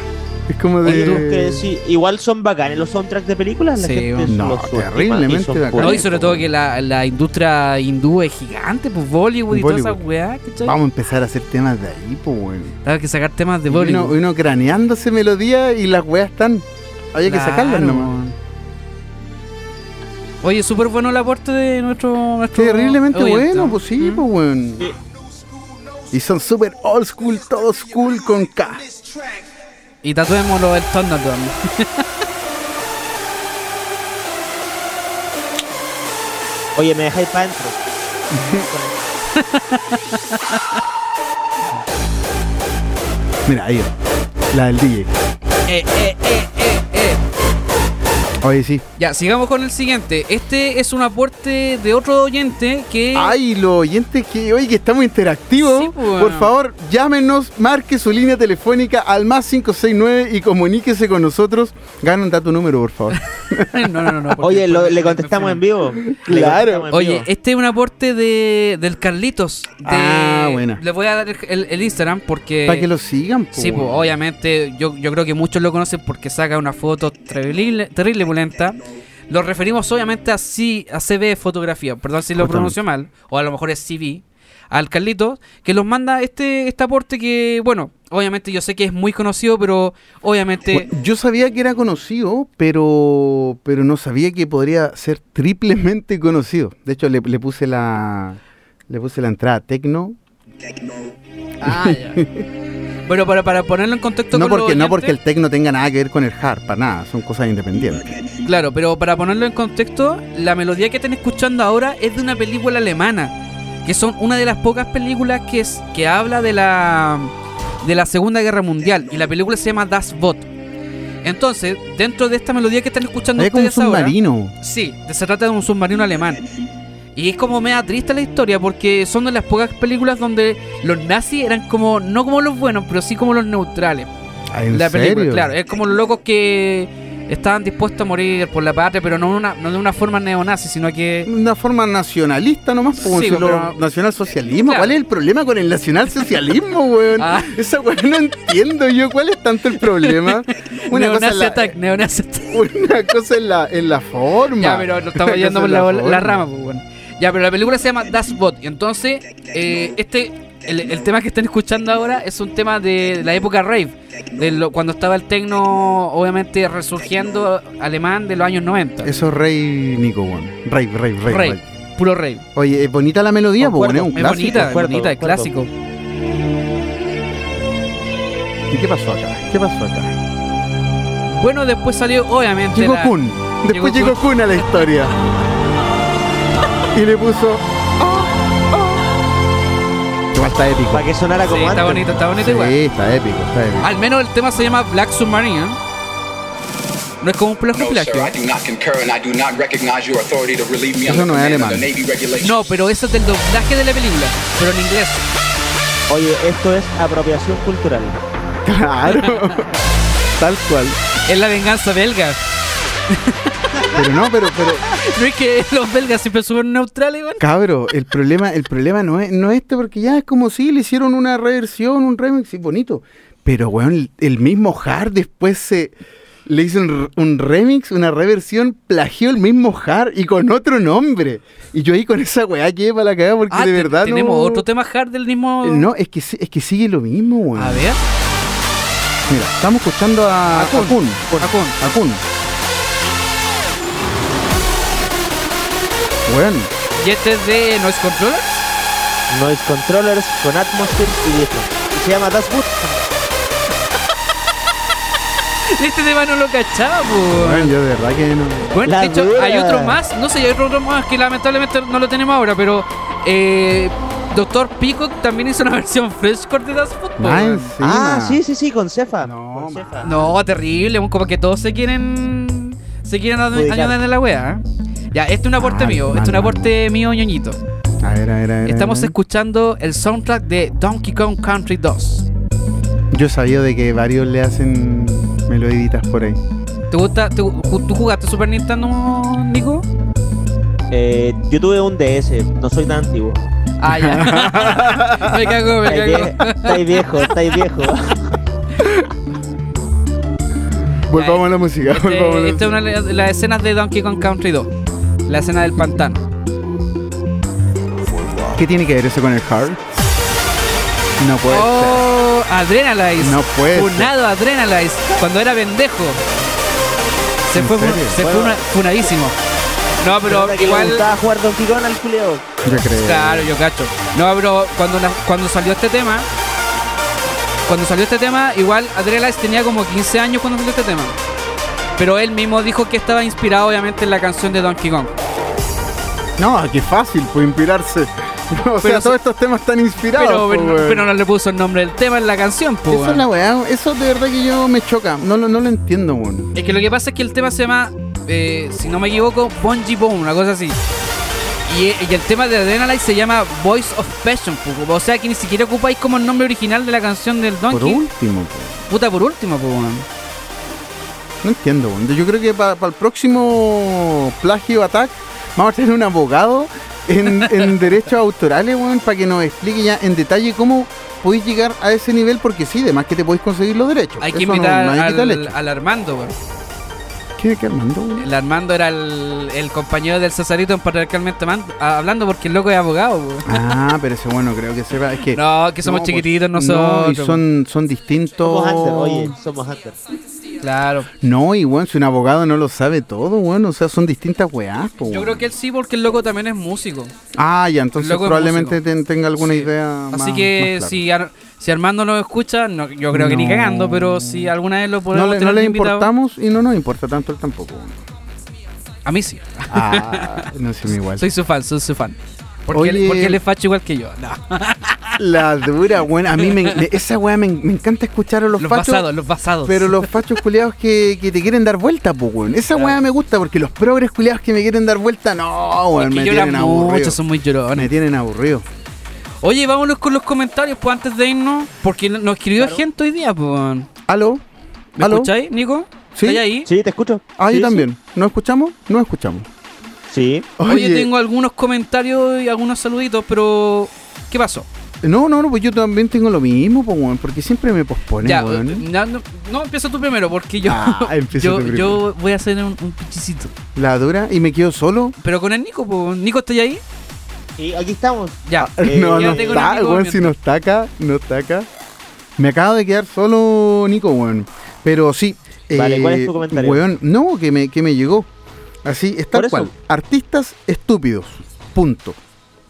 Speaker 5: Es como de...
Speaker 6: Oye, tú, que sí, igual son bacanes los soundtracks de películas. La
Speaker 4: Sí,
Speaker 6: gente
Speaker 5: no,
Speaker 6: los subestima y
Speaker 5: terriblemente
Speaker 6: son
Speaker 5: bacanes.
Speaker 4: No, y
Speaker 6: buenos,
Speaker 4: sobre
Speaker 6: po.
Speaker 4: todo que la, la industria hindú es gigante, pues Bollywood y todas esas
Speaker 5: Bollywood.
Speaker 4: weas, ¿cachai?
Speaker 5: Vamos a empezar a hacer temas de ahí, pues, weón.
Speaker 4: Hay que sacar temas de
Speaker 5: Y Uno,
Speaker 4: Bollywood.
Speaker 5: uno craneándose melodía y las weas están. Había que sacarlas
Speaker 4: Claro.
Speaker 5: nomás.
Speaker 4: Oye, súper bueno el aporte de nuestro. nuestro
Speaker 5: Terriblemente
Speaker 4: oyente,
Speaker 5: bueno,
Speaker 4: ¿no?
Speaker 5: pues sí,
Speaker 4: Mm.
Speaker 5: pues weón.
Speaker 6: Sí.
Speaker 5: Y son super old school, todos cool con K.
Speaker 4: Y tatuémoslo el Thunderdome.
Speaker 6: Oye, me dejáis para adentro.
Speaker 5: Mira, ahí va. La del DJ.
Speaker 4: Eh, eh, eh, eh, eh.
Speaker 5: Oye, sí.
Speaker 4: Ya, sigamos con el siguiente. Este es un aporte de otro oyente que.
Speaker 5: Ay, los oyentes que hoy que estamos interactivos,
Speaker 4: Sí, pues, bueno.
Speaker 5: por favor, llámenos, marque su línea telefónica al más 569 y comuníquese con nosotros. Ganan, da tu número, por favor.
Speaker 4: no, no, no, no, porque
Speaker 6: Oye, lo-
Speaker 4: después me-
Speaker 6: le contestamos
Speaker 4: me-
Speaker 6: en vivo. Le
Speaker 5: Claro.
Speaker 6: contestamos en
Speaker 4: Oye,
Speaker 6: vivo.
Speaker 4: este es un aporte de, del Carlitos. de-
Speaker 5: Ah, buena.
Speaker 4: Le voy a dar el, el- el Instagram porque.
Speaker 5: Para que lo sigan, po,
Speaker 4: Sí, pues,
Speaker 5: weón.
Speaker 4: obviamente, yo, yo creo que muchos lo conocen porque saca una foto terrible, terrible pulenta. Lo referimos obviamente a, C, a CB Fotografía, perdón si lo
Speaker 5: Justamente.
Speaker 4: pronuncio mal, o a lo mejor es CB, al Carlito, que los manda este, este aporte que, bueno, obviamente yo sé que es muy conocido, pero obviamente...
Speaker 5: Bueno, Yo sabía que era conocido, pero, pero no sabía que podría ser triplemente conocido. De hecho, le, le puse la le puse la entrada tecno.
Speaker 4: Ah, Bueno, para, para ponerlo en contexto
Speaker 5: No
Speaker 4: con los
Speaker 5: porque, no
Speaker 4: oyentes-
Speaker 5: porque el tecno tenga nada que ver con el hard, para nada, son cosas independientes.
Speaker 4: Claro, pero para ponerlo en contexto, la melodía que están escuchando ahora es de una película alemana, que son una de las pocas películas que, es, que habla de la, de la Segunda Guerra Mundial, y la película se llama Das Boot. Entonces, dentro de esta melodía que están escuchando
Speaker 5: Es como un
Speaker 4: ustedes ahora...
Speaker 5: submarino.
Speaker 4: Sí, de- se trata de un submarino alemán. Y es como da triste la historia porque son de las pocas películas donde los nazis eran como, no como los buenos, pero sí como los neutrales
Speaker 5: Ah, ¿En
Speaker 4: la
Speaker 5: serio?
Speaker 4: película, claro. Es como los locos que estaban dispuestos a morir por la patria, pero no, una- no de una forma neonazi, sino que...
Speaker 5: Una forma nacionalista nomás, como
Speaker 4: Sí,
Speaker 5: si lo-
Speaker 4: pero-
Speaker 5: nacionalsocialismo.
Speaker 4: Claro.
Speaker 5: ¿Cuál es el problema con el nacionalsocialismo, weón?
Speaker 4: Ah.
Speaker 5: Esa weón no entiendo yo. ¿Cuál es tanto el problema?
Speaker 4: neonazi
Speaker 5: es la-
Speaker 4: attack, neonazi attack.
Speaker 5: Una cosa en la, en la forma.
Speaker 4: Ya, pero nos estamos
Speaker 5: Una
Speaker 4: yendo
Speaker 5: cosa
Speaker 4: por
Speaker 5: en
Speaker 4: la,
Speaker 5: forma.
Speaker 4: la rama, pues, bueno. Ya, pero la película se llama Das Bot. Y entonces, eh, este, el, el tema que están escuchando ahora es un tema de la época rave. De lo- cuando estaba el tecno, obviamente, resurgiendo alemán de los años 90.
Speaker 5: Eso es Rey Nico, weón. Rey, rey, rey,
Speaker 4: rave,
Speaker 5: rey.
Speaker 4: puro rave.
Speaker 5: Oye, es bonita la melodía, po,
Speaker 6: Concuerdo,
Speaker 5: weón, es un
Speaker 4: Es
Speaker 5: clásico.
Speaker 4: bonita, es
Speaker 6: concuerdo,
Speaker 4: bonita, es
Speaker 6: concuerdo.
Speaker 4: clásico.
Speaker 5: ¿Y qué pasó acá? ¿Qué pasó acá?
Speaker 4: Bueno, después salió, obviamente,
Speaker 5: Llegó
Speaker 4: la-
Speaker 5: Kun. Después
Speaker 4: Llegó
Speaker 5: llegó Kun a la historia. y le puso.
Speaker 4: Oh,
Speaker 5: "Ah, ah". Igual está épico.
Speaker 6: Para que sonara
Speaker 4: Sí, Ah.
Speaker 6: como
Speaker 4: está
Speaker 6: antes.
Speaker 4: bonito, está bonito
Speaker 5: Sí,
Speaker 4: igual.
Speaker 5: está épico, está épico.
Speaker 4: Al menos el tema se llama Black Submarine. ¿eh? No es como un plagio,
Speaker 8: No, sir,
Speaker 4: plagio.
Speaker 8: I do not concur and I do not recognize your authority to relieve me
Speaker 5: Eso
Speaker 8: under
Speaker 5: no es
Speaker 8: command
Speaker 5: alemán.
Speaker 8: of the Navy regulations.
Speaker 4: No, pero eso es del doblaje de la película, pero en inglés.
Speaker 6: Oye, esto es apropiación cultural.
Speaker 5: Claro. Tal cual.
Speaker 4: Es la venganza belga.
Speaker 5: Pero no, pero, pero,
Speaker 4: No es que los belgas siempre suben neutrales, weón.
Speaker 5: cabro, el problema, el problema no es, no es este, porque ya es como si le hicieron una reversión, un remix, sí, bonito. Pero weón, el, el mismo Hard después se le hizo un, r- un remix, una reversión, plagió el mismo Hard y con otro nombre. Y yo ahí con esa weá quedé para la cagada porque
Speaker 4: Ah,
Speaker 5: de
Speaker 4: te-
Speaker 5: verdad no- Eh,
Speaker 4: tenemos otro tema hard del mismo.
Speaker 5: No, es que, si- es que sigue lo mismo, weón.
Speaker 4: A ver.
Speaker 5: Mira, estamos escuchando a,
Speaker 4: A Kun.
Speaker 5: Kun.
Speaker 4: A Kun.
Speaker 5: A Kun. Weón,
Speaker 4: Y este es de Noise Controller.
Speaker 6: Noise Controllers con Atmosphere y Disney. Y se llama Das Boot.
Speaker 4: Este tema no lo cachaba, weón.
Speaker 5: weón, yo de verdad que no.
Speaker 4: Bueno,
Speaker 6: La
Speaker 4: de hecho,
Speaker 6: dura.
Speaker 4: hay otro más. No sé, hay otro, otro más que lamentablemente no lo tenemos ahora, pero. Eh, Doctor Peacock también hizo una versión freshcore de Das Football.
Speaker 5: Más
Speaker 4: weón.
Speaker 5: encima.
Speaker 6: Ah, sí, sí, sí, con Cefa.
Speaker 5: No,
Speaker 6: Con
Speaker 5: ma.
Speaker 6: Cefa.
Speaker 4: No, terrible, weón, como que todos se quieren. Se quieren adu-
Speaker 6: Adjudicar.
Speaker 4: ayudar en la wea. ¿eh? Ya, este es un aporte
Speaker 5: Ah,
Speaker 4: mío,
Speaker 5: mal,
Speaker 4: este es un
Speaker 5: mal.
Speaker 4: aporte mío, ñoñito.
Speaker 5: A ver, a ver, a ver.
Speaker 4: Estamos
Speaker 5: a ver.
Speaker 4: escuchando el soundtrack de Donkey Kong Country 2.
Speaker 5: Yo sabía de que varios le hacen meloditas por ahí.
Speaker 4: ¿Te gusta? te- ju- ¿Tú jugaste Super Nintendo, Nico?
Speaker 6: Eh, yo tuve un DS, no soy tan antiguo.
Speaker 4: Ah, ya. me cago, me
Speaker 6: Estáis vie-
Speaker 4: cago.
Speaker 6: estáis viejo, estáis viejo.
Speaker 5: Volvamos a la música. volvamos a
Speaker 4: Este- Esta
Speaker 5: la
Speaker 4: es una
Speaker 5: música.
Speaker 4: de las escenas de Donkey Kong Country 2. La escena del pantano.
Speaker 5: ¿Qué tiene que ver eso con el hard? No puede ser.
Speaker 4: ¡Oh! Adrenalize.
Speaker 5: No puede ser.
Speaker 4: Funado Adrenalize. Cuando era pendejo. Se
Speaker 5: ¿En
Speaker 4: fue, fun-
Speaker 5: serio?
Speaker 4: se fue una- funadísimo. No, pero
Speaker 6: Puta que le
Speaker 4: igual.
Speaker 6: gustaba jugar Donkey Kong al culeo.
Speaker 5: Yo creo.
Speaker 4: Claro, yo cacho. No, pero cuando, la- cuando salió este tema. Cuando salió este tema, igual Adrenalize tenía como 15 años cuando salió este tema. Pero él mismo dijo que estaba inspirado, obviamente, en la canción de Donkey Kong.
Speaker 5: No, qué fácil, puede inspirarse. o sea,
Speaker 4: Pero-
Speaker 5: todos estos temas están inspirados.
Speaker 4: Pero,
Speaker 5: po,
Speaker 4: pero,
Speaker 5: pues, weón.
Speaker 4: pero no le puso el nombre del tema en la canción, pues.
Speaker 5: Eso es la weá, eso de verdad que yo me choca, no lo, no lo entiendo, weón.
Speaker 4: Es que lo que pasa es que el tema se llama eh, si no me equivoco, Bonji Bone, una cosa así. Y, eh, y el tema de Adrenaline se llama Voice of Passion, pu, o sea que ni siquiera ocupáis como el nombre original de la canción del
Speaker 5: Por
Speaker 4: Donkey.
Speaker 5: último, po.
Speaker 4: Puta, por último, pu, weón.
Speaker 5: no entiendo. weón. Yo creo que para el próximo plagio attack vamos a tener un abogado en, en derechos autorales, weón, para que nos explique ya en detalle cómo podéis llegar a ese nivel, porque sí, además que te podéis conseguir los derechos.
Speaker 4: Hay que
Speaker 5: Eso no-
Speaker 4: invitar
Speaker 5: nadie quita el
Speaker 4: al,
Speaker 5: hecho.
Speaker 4: al Armando, weón.
Speaker 5: ¿Qué, qué Armando, weón?
Speaker 4: El Armando era el, el compañero del Cesarito en Patriarcalmente Man- a- hablando porque el loco es abogado, weón.
Speaker 5: Ah, pero ese bueno creo que sepa. Es que,
Speaker 4: No, que somos
Speaker 5: pues,
Speaker 4: chiquititos
Speaker 5: no,
Speaker 4: nosotros.
Speaker 5: y son, son distintos.
Speaker 6: Somos hackers, oye, somos hackers.
Speaker 4: Claro.
Speaker 5: No, y bueno, si un abogado no lo sabe todo, bueno, o sea, son distintas weas. po,
Speaker 4: Yo
Speaker 5: weón.
Speaker 4: creo que él sí, porque el loco también es músico.
Speaker 5: Ah, ya, entonces
Speaker 4: Loco es
Speaker 5: probablemente
Speaker 4: músico.
Speaker 5: ten- tenga alguna
Speaker 4: Sí.
Speaker 5: idea.
Speaker 4: Así
Speaker 5: más-
Speaker 4: que
Speaker 5: más clara.
Speaker 4: si, Ar- si Armando nos escucha, no, yo creo que ni
Speaker 5: No.
Speaker 4: cagando, pero si alguna vez lo podemos
Speaker 5: no le, no
Speaker 4: tener
Speaker 5: le
Speaker 4: de invitado-
Speaker 5: importamos y no nos importa tanto él tampoco. weón.
Speaker 4: A mí sí.
Speaker 5: Ah, no sé, me igual.
Speaker 4: Soy su fan, soy su fan. Porque,
Speaker 5: Oye.
Speaker 4: él, porque él es facho igual que yo. No,
Speaker 5: La dura, bueno, a mí me, me- esa wea me, me encanta escuchar a los,
Speaker 4: los
Speaker 5: fachos.
Speaker 4: basados, los basados.
Speaker 5: Pero los fachos culiados que, que te quieren dar vuelta, pues, weón. Esa weá me gusta porque los progres culiados que me quieren dar vuelta, no,
Speaker 4: Es
Speaker 5: weón.
Speaker 4: que
Speaker 5: Me
Speaker 4: lloran
Speaker 5: tienen aburrido.
Speaker 4: mucho, son muy
Speaker 5: Me
Speaker 4: llorones.
Speaker 5: tienen aburrido.
Speaker 4: Oye, vámonos con los comentarios, pues antes de irnos, porque nos escribió gente hoy día, pues.
Speaker 5: ¿Aló?
Speaker 4: ¿Me
Speaker 5: ¿Aló?
Speaker 4: escucháis, Nico?
Speaker 5: Sí.
Speaker 4: ¿Estáis ahí?
Speaker 6: Sí, te escucho.
Speaker 5: Ah,
Speaker 6: Sí,
Speaker 5: yo
Speaker 6: sí.
Speaker 5: también. ¿No escuchamos? No escuchamos.
Speaker 6: Sí.
Speaker 4: Oye, tengo algunos comentarios y algunos saluditos, pero. ¿Qué pasó?
Speaker 5: No, no, no, pues yo también tengo lo mismo, pues, weón, porque siempre me pospone,
Speaker 4: Ya,
Speaker 5: weón.
Speaker 4: eh, na- no, no, empieza tú primero, porque yo,
Speaker 5: Ah, empieza
Speaker 4: yo,
Speaker 5: tú primero.
Speaker 4: yo voy a hacer un, un pichicito.
Speaker 5: La dura, y me quedo solo.
Speaker 4: Pero con el Nico, pues, Nico, ¿estás ahí?
Speaker 6: Sí, aquí estamos.
Speaker 4: Ya.
Speaker 6: Eh,
Speaker 5: no,
Speaker 4: ya
Speaker 5: no
Speaker 4: tengo un
Speaker 5: está,
Speaker 4: amigo
Speaker 5: weón,
Speaker 4: durmiendo.
Speaker 5: si no está acá, no está acá. Me acabo de quedar solo, Nico, weón. Pero sí. eh,
Speaker 6: Vale, ¿cuál es tu comentario?
Speaker 5: weón, no, que me, que me llegó. Así, es
Speaker 6: Por
Speaker 5: tal
Speaker 6: eso.
Speaker 5: cual. Artistas estúpidos. Punto.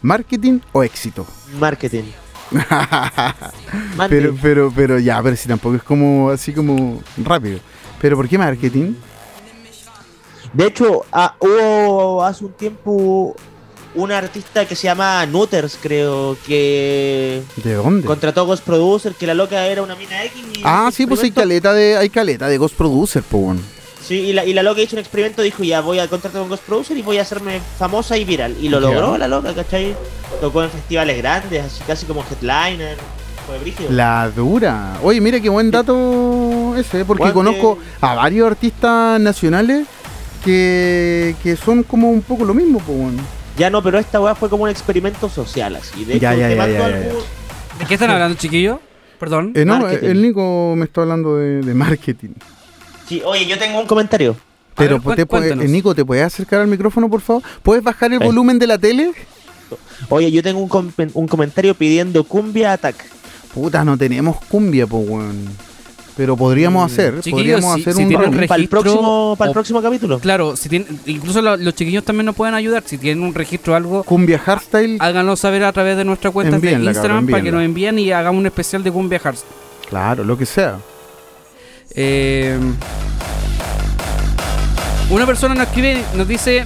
Speaker 5: Marketing o éxito.
Speaker 6: Marketing. Marketing.
Speaker 5: Pero, pero, pero ya, pero si tampoco es como así como rápido. Pero ¿por qué marketing?
Speaker 6: De hecho, ah, hubo hace un tiempo un artista que se llama Nutters, creo, que
Speaker 5: ¿De dónde?
Speaker 6: contrató a Ghost Producer, que la loca era una mina X. y
Speaker 5: ah,
Speaker 6: hizo
Speaker 5: sí, pues hay
Speaker 6: experimento.
Speaker 5: caleta de, hay caleta de Ghost Producer, po, weón.
Speaker 6: Sí, y la, y la loca hizo un experimento, dijo, ya voy a contratar con Ghost Producer y voy a hacerme famosa y viral. Y lo
Speaker 5: Ya.
Speaker 6: logró la loca, ¿cachai? Tocó en festivales grandes, así casi como headliner. Fue brígido.
Speaker 5: La dura. Oye, mira qué buen dato ese, eh, porque
Speaker 6: Guante.
Speaker 5: conozco
Speaker 4: eh,
Speaker 5: a varios artistas nacionales que, que son como un poco lo mismo, po, weón.
Speaker 6: Ya no, pero esta weá fue como un experimento social, así. De hecho,
Speaker 5: Ya, ya,
Speaker 6: te
Speaker 5: ya,
Speaker 6: mando
Speaker 5: ya,
Speaker 6: al
Speaker 5: ya,
Speaker 6: bus-
Speaker 4: ¿De qué están hablando, chiquillo? Perdón.
Speaker 5: Eh, no,
Speaker 6: Marketing.
Speaker 5: el Nico me está hablando de, de marketing.
Speaker 6: Sí, oye, yo tengo un comentario.
Speaker 5: Pero
Speaker 4: ver, cuen-
Speaker 5: te puede-
Speaker 4: cuéntanos. Eh.
Speaker 5: eh, Nico, ¿te puedes acercar al micrófono, por favor? ¿Puedes bajar el
Speaker 6: Ahí.
Speaker 5: volumen de la tele?
Speaker 6: Oye, yo tengo un, compen- un comentario pidiendo cumbia attack.
Speaker 5: Puta, no tenemos cumbia, po, weón. Pero podríamos hacer,
Speaker 4: chiquillos,
Speaker 5: podríamos
Speaker 4: Mm, si-
Speaker 5: hacer
Speaker 4: si
Speaker 5: un
Speaker 4: tienen
Speaker 5: remix.
Speaker 4: re-
Speaker 6: Para el
Speaker 4: Registro
Speaker 6: próximo, para
Speaker 4: o-
Speaker 6: el próximo capítulo.
Speaker 4: Claro, si tienen, incluso lo- los chiquillos también nos pueden ayudar. Si tienen un registro o algo,
Speaker 5: Cumbia Hardstyle.
Speaker 4: háganlo saber a través de nuestra cuenta de
Speaker 5: Envíenla,
Speaker 4: Instagram
Speaker 5: cabrón,
Speaker 4: para que
Speaker 5: envíenla.
Speaker 4: nos envíen y hagamos un especial de Cumbia Hearts.
Speaker 5: Claro, lo que sea.
Speaker 4: Eh, una persona nos escribe, nos dice,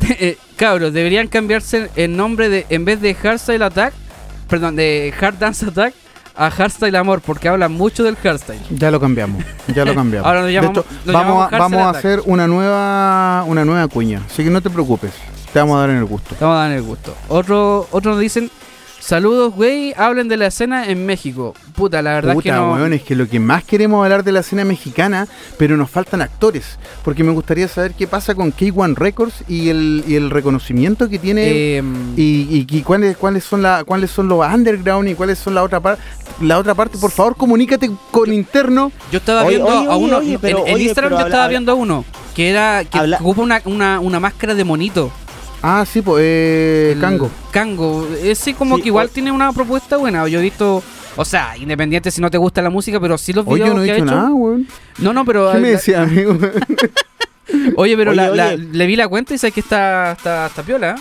Speaker 4: eh, cabros, deberían cambiarse el nombre de, en vez de Hardstyle Attack, perdón, de Hard Dance Attack a Hardstyle Amor, porque hablan mucho del Hardstyle.
Speaker 5: Ya lo cambiamos, ya lo cambiamos.
Speaker 4: Ahora lo llamamos-
Speaker 5: de hecho,
Speaker 4: lo
Speaker 5: vamos,
Speaker 4: llamamos
Speaker 5: a,
Speaker 4: cárcel
Speaker 5: vamos a
Speaker 4: attack.
Speaker 5: hacer una nueva una nueva cuña, así que no te preocupes, te vamos a dar en el gusto.
Speaker 4: Te Vamos a dar el gusto. Otro, otro nos dicen, saludos, güey, hablen de la escena en México. Puta, la verdad es que
Speaker 5: Puta,
Speaker 4: no.
Speaker 5: weón, es que lo que más queremos hablar de la escena mexicana, pero nos faltan actores, porque me gustaría saber qué pasa con K1 Records y el, y el reconocimiento que tiene
Speaker 4: Eh,
Speaker 5: y, y- y cuáles cuáles son la cuáles son los underground y cuáles son la otra parte la otra parte, por favor, comunícate con interno.
Speaker 4: yo estaba
Speaker 6: Oye,
Speaker 4: viendo
Speaker 6: oye,
Speaker 4: a
Speaker 6: oye,
Speaker 4: uno,
Speaker 6: oye,
Speaker 4: en-
Speaker 6: pero-
Speaker 4: en,
Speaker 6: oye,
Speaker 4: Instagram
Speaker 6: pero
Speaker 4: yo
Speaker 6: habla-
Speaker 4: estaba
Speaker 6: habla-
Speaker 4: viendo a uno que era que
Speaker 6: Habla-
Speaker 4: ocupa una, una, una máscara de monito.
Speaker 5: Ah, sí, pues eh,
Speaker 4: El
Speaker 5: Cango.
Speaker 4: Cango. Ese como
Speaker 6: Sí,
Speaker 4: que igual
Speaker 6: o-
Speaker 4: tiene una propuesta buena. Yo he visto, o sea, independiente si no te gusta la música, pero sí los
Speaker 5: Oye,
Speaker 4: videos
Speaker 5: yo no he
Speaker 4: que ha
Speaker 5: dicho
Speaker 4: hecho.
Speaker 5: nada, weón.
Speaker 4: No, no, pero
Speaker 5: ¿Qué me
Speaker 4: la-
Speaker 5: decía, amigo?
Speaker 4: Oye, pero
Speaker 6: Oye,
Speaker 4: la- la-
Speaker 6: oye.
Speaker 4: le vi la cuenta y sé que está está, está piola. ¿eh?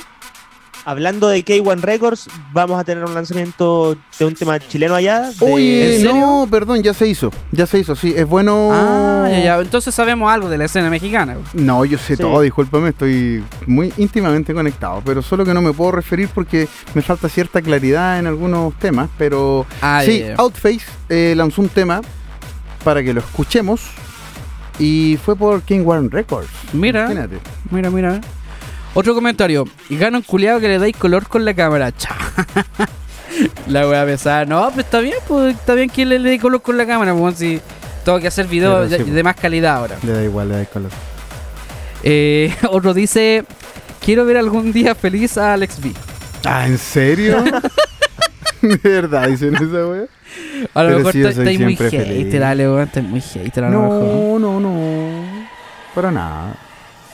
Speaker 6: Hablando de K1 Records, vamos a tener un lanzamiento de un tema chileno allá. de-
Speaker 5: Oye,
Speaker 4: ¿En serio?
Speaker 5: Eh, no, perdón, ya se hizo. Ya se hizo, sí. Es
Speaker 6: Oh.
Speaker 5: bueno.
Speaker 4: Ah, ya, ya. Entonces sabemos algo de la escena mexicana.
Speaker 5: No, yo sé
Speaker 6: Sí.
Speaker 5: todo, discúlpame, estoy muy íntimamente conectado, pero solo que no me puedo referir porque me falta cierta claridad en algunos temas, pero
Speaker 4: Ah,
Speaker 5: sí,
Speaker 4: ya, ya.
Speaker 5: Outface eh, lanzó un tema para que lo escuchemos Y fue por King Warren Records.
Speaker 4: Mira.
Speaker 5: Imagínate.
Speaker 4: Mira, mira. Otro comentario. Y gana un culiado que le dais color con la cámara. Cha. la wea pesada. No, pues está bien, pues está bien que le, le dé color con la cámara, pues si tengo que hacer videos
Speaker 5: Claro,
Speaker 4: de,
Speaker 5: sí, pues.
Speaker 4: de más calidad ahora.
Speaker 5: Le da igual, le da color.
Speaker 4: Eh, otro dice, quiero ver algún día feliz a Alex B.
Speaker 5: Ah, ¿en serio? ¿De verdad dicen esa wea?
Speaker 4: A lo
Speaker 5: Pero
Speaker 4: mejor
Speaker 5: sí, yo
Speaker 4: está-
Speaker 5: soy
Speaker 4: estáis muy
Speaker 5: siempre feliz.
Speaker 4: hater, Ale, weón, estáis muy hater a lo mejor.
Speaker 5: No, no, no. Para nada.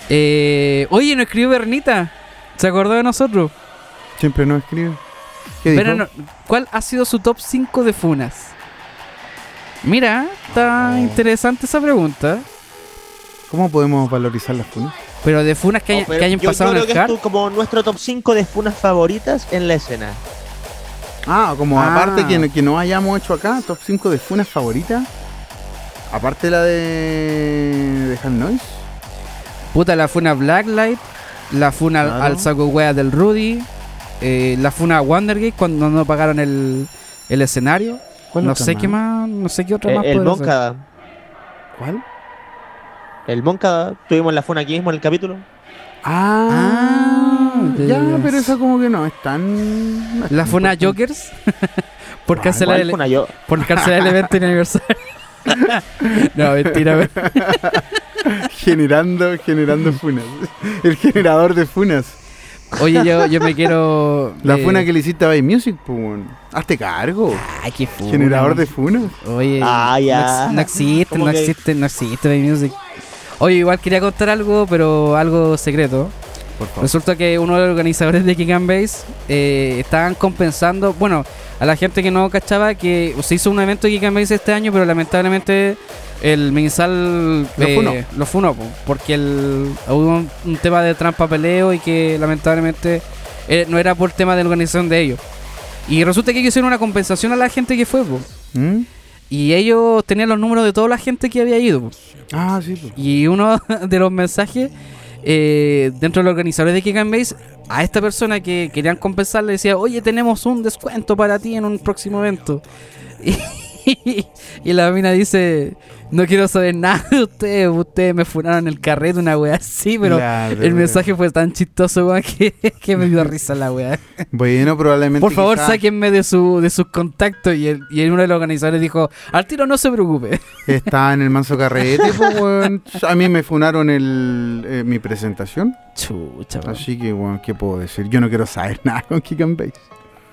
Speaker 4: Eh, oye, nos escribió Bernita. ¿Se acordó de nosotros?
Speaker 5: Siempre no escribe. ¿Qué dijo?
Speaker 4: Pero no- ¿Cuál ha sido su top 5 de funas? Mira, está interesante esa pregunta.
Speaker 5: ¿Cómo podemos valorizar las funas?
Speaker 4: Pero de funas que, haya-
Speaker 6: pero
Speaker 4: que hayan
Speaker 6: yo,
Speaker 4: pasado
Speaker 6: yo creo
Speaker 4: en el
Speaker 6: que es
Speaker 4: hard.
Speaker 6: tu- como nuestro top 5 de funas favoritas en la escena.
Speaker 5: Ah, como
Speaker 4: Ah.
Speaker 5: aparte que, no- que no hayamos hecho acá, top 5 de funas favoritas. Aparte la de, de Hard Noise.
Speaker 4: Puta, la funa Blacklight, la funa al-
Speaker 5: Claro.
Speaker 4: al saco wea del Rudy, eh, la funa a Wandergate cuando no pagaron el, el escenario.
Speaker 5: ¿Cuál
Speaker 4: No
Speaker 5: otra
Speaker 4: sé qué más, no sé qué otra
Speaker 6: Eh,
Speaker 4: más
Speaker 6: el
Speaker 4: podría ser.
Speaker 6: Moncada.
Speaker 5: ¿Cuál?
Speaker 6: El Moncada. Tuvimos la funa aquí mismo en el capítulo.
Speaker 5: Ah,
Speaker 4: Ah, de
Speaker 5: ya,
Speaker 4: veras.
Speaker 5: pero esa como que no es tan. no es
Speaker 4: La
Speaker 5: tan
Speaker 4: funa
Speaker 5: importante.
Speaker 4: Jokers por
Speaker 5: Ah,
Speaker 4: cancelar
Speaker 6: ¿Cuál
Speaker 4: el,
Speaker 6: funa yo?
Speaker 4: por cancelar el evento en aniversario. no, mentira. weón.
Speaker 5: Generando, generando funas. El generador de funas.
Speaker 4: Oye, yo, yo me quiero.
Speaker 5: La
Speaker 4: eh,
Speaker 5: funa que le hiciste a Bay Music, pues. weón. Hazte cargo.
Speaker 4: Ay, qué funa,
Speaker 5: Generador
Speaker 4: weón.
Speaker 5: de funas.
Speaker 4: Oye,
Speaker 6: Ah, ya.
Speaker 4: no, ex- no existe,
Speaker 6: ¿Cómo
Speaker 4: no
Speaker 6: que-
Speaker 4: existe, no existe Baby Music. Oye, igual quería contar algo, pero algo secreto.
Speaker 5: Por favor.
Speaker 4: Resulta que uno de los organizadores de Kick and Base eh, estaban compensando, bueno, a la gente que no cachaba que se hizo un evento de Kick and Base este año, pero lamentablemente el Minsal eh,
Speaker 5: Lo funó.
Speaker 4: lo funó, po, porque el, hubo un, un tema de trampapeleo y que lamentablemente eh, no era por tema de la organización de ellos. Y resulta que ellos hicieron una compensación a la gente que fue, po.
Speaker 5: ¿Mm?
Speaker 4: Y ellos tenían los números de toda la gente que había ido. po.
Speaker 5: Ah, sí, pues.
Speaker 4: Y uno de los mensajes eh, dentro de los organizadores de Kick and Base, a esta persona que querían compensar le decía, oye, tenemos un descuento para ti en un próximo evento. Y, y la mina dice, no quiero saber nada de ustedes, ustedes me funaron el carrete, una wea así, pero
Speaker 5: La
Speaker 4: el
Speaker 5: verdad.
Speaker 4: mensaje fue tan chistoso, weón, que, que me dio risa la wea.
Speaker 5: Bueno, probablemente.
Speaker 4: Por favor,
Speaker 5: quizá
Speaker 4: sáquenme de, su, de sus contactos. Y, el- y uno de los organizadores dijo, al tiro no se preocupe.
Speaker 5: Estaba en el manso carrete, pues, weón. A mí me funaron el, eh, mi presentación.
Speaker 4: Chucha, weón.
Speaker 5: Así que, weón, ¿qué puedo decir? Yo no quiero saber nada con Kick and Base.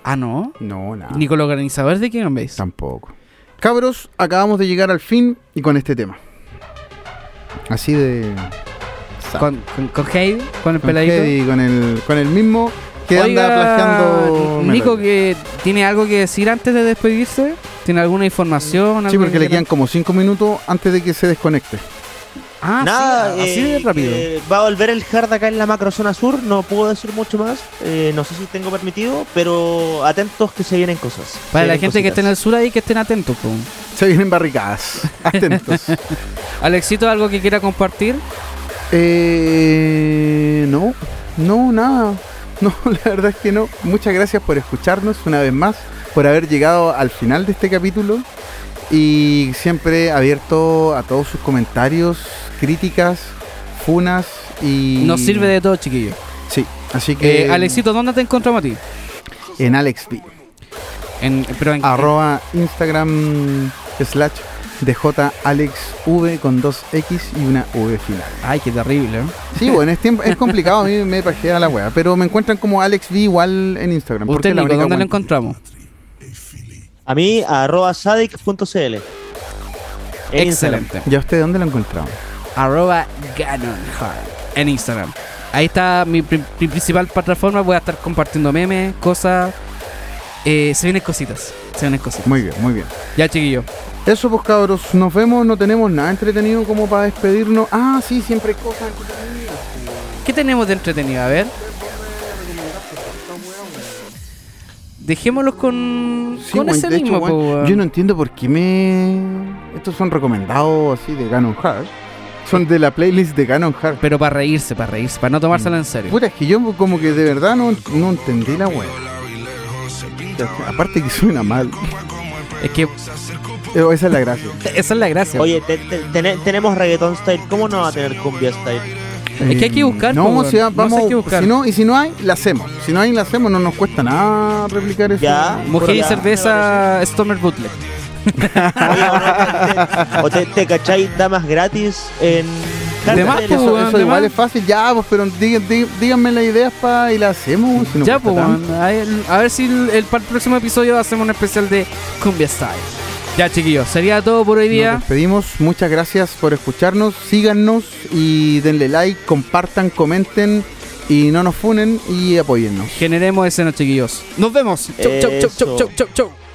Speaker 4: Ah, no.
Speaker 5: No, nada.
Speaker 4: Ni con los organizadores de King and Base.
Speaker 5: Tampoco. Cabros, acabamos de llegar al fin y con este tema. Así de.
Speaker 4: Con, con, con Heidi, con el
Speaker 5: Con
Speaker 4: peladito.
Speaker 5: Heidi, con el, con el mismo que anda plagiando.
Speaker 4: Nico, que
Speaker 5: melodías.
Speaker 4: tiene algo que decir antes de despedirse. ¿Tiene alguna información?
Speaker 5: Sí,
Speaker 4: algo
Speaker 5: porque
Speaker 4: que
Speaker 5: le
Speaker 4: quiera-
Speaker 5: quedan como 5 minutos antes de que se desconecte.
Speaker 4: Ah,
Speaker 6: Nada,
Speaker 4: sí, así
Speaker 6: eh,
Speaker 4: de rápido.
Speaker 6: eh, va a volver el hard acá en la macrozona sur, no puedo decir mucho más, eh, no sé si tengo permitido, pero atentos que se vienen cosas.
Speaker 4: Para la gente que esté en el sur ahí, que estén atentos. po.
Speaker 5: Se vienen barricadas. Atentos.
Speaker 4: Alexito, ¿algo que quiera compartir?
Speaker 5: Eh, no, no, nada. No, la verdad es que no. Muchas gracias por escucharnos una vez más, por haber llegado al final de este capítulo y siempre abierto a todos sus comentarios, críticas, funas y...
Speaker 4: Nos sirve de todo, chiquillo.
Speaker 5: Sí, así que...
Speaker 4: Eh, Alexito, ¿dónde te encontramos a ti?
Speaker 5: En AlexB,
Speaker 4: En, pero en,
Speaker 5: arroba Instagram slash DJ AlexV con dos X y una V final.
Speaker 4: Ay, qué terrible. ¿eh?
Speaker 5: Sí, bueno, es, tiempo- es complicado, a mí me pajea la wea, pero me encuentran como Alex V igual en Instagram. porque
Speaker 4: Usted,
Speaker 5: es la
Speaker 4: Nico,
Speaker 5: única
Speaker 4: ¿dónde lo
Speaker 5: wea.
Speaker 4: encontramos?
Speaker 6: A mí, arroba sadic.cl. En Instagram.
Speaker 4: Excelente.
Speaker 5: ¿Y a usted dónde lo encontramos?
Speaker 4: Arroba GanonHard en Instagram. Ahí está mi, pri- mi principal plataforma. Voy a estar compartiendo memes, cosas. Eh, se vienen cositas. Se vienen cositas.
Speaker 5: Muy bien, muy bien.
Speaker 4: Ya, chiquillo.
Speaker 5: Eso pues cabros, nos vemos, no tenemos nada entretenido como para despedirnos. Ah, sí, siempre hay cosas entretenidas.
Speaker 4: ¿Qué tenemos de entretenido? A ver. Dejémoslos con,
Speaker 5: Sí,
Speaker 4: con
Speaker 5: weón,
Speaker 4: ese
Speaker 5: de hecho,
Speaker 4: mismo.
Speaker 5: weón,
Speaker 4: po, weón.
Speaker 5: yo no entiendo por qué me... Estos son recomendados así de Canon Hard. Son de la playlist de Canon Hard.
Speaker 4: Pero para reírse, para reírse, para no tomárselo en serio.
Speaker 5: Mm. Puta, es que yo como que de verdad no, no entendí la wea. Aparte que suena mal.
Speaker 4: Es que
Speaker 5: Eh, Esa es la gracia.
Speaker 4: esa es la gracia.
Speaker 6: Oye, te- te- tene- tenemos reggaeton style. ¿Cómo no va a tener cumbia style?
Speaker 4: Es que hay que buscar,
Speaker 5: eh, Em, No,
Speaker 4: po, weón.
Speaker 5: o sea,
Speaker 4: No sé
Speaker 5: vamos.
Speaker 4: qué buscar.
Speaker 5: si no, y si no hay, la hacemos. Si no hay, la hacemos. No nos cuesta nada replicar eso.
Speaker 6: Ya.
Speaker 4: Mujer y
Speaker 6: Ya,
Speaker 4: cerveza Stoner Bootleg.
Speaker 6: Oye, ¿o no? ¿O te, te cacháis damas gratis en
Speaker 4: De más,
Speaker 6: Cartel?
Speaker 4: po,
Speaker 5: Eso,
Speaker 4: weón,
Speaker 5: eso
Speaker 4: de
Speaker 5: igual
Speaker 4: más.
Speaker 5: es fácil. Ya, pues, pero digan- digan- díganme las ideas pa, y la hacemos. weón, si no
Speaker 4: ya,
Speaker 5: cuesta
Speaker 4: pues,
Speaker 5: tanto.
Speaker 4: weón. Ahí el- a ver si el, el- para el próximo episodio hacemos un especial de Cumbia Style. Ya, chiquillos, sería todo por hoy día.
Speaker 5: Nos despedimos, muchas gracias por escucharnos, síganos y denle like, compartan, comenten y no nos funen y apóyennos.
Speaker 4: Generemos escenas, chiquillos. Nos vemos. Chau, chau, chau, chau,
Speaker 6: Eso.
Speaker 4: chau, chau, chau.